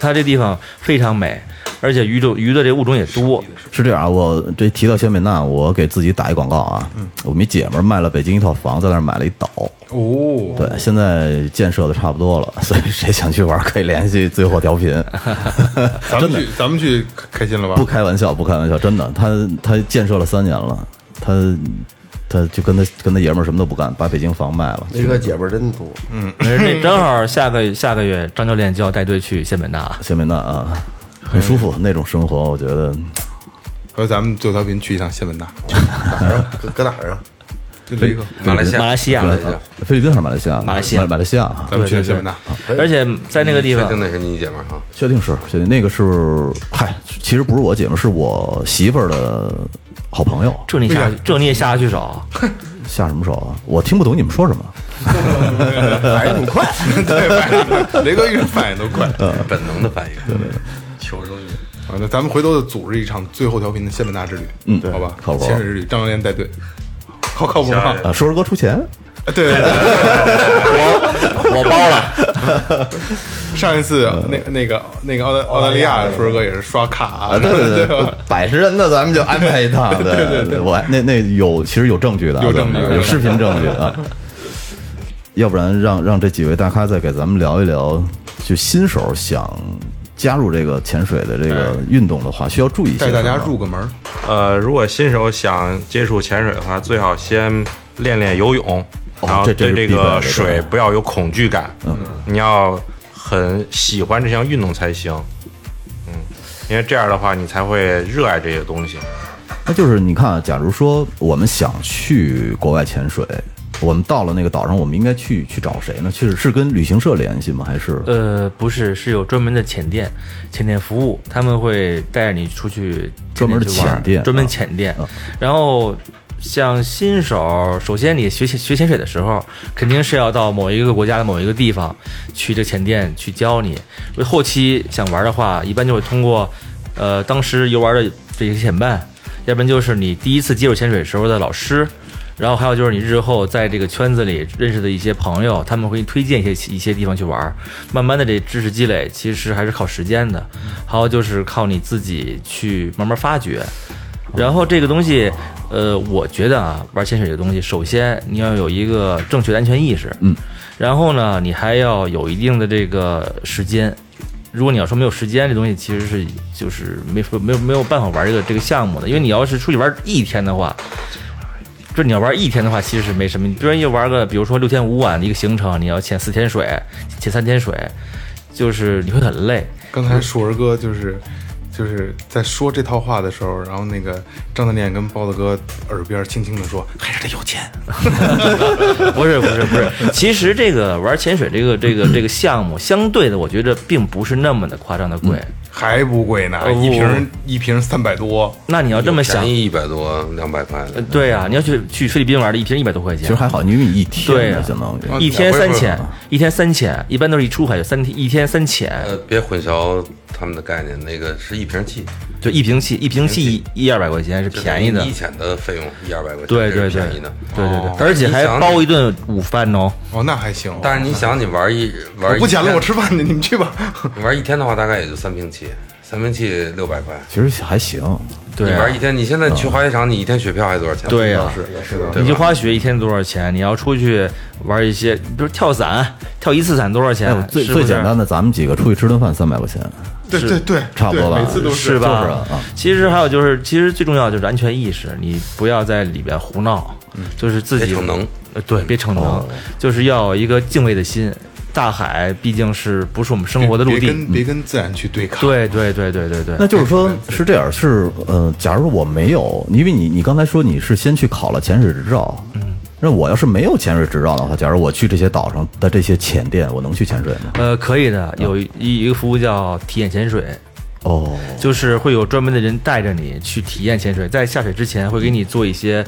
Speaker 8: 它这地方非常美，而且鱼种鱼的这物种也多。
Speaker 6: 是这样啊，我这提到仙本那，我给自己打一广告啊。
Speaker 7: 嗯
Speaker 6: 我们一姐们儿卖了北京一套房，在那儿买了一岛。
Speaker 3: 哦，
Speaker 6: 对，现在建设的差不多了， 所以谁想去玩儿可以联系最后调 频。
Speaker 3: 咱们去咱们去开心了吧？
Speaker 6: 不开玩笑，不开玩笑，真的，他他建设了三年了，他他就跟他跟他爷们儿什么都不干，把北京房卖了。
Speaker 4: 那个姐们儿真多，
Speaker 8: 那那正好下个下个月张教练就要带队去仙本那，
Speaker 6: 仙本那啊，很舒服，那种生活，我觉得
Speaker 3: 和咱们最调频去一趟仙本那，
Speaker 4: 搁搁哪儿啊？
Speaker 3: 就雷哥，
Speaker 7: 马来西亚，
Speaker 8: 马来西亚
Speaker 7: 马
Speaker 8: 的
Speaker 7: 来西亚，
Speaker 6: 菲律宾还是马来西亚呢？
Speaker 8: 马来西亚
Speaker 6: 马来西亚啊，
Speaker 3: 咱们去趟仙本那，
Speaker 8: 而且在那个地
Speaker 7: 确定
Speaker 8: 方，
Speaker 7: 那是你姐们儿哈？
Speaker 6: 确定是确定，那个是嗨，其实不是我姐们儿，是我媳妇儿的好朋友。
Speaker 8: 这你下这你也下得去手，
Speaker 6: 下什么手啊？我听不懂你们说什么。
Speaker 3: 反应挺快，对，反应 雷哥一直反应都快。
Speaker 7: 本能的反应，求生欲。
Speaker 3: 啊，那咱们回头组织一场最后调频的仙本那之旅，
Speaker 6: 嗯
Speaker 3: 好吧，
Speaker 6: 靠谱
Speaker 3: 潜水之旅，张教练带队，靠靠谱吗？
Speaker 6: 啊，说是哥出钱，
Speaker 3: 对对对，
Speaker 5: 我包了，
Speaker 3: 上一次那那个那个澳大澳大利亚的春哥也是刷卡，
Speaker 6: 啊，对对
Speaker 3: 吧
Speaker 6: 对，百十人的咱们就安排一 趟，对对对，我那那有其实有证据的啊，
Speaker 3: 有证据
Speaker 6: 咱们
Speaker 3: 有证据
Speaker 6: 有视频证据啊，要不然让让这几位大咖再给咱们聊一聊，就新手想加入这个潜水的这个运动的话，需要注意一些
Speaker 3: 哎带
Speaker 6: 什么。啊
Speaker 3: 大家入个门。
Speaker 13: 呃，如果新手想接触潜水的话，最好先练练游泳，
Speaker 6: 哦
Speaker 13: 然后
Speaker 6: 这这
Speaker 13: 对这
Speaker 6: 是必备的
Speaker 13: 个
Speaker 6: 对
Speaker 13: 水不要有恐惧感，嗯，你要很喜欢这项运动才行，嗯，因为这样的话你才会热爱这些东西。
Speaker 6: 那就是你看啊，假如说我们想去国外潜水，我们到了那个岛上，我们应该去去找谁呢？去是跟旅行社联系吗？还是
Speaker 8: 呃，不是，是有专门的潜店，潜店服务，他们会带着你出去
Speaker 6: 专门的
Speaker 8: 去玩
Speaker 6: 潜店
Speaker 8: 专门
Speaker 6: 啊
Speaker 8: 潜店。然后，像新手，首先你学潜学潜水的时候，肯定是要到某一个国家的某一个地方去这潜店去教你。后期想玩的话，一般就会通过呃当时游玩的这些潜伴，要不然就是你第一次接触潜水时候的老师。然后还有就是你日后在这个圈子里认识的一些朋友，他们会给你推荐一些一些地方去玩儿。慢慢的，这知识积累其实还是靠时间的，还有就是靠你自己去慢慢发掘。然后这个东西，呃，我觉得啊，玩潜水这个东西，首先你要有一个正确的安全意识，
Speaker 6: 嗯，
Speaker 8: 然后呢，你还要有一定的这个时间。如果你要说没有时间，这东西其实是就是没没有没有办法玩这个这个项目的，因为你要是出去玩一天的话，就是你要玩一天的话，其实是没什么。你比如说玩个，比如说六天五晚的一个行程，你要潜四天水，潜三天水，就是你会很累。
Speaker 3: 刚才树儿哥就是就是在说这套话的时候，然后那个张大念跟包子哥耳边轻轻的说：“还是得有钱。
Speaker 8: 不是不是不是，其实这个玩潜水这个 这个这个项目，相对的，我觉得并不是那么的夸张的贵，
Speaker 7: 嗯
Speaker 3: 还不贵
Speaker 7: 哦
Speaker 3: 呢一瓶一瓶三百多。
Speaker 8: 那你要这么想，
Speaker 7: 便宜一百多两百块的。
Speaker 8: 对呀、你要去去菲律宾玩的，一瓶一百多块钱，
Speaker 6: 其实还好，因为你一天
Speaker 8: 对
Speaker 6: 呢
Speaker 8: 啊
Speaker 6: 相当于
Speaker 8: 一天三
Speaker 7: 千
Speaker 8: 潜，一天三潜，一般都是一出海就三天，一天三潜，
Speaker 7: 呃，别混淆他们的概念，那个是一瓶气，
Speaker 8: 就一瓶气，一瓶气一一二百块钱是便宜的
Speaker 7: 一，潜的费用一二百块钱，
Speaker 8: 对
Speaker 7: 这
Speaker 8: 对对
Speaker 7: 是，便宜的，
Speaker 8: 对对对
Speaker 7: 哦，
Speaker 8: 而且还包一。
Speaker 7: 你想
Speaker 8: 顿午饭哦。
Speaker 3: 哦，那还行。
Speaker 7: 但是你想，你玩一玩
Speaker 3: 我不捡了，我吃
Speaker 7: 饭。
Speaker 3: 饭去，你 们去吧。
Speaker 7: 你玩一天的话，大概也就三瓶气，三瓶气六百块。
Speaker 6: 其实还行。
Speaker 8: 啊
Speaker 7: 你玩一
Speaker 6: 天
Speaker 7: 天，你现在去滑雪场，你一天雪票还多少钱？
Speaker 8: 嗯对呀、
Speaker 7: 是是
Speaker 8: 你去滑雪一天多少钱？你要出去玩一些，比如跳伞，跳一次伞多少钱？
Speaker 6: 哎，最
Speaker 8: 是不
Speaker 6: 最
Speaker 8: 哎是
Speaker 6: 简单的，咱们几个出去吃顿饭三百块钱，
Speaker 3: 对对对，
Speaker 6: 差不多吧
Speaker 3: 对每次都
Speaker 8: 是
Speaker 6: 吧？
Speaker 8: 吧？
Speaker 6: 就是啊，
Speaker 8: 其实还有就是，其实最重要就是安全意识，你不要在里边胡闹，
Speaker 6: 嗯
Speaker 8: 就是自己
Speaker 7: 别逞能，
Speaker 8: 呃，对，别逞能，
Speaker 6: 哦
Speaker 8: 就是要有一个敬畏的心。大海毕竟是不是我们生活的陆
Speaker 3: 别
Speaker 8: 地，嗯
Speaker 3: 跟别跟自然去对抗。
Speaker 8: 对对对对对对，
Speaker 6: 那就是说，是这样，是呃，假如我没有，因为你你刚才说你是先去考了潜水执照，嗯，那我要是没有潜水执照的话，假如我去这些岛上的这些潜店，我能去潜水吗？
Speaker 8: 呃，可以的，有一一个服务叫体验潜水，
Speaker 6: 哦，
Speaker 8: 就是会有专门的人带着你去体验潜水，在下水之前会给你做一些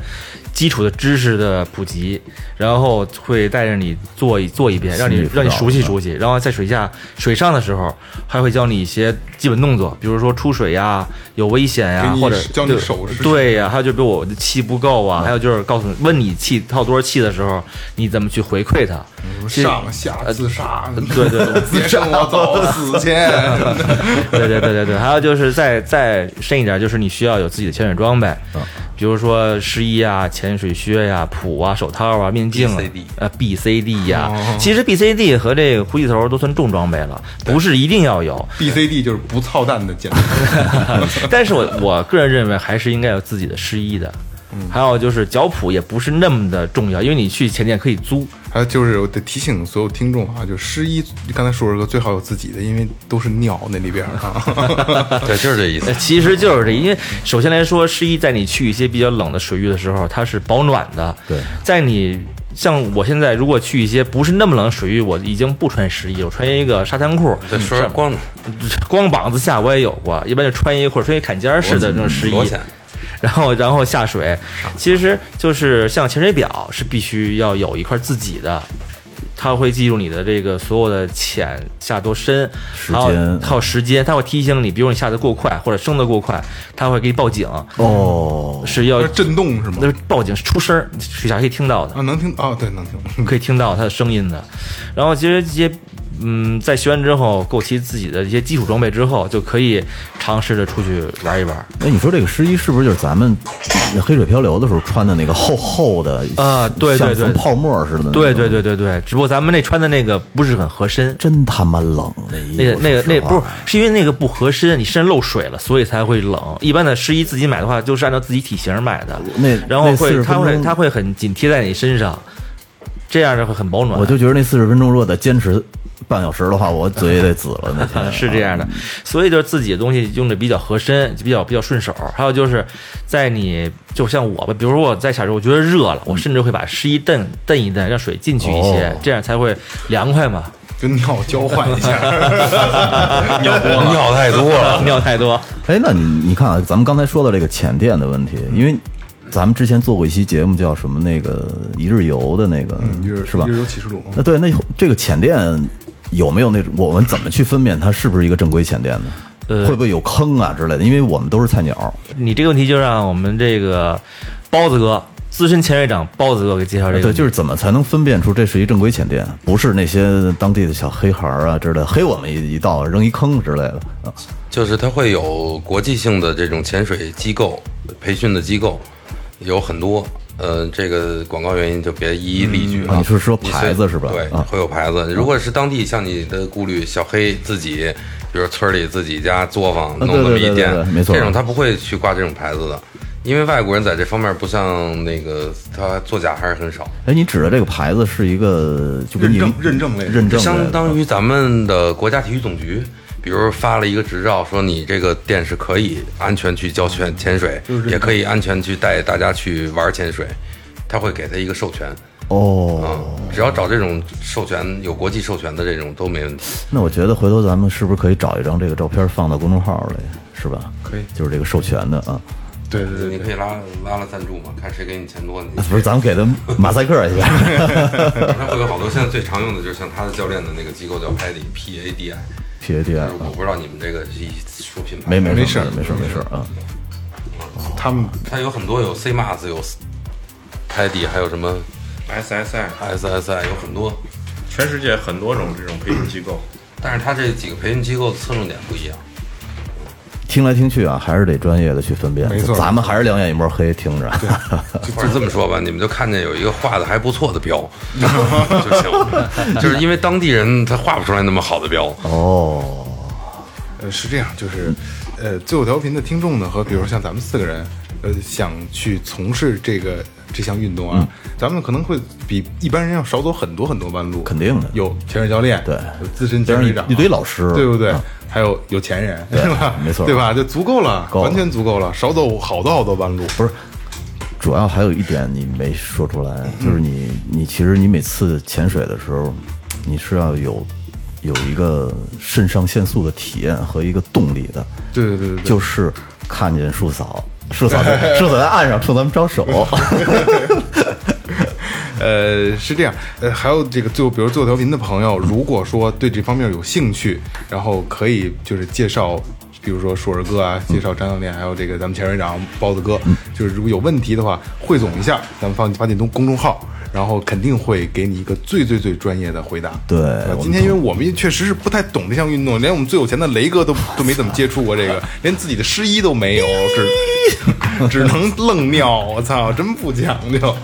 Speaker 8: 基础的知识的普及，然后会带着你做一做一遍，让
Speaker 6: 心
Speaker 8: 你
Speaker 6: 理辅导
Speaker 8: 让你熟悉熟悉，然后在水下水上的时候还会教你一些基本动作，比如说出水呀、有危险呀、
Speaker 3: 给你
Speaker 8: 或者
Speaker 3: 教你
Speaker 8: 对
Speaker 3: 手势
Speaker 8: 对呀、还有就比如我的气不够啊，还有就是告诉你问你气套多少气的时候，你怎么去回馈他，其实呃
Speaker 3: 上下自杀，
Speaker 8: 对对对
Speaker 3: 别跟我走，死去！
Speaker 8: 对对对对对，还有就是再再深一点，就是你需要有自己的潜水装备，比如说湿衣啊、潜水靴呀、蹼啊、手套啊、面镜啊
Speaker 7: BCD、
Speaker 8: 呃 BCD 呀、
Speaker 3: 哦
Speaker 8: 其实 BCD 和这个呼吸头都算重装备了，不是一定要有。
Speaker 3: B C D 就是不操蛋的简单。
Speaker 8: 但是我我个人认为还是应该有自己的湿衣的。还有就是脚蹼也不是那么的重要，因为你去前店可以租。
Speaker 3: 还有就是，我得提醒所有听众啊，就湿衣，刚才说了个最好有自己的，因为都是尿那里边儿 啊。
Speaker 7: 对，就是这意思
Speaker 8: 呃。其实就是这，因为首先来说，湿衣在你去一些比较冷的水域的时候，它是保暖的。
Speaker 6: 对，
Speaker 8: 在你像我现在如果去一些不是那么冷的水域，我已经不穿湿衣，我穿一个沙滩裤，
Speaker 7: 再说说光的，
Speaker 8: 光膀子下我也有过，一般就穿一或者穿一坎肩式的那种湿衣
Speaker 7: 裸潜。
Speaker 8: 然后，然后下水，其实就是像潜水表是必须要有一块自己的，它会记录你的这个所有的潜下多深，
Speaker 6: 时
Speaker 8: 还有
Speaker 6: 间
Speaker 8: 还有时间，它会提醒你，比如你下的过快或者升的过快，它会给你报警，
Speaker 6: 哦，
Speaker 8: 是要
Speaker 3: 震动是吗？
Speaker 8: 那是报警是出声儿，水下可以听到的。
Speaker 3: 哦啊，能听啊，对，能听。
Speaker 8: 可以听到它的声音的。然后其实一些嗯，在学完之后，购齐自己的一些基础装备之后，就可以尝试着出去玩一玩。
Speaker 6: 哎，你说这个湿衣是不是就是咱们黑水漂流的时候穿的那个厚厚的
Speaker 8: 啊？对对对，
Speaker 6: 泡沫似的。
Speaker 8: 对对对对对，只不过咱们那穿的那个不是很合身，
Speaker 6: 真他妈冷那
Speaker 8: 个那个那不是是因为那个不合身，你身上漏水了，所以才会冷。一般的湿衣自己买的话，就是按照自己体型买的，
Speaker 6: 那
Speaker 8: 然后会它会它会很紧贴在你身上，这样的会很保暖。
Speaker 6: 我就觉得那四十分钟如果得坚持。半小时的话，我嘴也得紫了。那天
Speaker 8: 啊 是这样的，所以就是自己的东西用的比较合身，比较比较顺手。还有就是在你就像我吧，比如说我在小时候我觉得热了，我甚至会把湿衣蹬蹬一蹬，让水进去一些，
Speaker 3: 哦
Speaker 8: 这样才会凉 快嘛。，
Speaker 3: 跟尿交换一下
Speaker 8: 尿多了
Speaker 7: 尿太多了
Speaker 8: 尿太多。
Speaker 6: 哎，那你你看啊，咱们刚才说到这个浅店的问题，因为咱们之前做过一期节目，叫什么那个一日游的那个，
Speaker 3: 嗯就是
Speaker 6: 吧？
Speaker 3: 日游启示录。
Speaker 6: 那对，那这个浅店有没有那种我们怎么去分辨它是不是一个正规浅店呢？
Speaker 8: 呃
Speaker 6: 会不会有坑啊之类的？因为我们都是菜鸟，
Speaker 8: 你这个问题就让我们这个包子哥资深潜水长包子哥给介绍这个问题。
Speaker 6: 对，就是怎么才能分辨出这是一正规浅店，不是那些当地的小黑孩儿啊之类的，黑我们一一道扔一坑之类的啊？
Speaker 7: 就是它会有国际性的这种潜水机构、培训的机构，有很多。呃，这个广告原因就别一一例举了。
Speaker 6: 啊你是说
Speaker 7: 随
Speaker 6: 牌子是吧
Speaker 7: 对，
Speaker 6: 啊
Speaker 7: 会有牌子。如果是当地像你的顾虑，小黑自己，比如村里自己家作坊
Speaker 6: 啊
Speaker 7: 弄那么
Speaker 6: 对对
Speaker 7: 一
Speaker 6: 对
Speaker 7: 店
Speaker 6: 对对，没错
Speaker 7: 这种他不会去挂这种牌子的，因为外国人在这方面不像那个他作假还是很少。
Speaker 6: 哎，你指的这个牌子是一个就跟你
Speaker 3: 认证类
Speaker 6: 认证类的
Speaker 7: 相当于咱们的国家体育总局，比如发了一个执照，说你这个店是可以安全去教潜潜水，也可以安全去带大家去玩潜水，他会给他一个授权。啊
Speaker 6: 哦。
Speaker 7: 只要找这种授权有国际授权的这种都没问题。
Speaker 6: 那我觉得回头咱们是不是可以找一张这个照片放到公众号里，是吧？
Speaker 7: 可以
Speaker 6: 就是这个授权的啊。
Speaker 3: 对
Speaker 7: 对对，你可以拉拉拉赞助嘛，看谁给你钱多。你
Speaker 6: 不是，咱们给他马赛克一下。
Speaker 7: 他会有好多现在最常用的，就是像他的教练的那个机构叫 PADI P A D I。
Speaker 6: P A D I
Speaker 7: 我不知道你们这个一说品牌
Speaker 6: 啊没没
Speaker 3: 没
Speaker 6: 事
Speaker 3: 事
Speaker 6: 儿
Speaker 3: 儿
Speaker 6: 没事儿没事儿啊。
Speaker 3: 他们
Speaker 7: 它有很多有 CMAS 有 PADI 还有什么
Speaker 10: SSI
Speaker 7: SSI 有很多。
Speaker 10: 全世界很多种这种培训机构，
Speaker 7: 但是它这几个培训机构的侧重点不一样。
Speaker 6: 听来听去啊，还是得专业的去分辨。
Speaker 7: 没错
Speaker 6: 咱们还是两眼一抹黑，听着。
Speaker 7: 或者这么说吧，你们就看见有一个画的还不错的标就行了，就是因为当地人他画不出来那么好的标。
Speaker 6: 哦，
Speaker 3: 呃，是这样，就是，呃，最后调频的听众呢，和比如说像咱们四个人，呃，想去从事这个这项运动啊，
Speaker 6: 嗯
Speaker 3: 咱们可能会比一般人要少走很多很多弯路。肯
Speaker 6: 定的，
Speaker 3: 有潜水教练，对，有资深潜水长，
Speaker 6: 一堆老师
Speaker 3: 对不对
Speaker 6: 啊？
Speaker 3: 还有有钱人，
Speaker 6: 对
Speaker 3: 是吧？
Speaker 6: 没错
Speaker 3: 对吧？就足够了，
Speaker 6: 够了
Speaker 3: 完全足够了，少走好多好多弯路。
Speaker 6: 不是，主要还有一点你没说出来，就是你你其实你每次潜水的时候，你是要有有一个肾上腺素的体验和一个动力的，
Speaker 3: 对对对对，
Speaker 6: 就是看见树嫂，树嫂在 树嫂在岸上冲咱们招 手，
Speaker 3: 呃，是这样，呃，还有这个最后，比如做调频的朋友，如果说对这方面有兴趣，然后可以就是介绍，比如说硕儿哥啊，介绍张教练，还有这个咱们前队长包子哥，就是如果有问题的话，汇总一下，咱们放发进东公众号，然后肯定会给你一个最最最专业的回答。
Speaker 6: 对
Speaker 3: 呃，今天因为我们也确实是不太懂这项运动，连我们最有钱的雷哥都都没怎么接触过这 个，连自己的湿衣都没有，只只能愣尿。我操，真不讲究。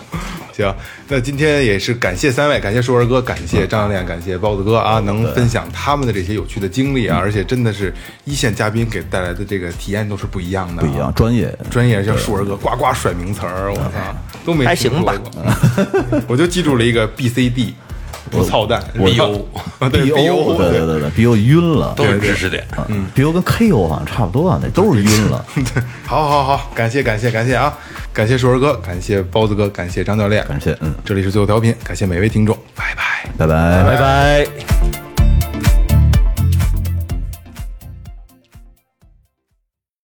Speaker 3: 行，那今天也是感谢三位，感谢硕儿哥，感谢张教练，感谢包子哥啊，能分享他们的这些有趣的经历啊，
Speaker 6: 嗯
Speaker 3: 而且真的是一线嘉宾给带来的这个体验都是不一样的、啊
Speaker 6: 不一样，。专业
Speaker 3: 专业叫硕儿哥，呱呱甩名词儿，我操，哎都没
Speaker 8: 还
Speaker 3: 听
Speaker 8: 行
Speaker 3: 说
Speaker 8: 吧
Speaker 3: 过 我就记住了一个 B C D，不操蛋
Speaker 6: 我
Speaker 3: BO 对
Speaker 6: B O，对对对对，B O 晕了，
Speaker 3: 都是知识点
Speaker 6: 嗯，B O 跟 K O 好像差不多啊，那都是晕 了。
Speaker 3: 对，好好好，感谢感谢感谢啊！感谢硕儿哥，感谢包子哥，感谢张教练，感
Speaker 6: 谢嗯，
Speaker 3: 这里是最后调频，感谢每位听众，
Speaker 6: 拜拜，
Speaker 3: 拜
Speaker 8: 拜。